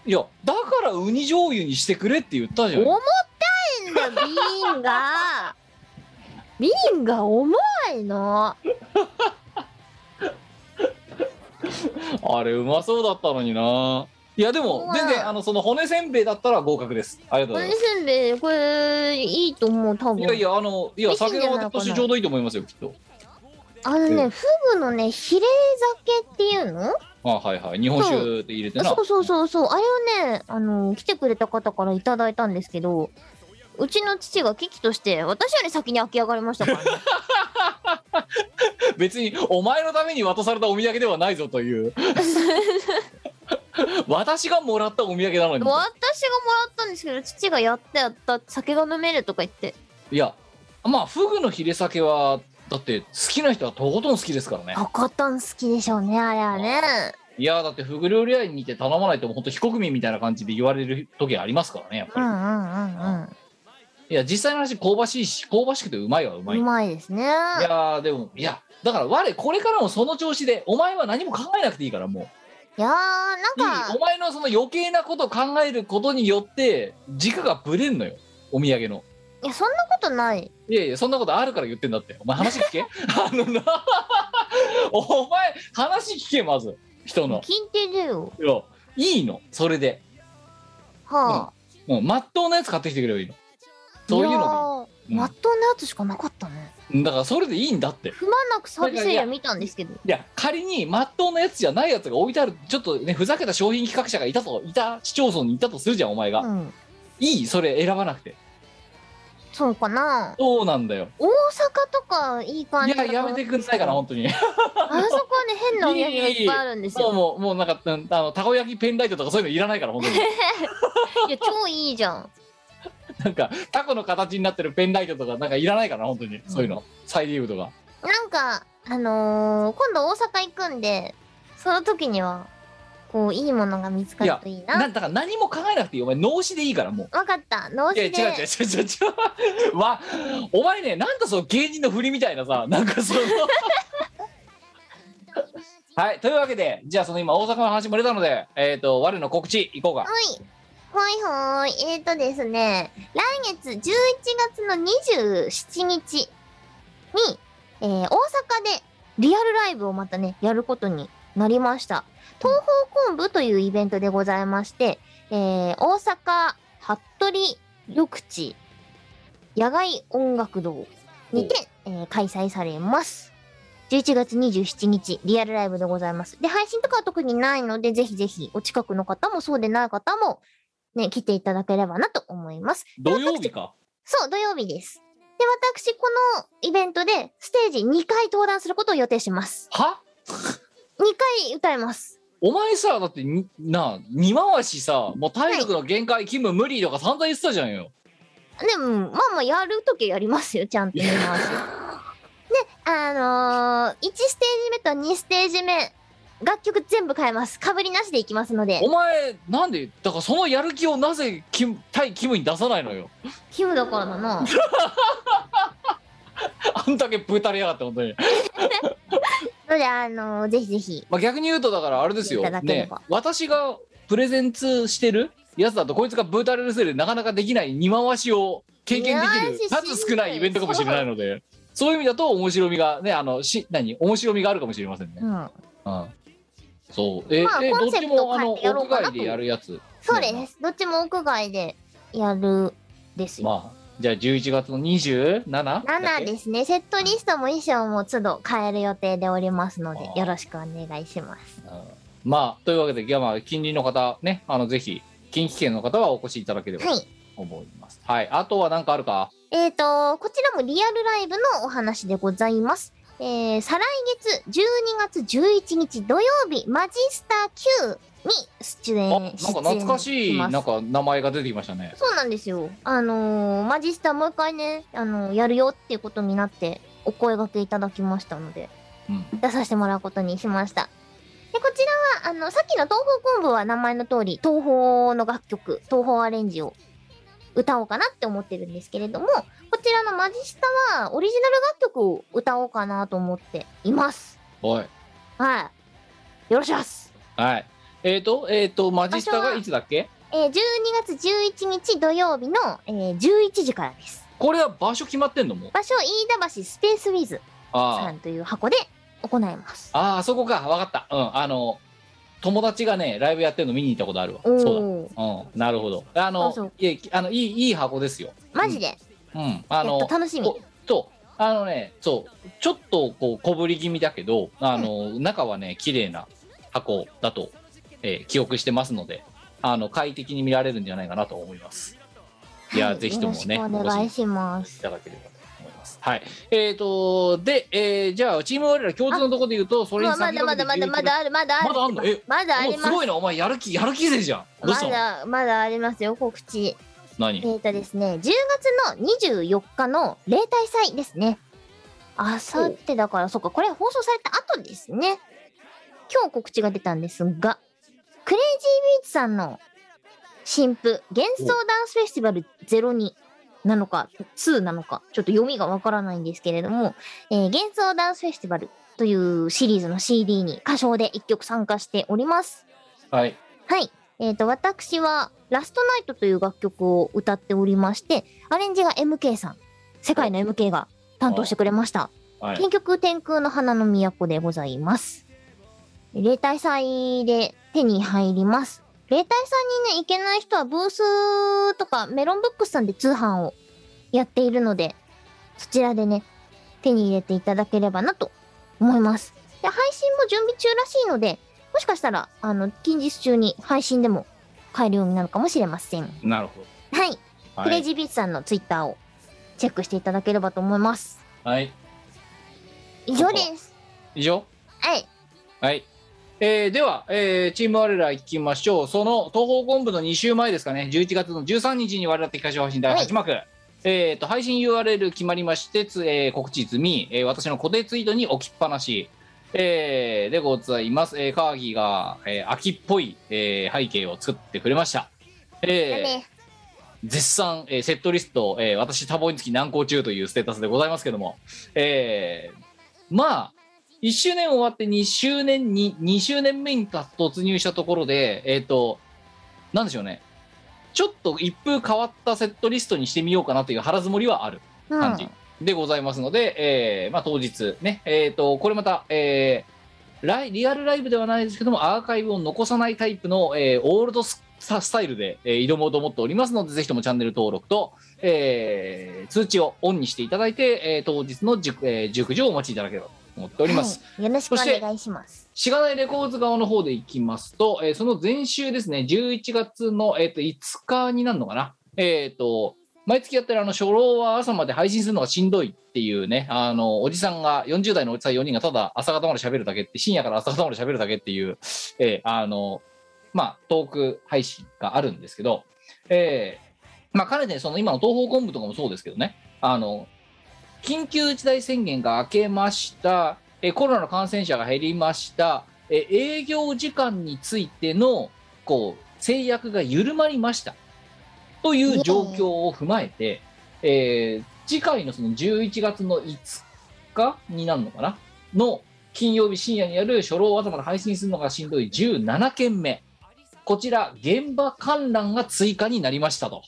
[SPEAKER 3] いや、だからウニ醤油にしてくれって言ったじゃん。
[SPEAKER 4] 重たいんだよ瓶が瓶が重いの
[SPEAKER 3] あれ、うまそうだったのにな。いや、で
[SPEAKER 4] う
[SPEAKER 3] も、
[SPEAKER 4] わ
[SPEAKER 3] 全然、あの、その骨せんべいだったら合格です。ありがとうござい
[SPEAKER 4] 骨
[SPEAKER 3] ます。
[SPEAKER 4] せんべいこれいいと思う多分
[SPEAKER 3] いやいや、あの、いや、
[SPEAKER 4] 美味しい
[SPEAKER 3] 酒
[SPEAKER 4] んじゃない
[SPEAKER 3] が私ちょうどいいと思いますよ、きっと。
[SPEAKER 4] あのね、
[SPEAKER 3] うん
[SPEAKER 4] フグのねヒレ酒っていうの
[SPEAKER 3] あ、はいはい、日本酒で入れてな。
[SPEAKER 4] そうそうそうそうあれをねあの来てくれた方からいただいたんですけどうちの父が危機として私より先に開き上がりまし たから、ね、
[SPEAKER 3] 別にお前のために渡されたお土産ではないぞと いう私がもらったお土産なの
[SPEAKER 4] 私が
[SPEAKER 3] に
[SPEAKER 4] もらったんですけど父がやったやった酒が飲めるとか 言って
[SPEAKER 3] いやまあフグのヒレ酒はだって好きな人はとことん好きですからね
[SPEAKER 4] とことん好きでしょうねあれはね
[SPEAKER 3] いやだってフグ料理屋にて頼まないともうほんと非国民みたいな感じで言われる時がありますからねやっ
[SPEAKER 4] う
[SPEAKER 3] ぱ
[SPEAKER 4] ん
[SPEAKER 3] り、
[SPEAKER 4] う
[SPEAKER 3] い
[SPEAKER 4] んうん
[SPEAKER 3] や実際の話香ばしいし香ばしくてうまいはう
[SPEAKER 4] う
[SPEAKER 3] まい、
[SPEAKER 4] ん。う
[SPEAKER 3] い
[SPEAKER 4] まいですね。
[SPEAKER 3] やーでもいやだから我これからもその調子でお前は何も考えなくていいからもう
[SPEAKER 4] いやー、
[SPEAKER 3] いい
[SPEAKER 4] なん
[SPEAKER 3] お
[SPEAKER 4] か、
[SPEAKER 3] 前のその余計なことを考えることによって軸がぶれんのよお土産の
[SPEAKER 4] いや、そんなことない。
[SPEAKER 3] いやいやそんなことあるから言ってんだってお前話聞 けあのなお前話聞けまず人の
[SPEAKER 4] 聞いてるよ。
[SPEAKER 3] いやいいのそれで
[SPEAKER 4] はあ。
[SPEAKER 3] もう真っ当なやつ買ってきてくればいいのそういうのでいい
[SPEAKER 4] いやーまっとうなやつしかなかったね。
[SPEAKER 3] でいいだからそれでいいんだって
[SPEAKER 4] 不満なくサービスエリア見たんですけど。
[SPEAKER 3] いや仮に真っ当なやつじゃないやつが置いてあるちょっとねふざけた商品企画者がいたといた市町村にいたとするじゃんお前が、
[SPEAKER 4] うん。
[SPEAKER 3] いいそれ選ばなくて
[SPEAKER 4] そうかな。
[SPEAKER 3] そうなんだよ
[SPEAKER 4] 大阪とかいい感
[SPEAKER 3] い
[SPEAKER 4] じだ
[SPEAKER 3] や
[SPEAKER 4] と
[SPEAKER 3] や
[SPEAKER 4] 思
[SPEAKER 3] め
[SPEAKER 4] うん
[SPEAKER 3] て
[SPEAKER 4] で
[SPEAKER 3] く
[SPEAKER 4] す
[SPEAKER 3] ん ないかな本当に
[SPEAKER 4] あそこはね、変なお土産がいっぱいあるんです
[SPEAKER 3] そう
[SPEAKER 4] よ。
[SPEAKER 3] もうもうなんかうんあのたこ焼きペンライトとかそういうのいらないから本当 に
[SPEAKER 4] いや、超いいじゃん。
[SPEAKER 3] なんかタコの形になってるペンライトとかなんかいらないから本当にそういうの、サイリウムとか
[SPEAKER 4] なんか、あのー今度大阪行くんで、その時には、こう、いいものが見つかるといい
[SPEAKER 3] な
[SPEAKER 4] な。
[SPEAKER 3] んだから何も考えなくていいお前脳死でいいからもう
[SPEAKER 4] わかった。脳死
[SPEAKER 3] いや違
[SPEAKER 4] で。
[SPEAKER 3] う違う違う違う違う わお前ねなんだその芸人の振りみたいなさなんかそ のはいというわけでじゃあその今大阪の話も出たのでえっ、と我の告知いこうか
[SPEAKER 4] はい。ほいほい。えーとですね、来月11月の27日に、えー大阪でリアルライブをまたね、やることになりました。東方昆布というイベントでございまして、えー大阪服部緑地野外音楽堂にて、えー開催されます。11月27日、リアルライブでございます。で、配信とかは特にないので、ぜひぜひ、お近くの方も、そうでない方も、ね、来ていただければなと思います。
[SPEAKER 3] 土曜日か
[SPEAKER 4] そう、土曜日です。で、私、このイベントで、ステージ2回登壇することを予定します。
[SPEAKER 3] は
[SPEAKER 4] 2回歌います。
[SPEAKER 3] お前さだってになあ二回しさもう体力の限界勤務無理とか散々言ってたじゃんよ
[SPEAKER 4] でも、まあまあ、やるときはやりますよ、ちゃんと見ますよ。で、あのー、1ステージ目と2ステージ目、楽曲全部変えます。被りなしでいきますので
[SPEAKER 3] お、前なんでだからそのやる気をなぜキム対キムに出さないのよ
[SPEAKER 4] キムだからだな。
[SPEAKER 3] あんだけぶたれやがって本当に、
[SPEAKER 4] ので、あのーぜひぜひ、
[SPEAKER 3] まあ、逆に言うとだからあれですよ
[SPEAKER 4] いただけれ
[SPEAKER 3] ね
[SPEAKER 4] ば
[SPEAKER 3] 私がプレゼンツしてるやつだとこいつがぶたれるせいでなかなかできない二回しを経験できる
[SPEAKER 4] 二回し
[SPEAKER 3] 数少ないイベントかもしれないのでそういう意味だと面白みがねあのし何面白みがあるかもしれませんね
[SPEAKER 4] う、ん。
[SPEAKER 3] うん、そうえ,、
[SPEAKER 4] まあ
[SPEAKER 3] え
[SPEAKER 4] コ
[SPEAKER 3] どっ
[SPEAKER 4] ンセ
[SPEAKER 3] ち
[SPEAKER 4] プ
[SPEAKER 3] も
[SPEAKER 4] トを
[SPEAKER 3] あ
[SPEAKER 4] 変
[SPEAKER 3] の
[SPEAKER 4] えてやろう
[SPEAKER 3] 屋
[SPEAKER 4] かな
[SPEAKER 3] 外
[SPEAKER 4] と
[SPEAKER 3] でやるやつ
[SPEAKER 4] そうです。どっちも屋外でやるですよ。
[SPEAKER 3] まあじゃあ11月の 27?
[SPEAKER 4] 7ですね。セットリストも衣装も都度変える予定でおりますの
[SPEAKER 3] あ
[SPEAKER 4] で、
[SPEAKER 3] ー
[SPEAKER 4] よろしくお願いします。
[SPEAKER 3] うんまあというわけで、いやまあ、近隣の方ねあのぜひ近畿圏の方はお越しいただければ
[SPEAKER 4] は
[SPEAKER 3] と
[SPEAKER 4] い。
[SPEAKER 3] 思います。はい、あとは何かあるか
[SPEAKER 4] えーと、こちらもリアルライブのお話でございます。えー、再来月12月11日土曜日、マジスター Q に出
[SPEAKER 3] あ
[SPEAKER 4] 演
[SPEAKER 3] なんか懐かしい
[SPEAKER 4] 出演します
[SPEAKER 3] なんか名前が出てきましたね。
[SPEAKER 4] そうなんですよ。あのーマジスタもう一回ね、あのーやるよっていうことになって、お声掛けいただきましたので、
[SPEAKER 3] うん
[SPEAKER 4] 出させてもらうことにしました。で、こちらは、あの、さっきの東方昆布は名前の通り、東方の楽曲、東方アレンジを歌おうかなって思ってるんですけれども、こちらのマジスタはオリジナル楽曲を歌おうかなと思っています。
[SPEAKER 3] おい
[SPEAKER 4] はい。よろしくます。
[SPEAKER 3] はいえー、とえー、とマジスタ
[SPEAKER 4] 場所
[SPEAKER 3] が
[SPEAKER 4] はい
[SPEAKER 3] つだっけ
[SPEAKER 4] えー12月11日土曜日の、えー11時からです。
[SPEAKER 3] これは場所決まってんのもう
[SPEAKER 4] 場所飯田橋スペースウィズさ
[SPEAKER 3] あ
[SPEAKER 4] んという箱で行います。
[SPEAKER 3] ああーあそこかわかったうんあの友達がねライブやってるの見に行ったことあるわ
[SPEAKER 4] お
[SPEAKER 3] そう
[SPEAKER 4] おー、
[SPEAKER 3] だうんなるほどあの
[SPEAKER 4] あそう
[SPEAKER 3] いえあのいいいい箱ですよ
[SPEAKER 4] マジで、
[SPEAKER 3] うんあ
[SPEAKER 4] や
[SPEAKER 3] の
[SPEAKER 4] っと楽しみ
[SPEAKER 3] こ。とあのねそうちょっとこう小ぶり気味だけどあの、中はね綺麗な箱だと、えー記憶してますのであの快適に見られるんじゃないかなと思いますいや、
[SPEAKER 4] は
[SPEAKER 3] ぜひともね
[SPEAKER 4] よろしく
[SPEAKER 3] ご
[SPEAKER 4] お願い
[SPEAKER 3] 視
[SPEAKER 4] しま
[SPEAKER 3] 聴い
[SPEAKER 4] す。
[SPEAKER 3] ただければと思いますはいえーとで、えーじゃあチーム我ら共通のところで言うとそれに
[SPEAKER 4] まあま
[SPEAKER 3] 先
[SPEAKER 4] だ
[SPEAKER 3] 駆
[SPEAKER 4] ま
[SPEAKER 3] け
[SPEAKER 4] だ
[SPEAKER 3] て
[SPEAKER 4] まだまだあるまだある
[SPEAKER 3] まだあんのえ
[SPEAKER 4] まだあ
[SPEAKER 3] お
[SPEAKER 4] りますす
[SPEAKER 3] ごいなお前やる気やる気勢じゃんどうし
[SPEAKER 4] ま
[SPEAKER 3] たの、
[SPEAKER 4] だまだありますよ告知
[SPEAKER 3] 何
[SPEAKER 4] えっ、とですね10月の24日の例大祭ですねあさってだからそっかこれ放送された後ですね今日告知が出たんですが、クレイジービーツさんの新譜、幻想ダンスフェスティバル02なのか、2なのか、ちょっと読みがわからないんですけれども、えー幻想ダンスフェスティバルというシリーズの CD に歌唱で1曲参加しております。
[SPEAKER 3] はい。
[SPEAKER 4] はい。えっ、と、私は、ラストナイトという楽曲を歌っておりまして、アレンジが MK さん、世界の MK が担当してくれました。
[SPEAKER 3] はい。
[SPEAKER 4] 新曲天空の花の都でございます。例大祭で手に入ります。例大祭にね、行けない人はブースとかメロンブックスさんで通販をやっているので、そちらでね、手に入れていただければなと思います。で、配信も準備中らしいので、もしかしたら、あの、近日中に配信でも買えるようになるかもしれません。
[SPEAKER 3] なるほど。
[SPEAKER 4] はい。ク
[SPEAKER 3] は
[SPEAKER 4] レイ
[SPEAKER 3] い。
[SPEAKER 4] ジービーツさんのツイッターをチェックしていただければと思います。
[SPEAKER 3] はい。
[SPEAKER 4] 以上です。
[SPEAKER 3] 以上
[SPEAKER 4] はい。
[SPEAKER 3] はい。えーでは、えーチーム我ら行きましょう。その東方昆布の2週前ですかね、11月の13日に我ら的歌唱配信第8幕、えーと、配信 URL 決まりまして、つえー告知済み、えー私の固定ツイートに置きっぱなし、えーでございます。えー、カーギーが、えー秋っぽい、えー背景を作ってくれました。えー
[SPEAKER 4] だね。
[SPEAKER 3] 絶賛、えーセットリスト、えー私多忙につき難航中というステータスでございますけども、えーまあ1周年終わって2周年に2周年目に突入したところでえっ、となんでしょうねちょっと一風変わったセットリストにしてみようかなという腹積もりはある
[SPEAKER 4] うん
[SPEAKER 3] 感じでございますので、えーまあ、当日ね、えー、とこれまた、えーライリアルライブではないですけどもアーカイブを残さないタイプの、えーオールドススタイルで、えー挑もうと思っておりますのでぜひともチャンネル登録と、えー通知をオンにしていただいて、えー当日の熟、えー熟女をお待ちいただければと思っております。
[SPEAKER 4] はい。よろしくお
[SPEAKER 3] そして
[SPEAKER 4] 願いします。
[SPEAKER 3] しがないレコーズ側の方でいきますと、えーその前週ですね、11月の、えー、と5日になるのかな、えー、と毎月やってるあの初老は朝まで配信するのがしんどいっていうね、あのおじさんが、40代のおじさん4人がただ朝方まで喋るだけって、深夜から朝方まで喋るだけっていう、えーあのまあ、トーク配信があるんですけど、えーまあ、かねてその今の東方昆布とかもそうですけどね、あの緊急事態宣言が明けました、えーコロナの感染者が減りました、えー営業時間についてのこう制約が緩まりましたという状況を踏まえて、えー次回のその11月の5日になるのかなの金曜日深夜にやる初老を朝まで配信するのがしんどい17件目こちら現場観覧が追加になりましたと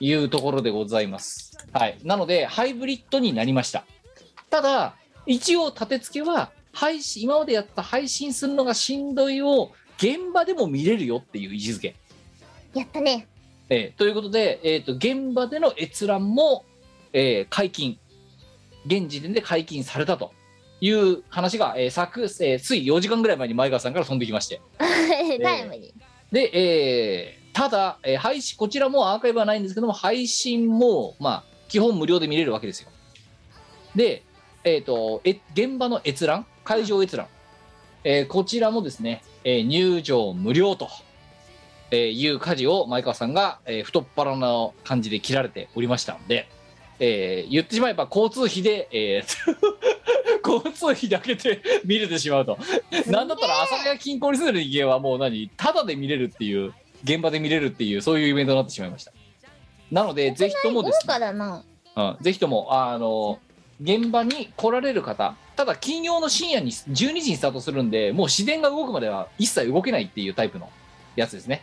[SPEAKER 3] いうところでございます、はい、なのでハイブリッドになりましたただ一応立て付けは配信今までやった配信するのがしんどいを現場でも見れるよっていう位置づけ、
[SPEAKER 4] やったね。
[SPEAKER 3] えーということで、えー、と現場での閲覧も、えー解禁現時点で解禁されたという話が、えー昨、えーつい4時間ぐらい前に前川さんから飛んできまして
[SPEAKER 4] タイムリ
[SPEAKER 3] で、えーただ、えー配信、こちらもアーカイブはないんですけども、配信も、まあ、基本無料で見れるわけですよ。で、えっ、と、え現場の閲覧、会場閲覧、えーこちらもですね、えー入場無料と、えーいう家事を前川さんが、えー太っ腹な感じで切られておりましたので、えー言ってしまえば交通費で、えー 交通費だけで見れてしまうと。
[SPEAKER 4] ー。
[SPEAKER 3] なんだったら阿佐ヶ谷近郊に住んでる人間はもう何ただで見れるっていう現場で見れるっていうそういうイベントになってしまいましたなのでぜひとも
[SPEAKER 4] 豪
[SPEAKER 3] ですね
[SPEAKER 4] 華だな。
[SPEAKER 3] うん、ぜひともあの現場に来られる方ただ金曜の深夜に12時にスタートするんでもう自然が動くまでは一切動けないっていうタイプのやつですね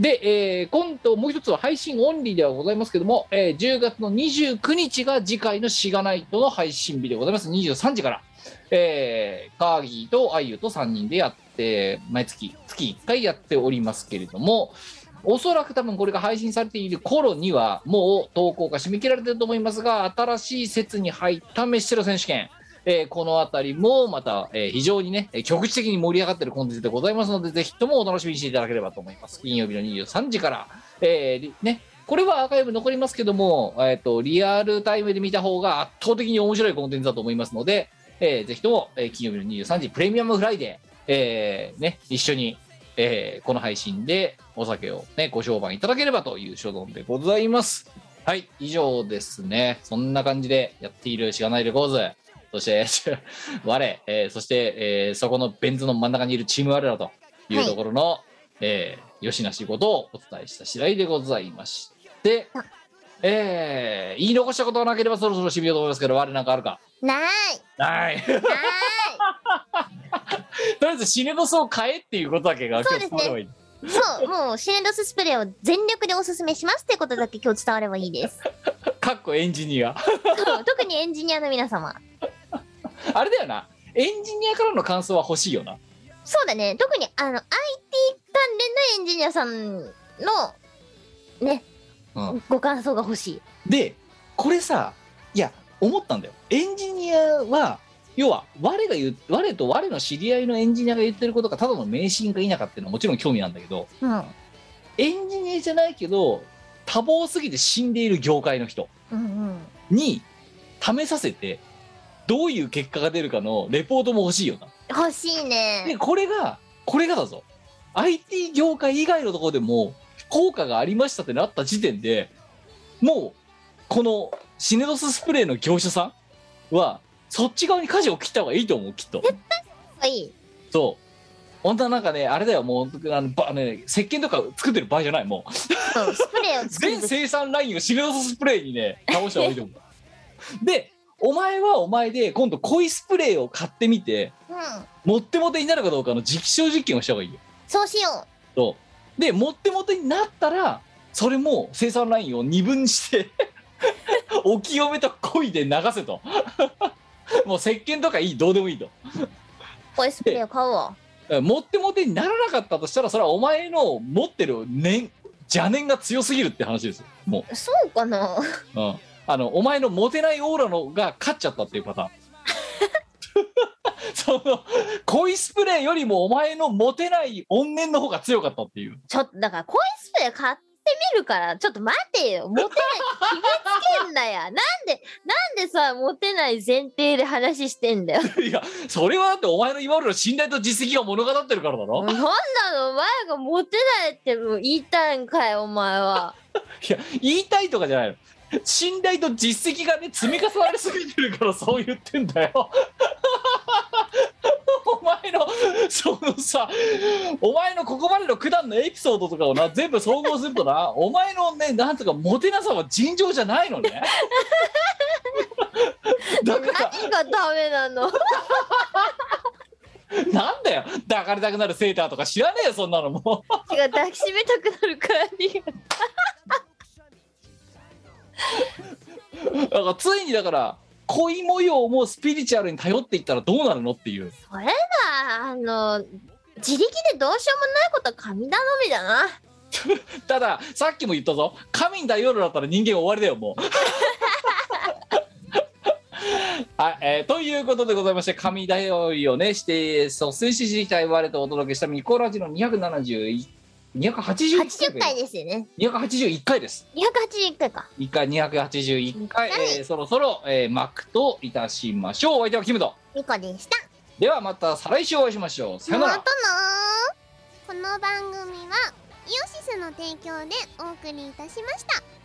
[SPEAKER 3] で、えー今度もう一つは配信オンリーではございますけども、えー10月の29日が次回のしがないとの配信日でございます23時から、えー、カーギーとアイユと3人でやって毎月月1回やっておりますけれども、おそらく多分これが配信されている頃にはもう投稿が締め切られてると思いますが新しい説に入ったメッシェロ選手権、えーこの辺りもまた、えー非常にねえー局地的に盛り上がってるコンテンツでございますのでぜひともお楽しみにしていただければと思います金曜日の23時から、えーりねこれはアーカイブ残りますけども、えっとリアルタイムで見た方が圧倒的に面白いコンテンツだと思いますので、えーぜひとも、えー金曜日の23時プレミアムフライデー、えーね、一緒にえーこの配信でお酒をね、ご商売いただければという所存でございます。はい、以上ですね。そんな感じでやっているしがないレコーズ。そして、 我、えーそして、えーそこのベン図の真ん中にいるチーム我らというところの、えー、よしなしことをお伝えした次第でございまして
[SPEAKER 4] あ、
[SPEAKER 3] えー言い残したことがなければそろそろ締めようと思いますけど、我なんかあるか。
[SPEAKER 4] ない
[SPEAKER 3] はい。 とり
[SPEAKER 4] ない
[SPEAKER 3] あえず、シネドスを変えっていうことだけが今日伝わればいい。
[SPEAKER 4] そうもうシネドススプレーを全力でおすすめしますってことだけ今日伝わればい いです
[SPEAKER 3] かっこエンジニア。
[SPEAKER 4] そう特にエンジニアの皆様
[SPEAKER 3] あれだよな。エンジニアからの感想は欲しいよな。
[SPEAKER 4] そうだね特にあの IT 関連のエンジニアさんのね、
[SPEAKER 3] うん
[SPEAKER 4] ご感想が欲しい
[SPEAKER 3] でこれさいや思ったんだよエンジニアは要は我が言う我と我の知り合いのエンジニアが言ってることがただの迷信か否かっていうのはもちろん興味なんだけど
[SPEAKER 4] うん
[SPEAKER 3] エンジニアじゃないけど多忙すぎて死んでいる業界の人
[SPEAKER 4] うんうん
[SPEAKER 3] に試させてどういう結果が出るかのレポートも欲しいよな。
[SPEAKER 4] 欲しい
[SPEAKER 3] で
[SPEAKER 4] ね
[SPEAKER 3] これがこれがだぞ IT 業界以外のところでも効果がありましたってなった時点でもうこのシネドススプレーの業者さんはそっち側に舵を切った方がいいと思うきっと
[SPEAKER 4] はいい
[SPEAKER 3] そう本当はなんかねあれだよもうあのばあの、ね、石鹸とか作ってる場合じゃないもう
[SPEAKER 4] そうスプレーを作る
[SPEAKER 3] 全生産ラインをシネドススプレーにね倒した方がいいと思うでお前はお前で今度濃いスプレーを買ってみて
[SPEAKER 4] うん
[SPEAKER 3] もってもてになるかどうかの実証実験をした方がいいよ
[SPEAKER 4] そうしよ
[SPEAKER 3] そうでもってもてになったらそれも生産ラインを二分して お清めと恋で流せと もう石鹸とかいいどうでもいいと
[SPEAKER 4] うこれスプレーを買おうわ
[SPEAKER 3] もってもてにならなかったとしたらそれはお前の持ってる念邪念が強すぎるって話ですよも
[SPEAKER 4] そうかな
[SPEAKER 3] う、うん、あのお前のモテないオーラのが勝っちゃったっていうパターン その恋スプレーよりもお前のモテない怨念の方が強かったっていう
[SPEAKER 4] ちょっとだからコインスプレー買ってみるからちょっと待てよモテない決めつけんなや なんでなんでさモテない前提で話してんだよ
[SPEAKER 3] いや、それはだってお前の今までの信頼と実績が物語ってるからだろ。
[SPEAKER 4] なんなのお前がモテないってもう言いたいんかいお前はい
[SPEAKER 3] や、言いたいとかじゃないの。信頼と実績がね、積み重なりすぎてるからそう言ってんだよ。 お前の、そのさ、お前のここまでの苦難のエピソードとかをな、全部総合するとな、お前のね、なんとかモテなさは尋常じゃないのね。 だから、
[SPEAKER 4] 何がダメなの
[SPEAKER 3] なんだよ。抱かれたくなるセーターとか知らねえよ、そんなのもう。
[SPEAKER 4] 違う抱きしめたくなるからに
[SPEAKER 3] だからついにだから恋模様もスピリチュアルに頼っていったらどうなるのっていう
[SPEAKER 4] それだあの自力でどうしようもないことは神頼みだな
[SPEAKER 3] たださっきも言ったぞ神に頼るだったら人間終わりだよもうはい、えーということでございまして神頼りをねして率先して自治体我とお届けしたミコラジの271 281
[SPEAKER 4] 80回ですよね
[SPEAKER 3] 281回です
[SPEAKER 4] 281回か
[SPEAKER 3] 1回281回、えーそろそろ、えー幕といたしましょうお相手はキムト
[SPEAKER 4] ミコでした
[SPEAKER 3] ではまた再来週お会いしましょうさよな
[SPEAKER 4] ま
[SPEAKER 3] ら
[SPEAKER 4] た
[SPEAKER 6] この番組はイオシスの提供でお送りいたしました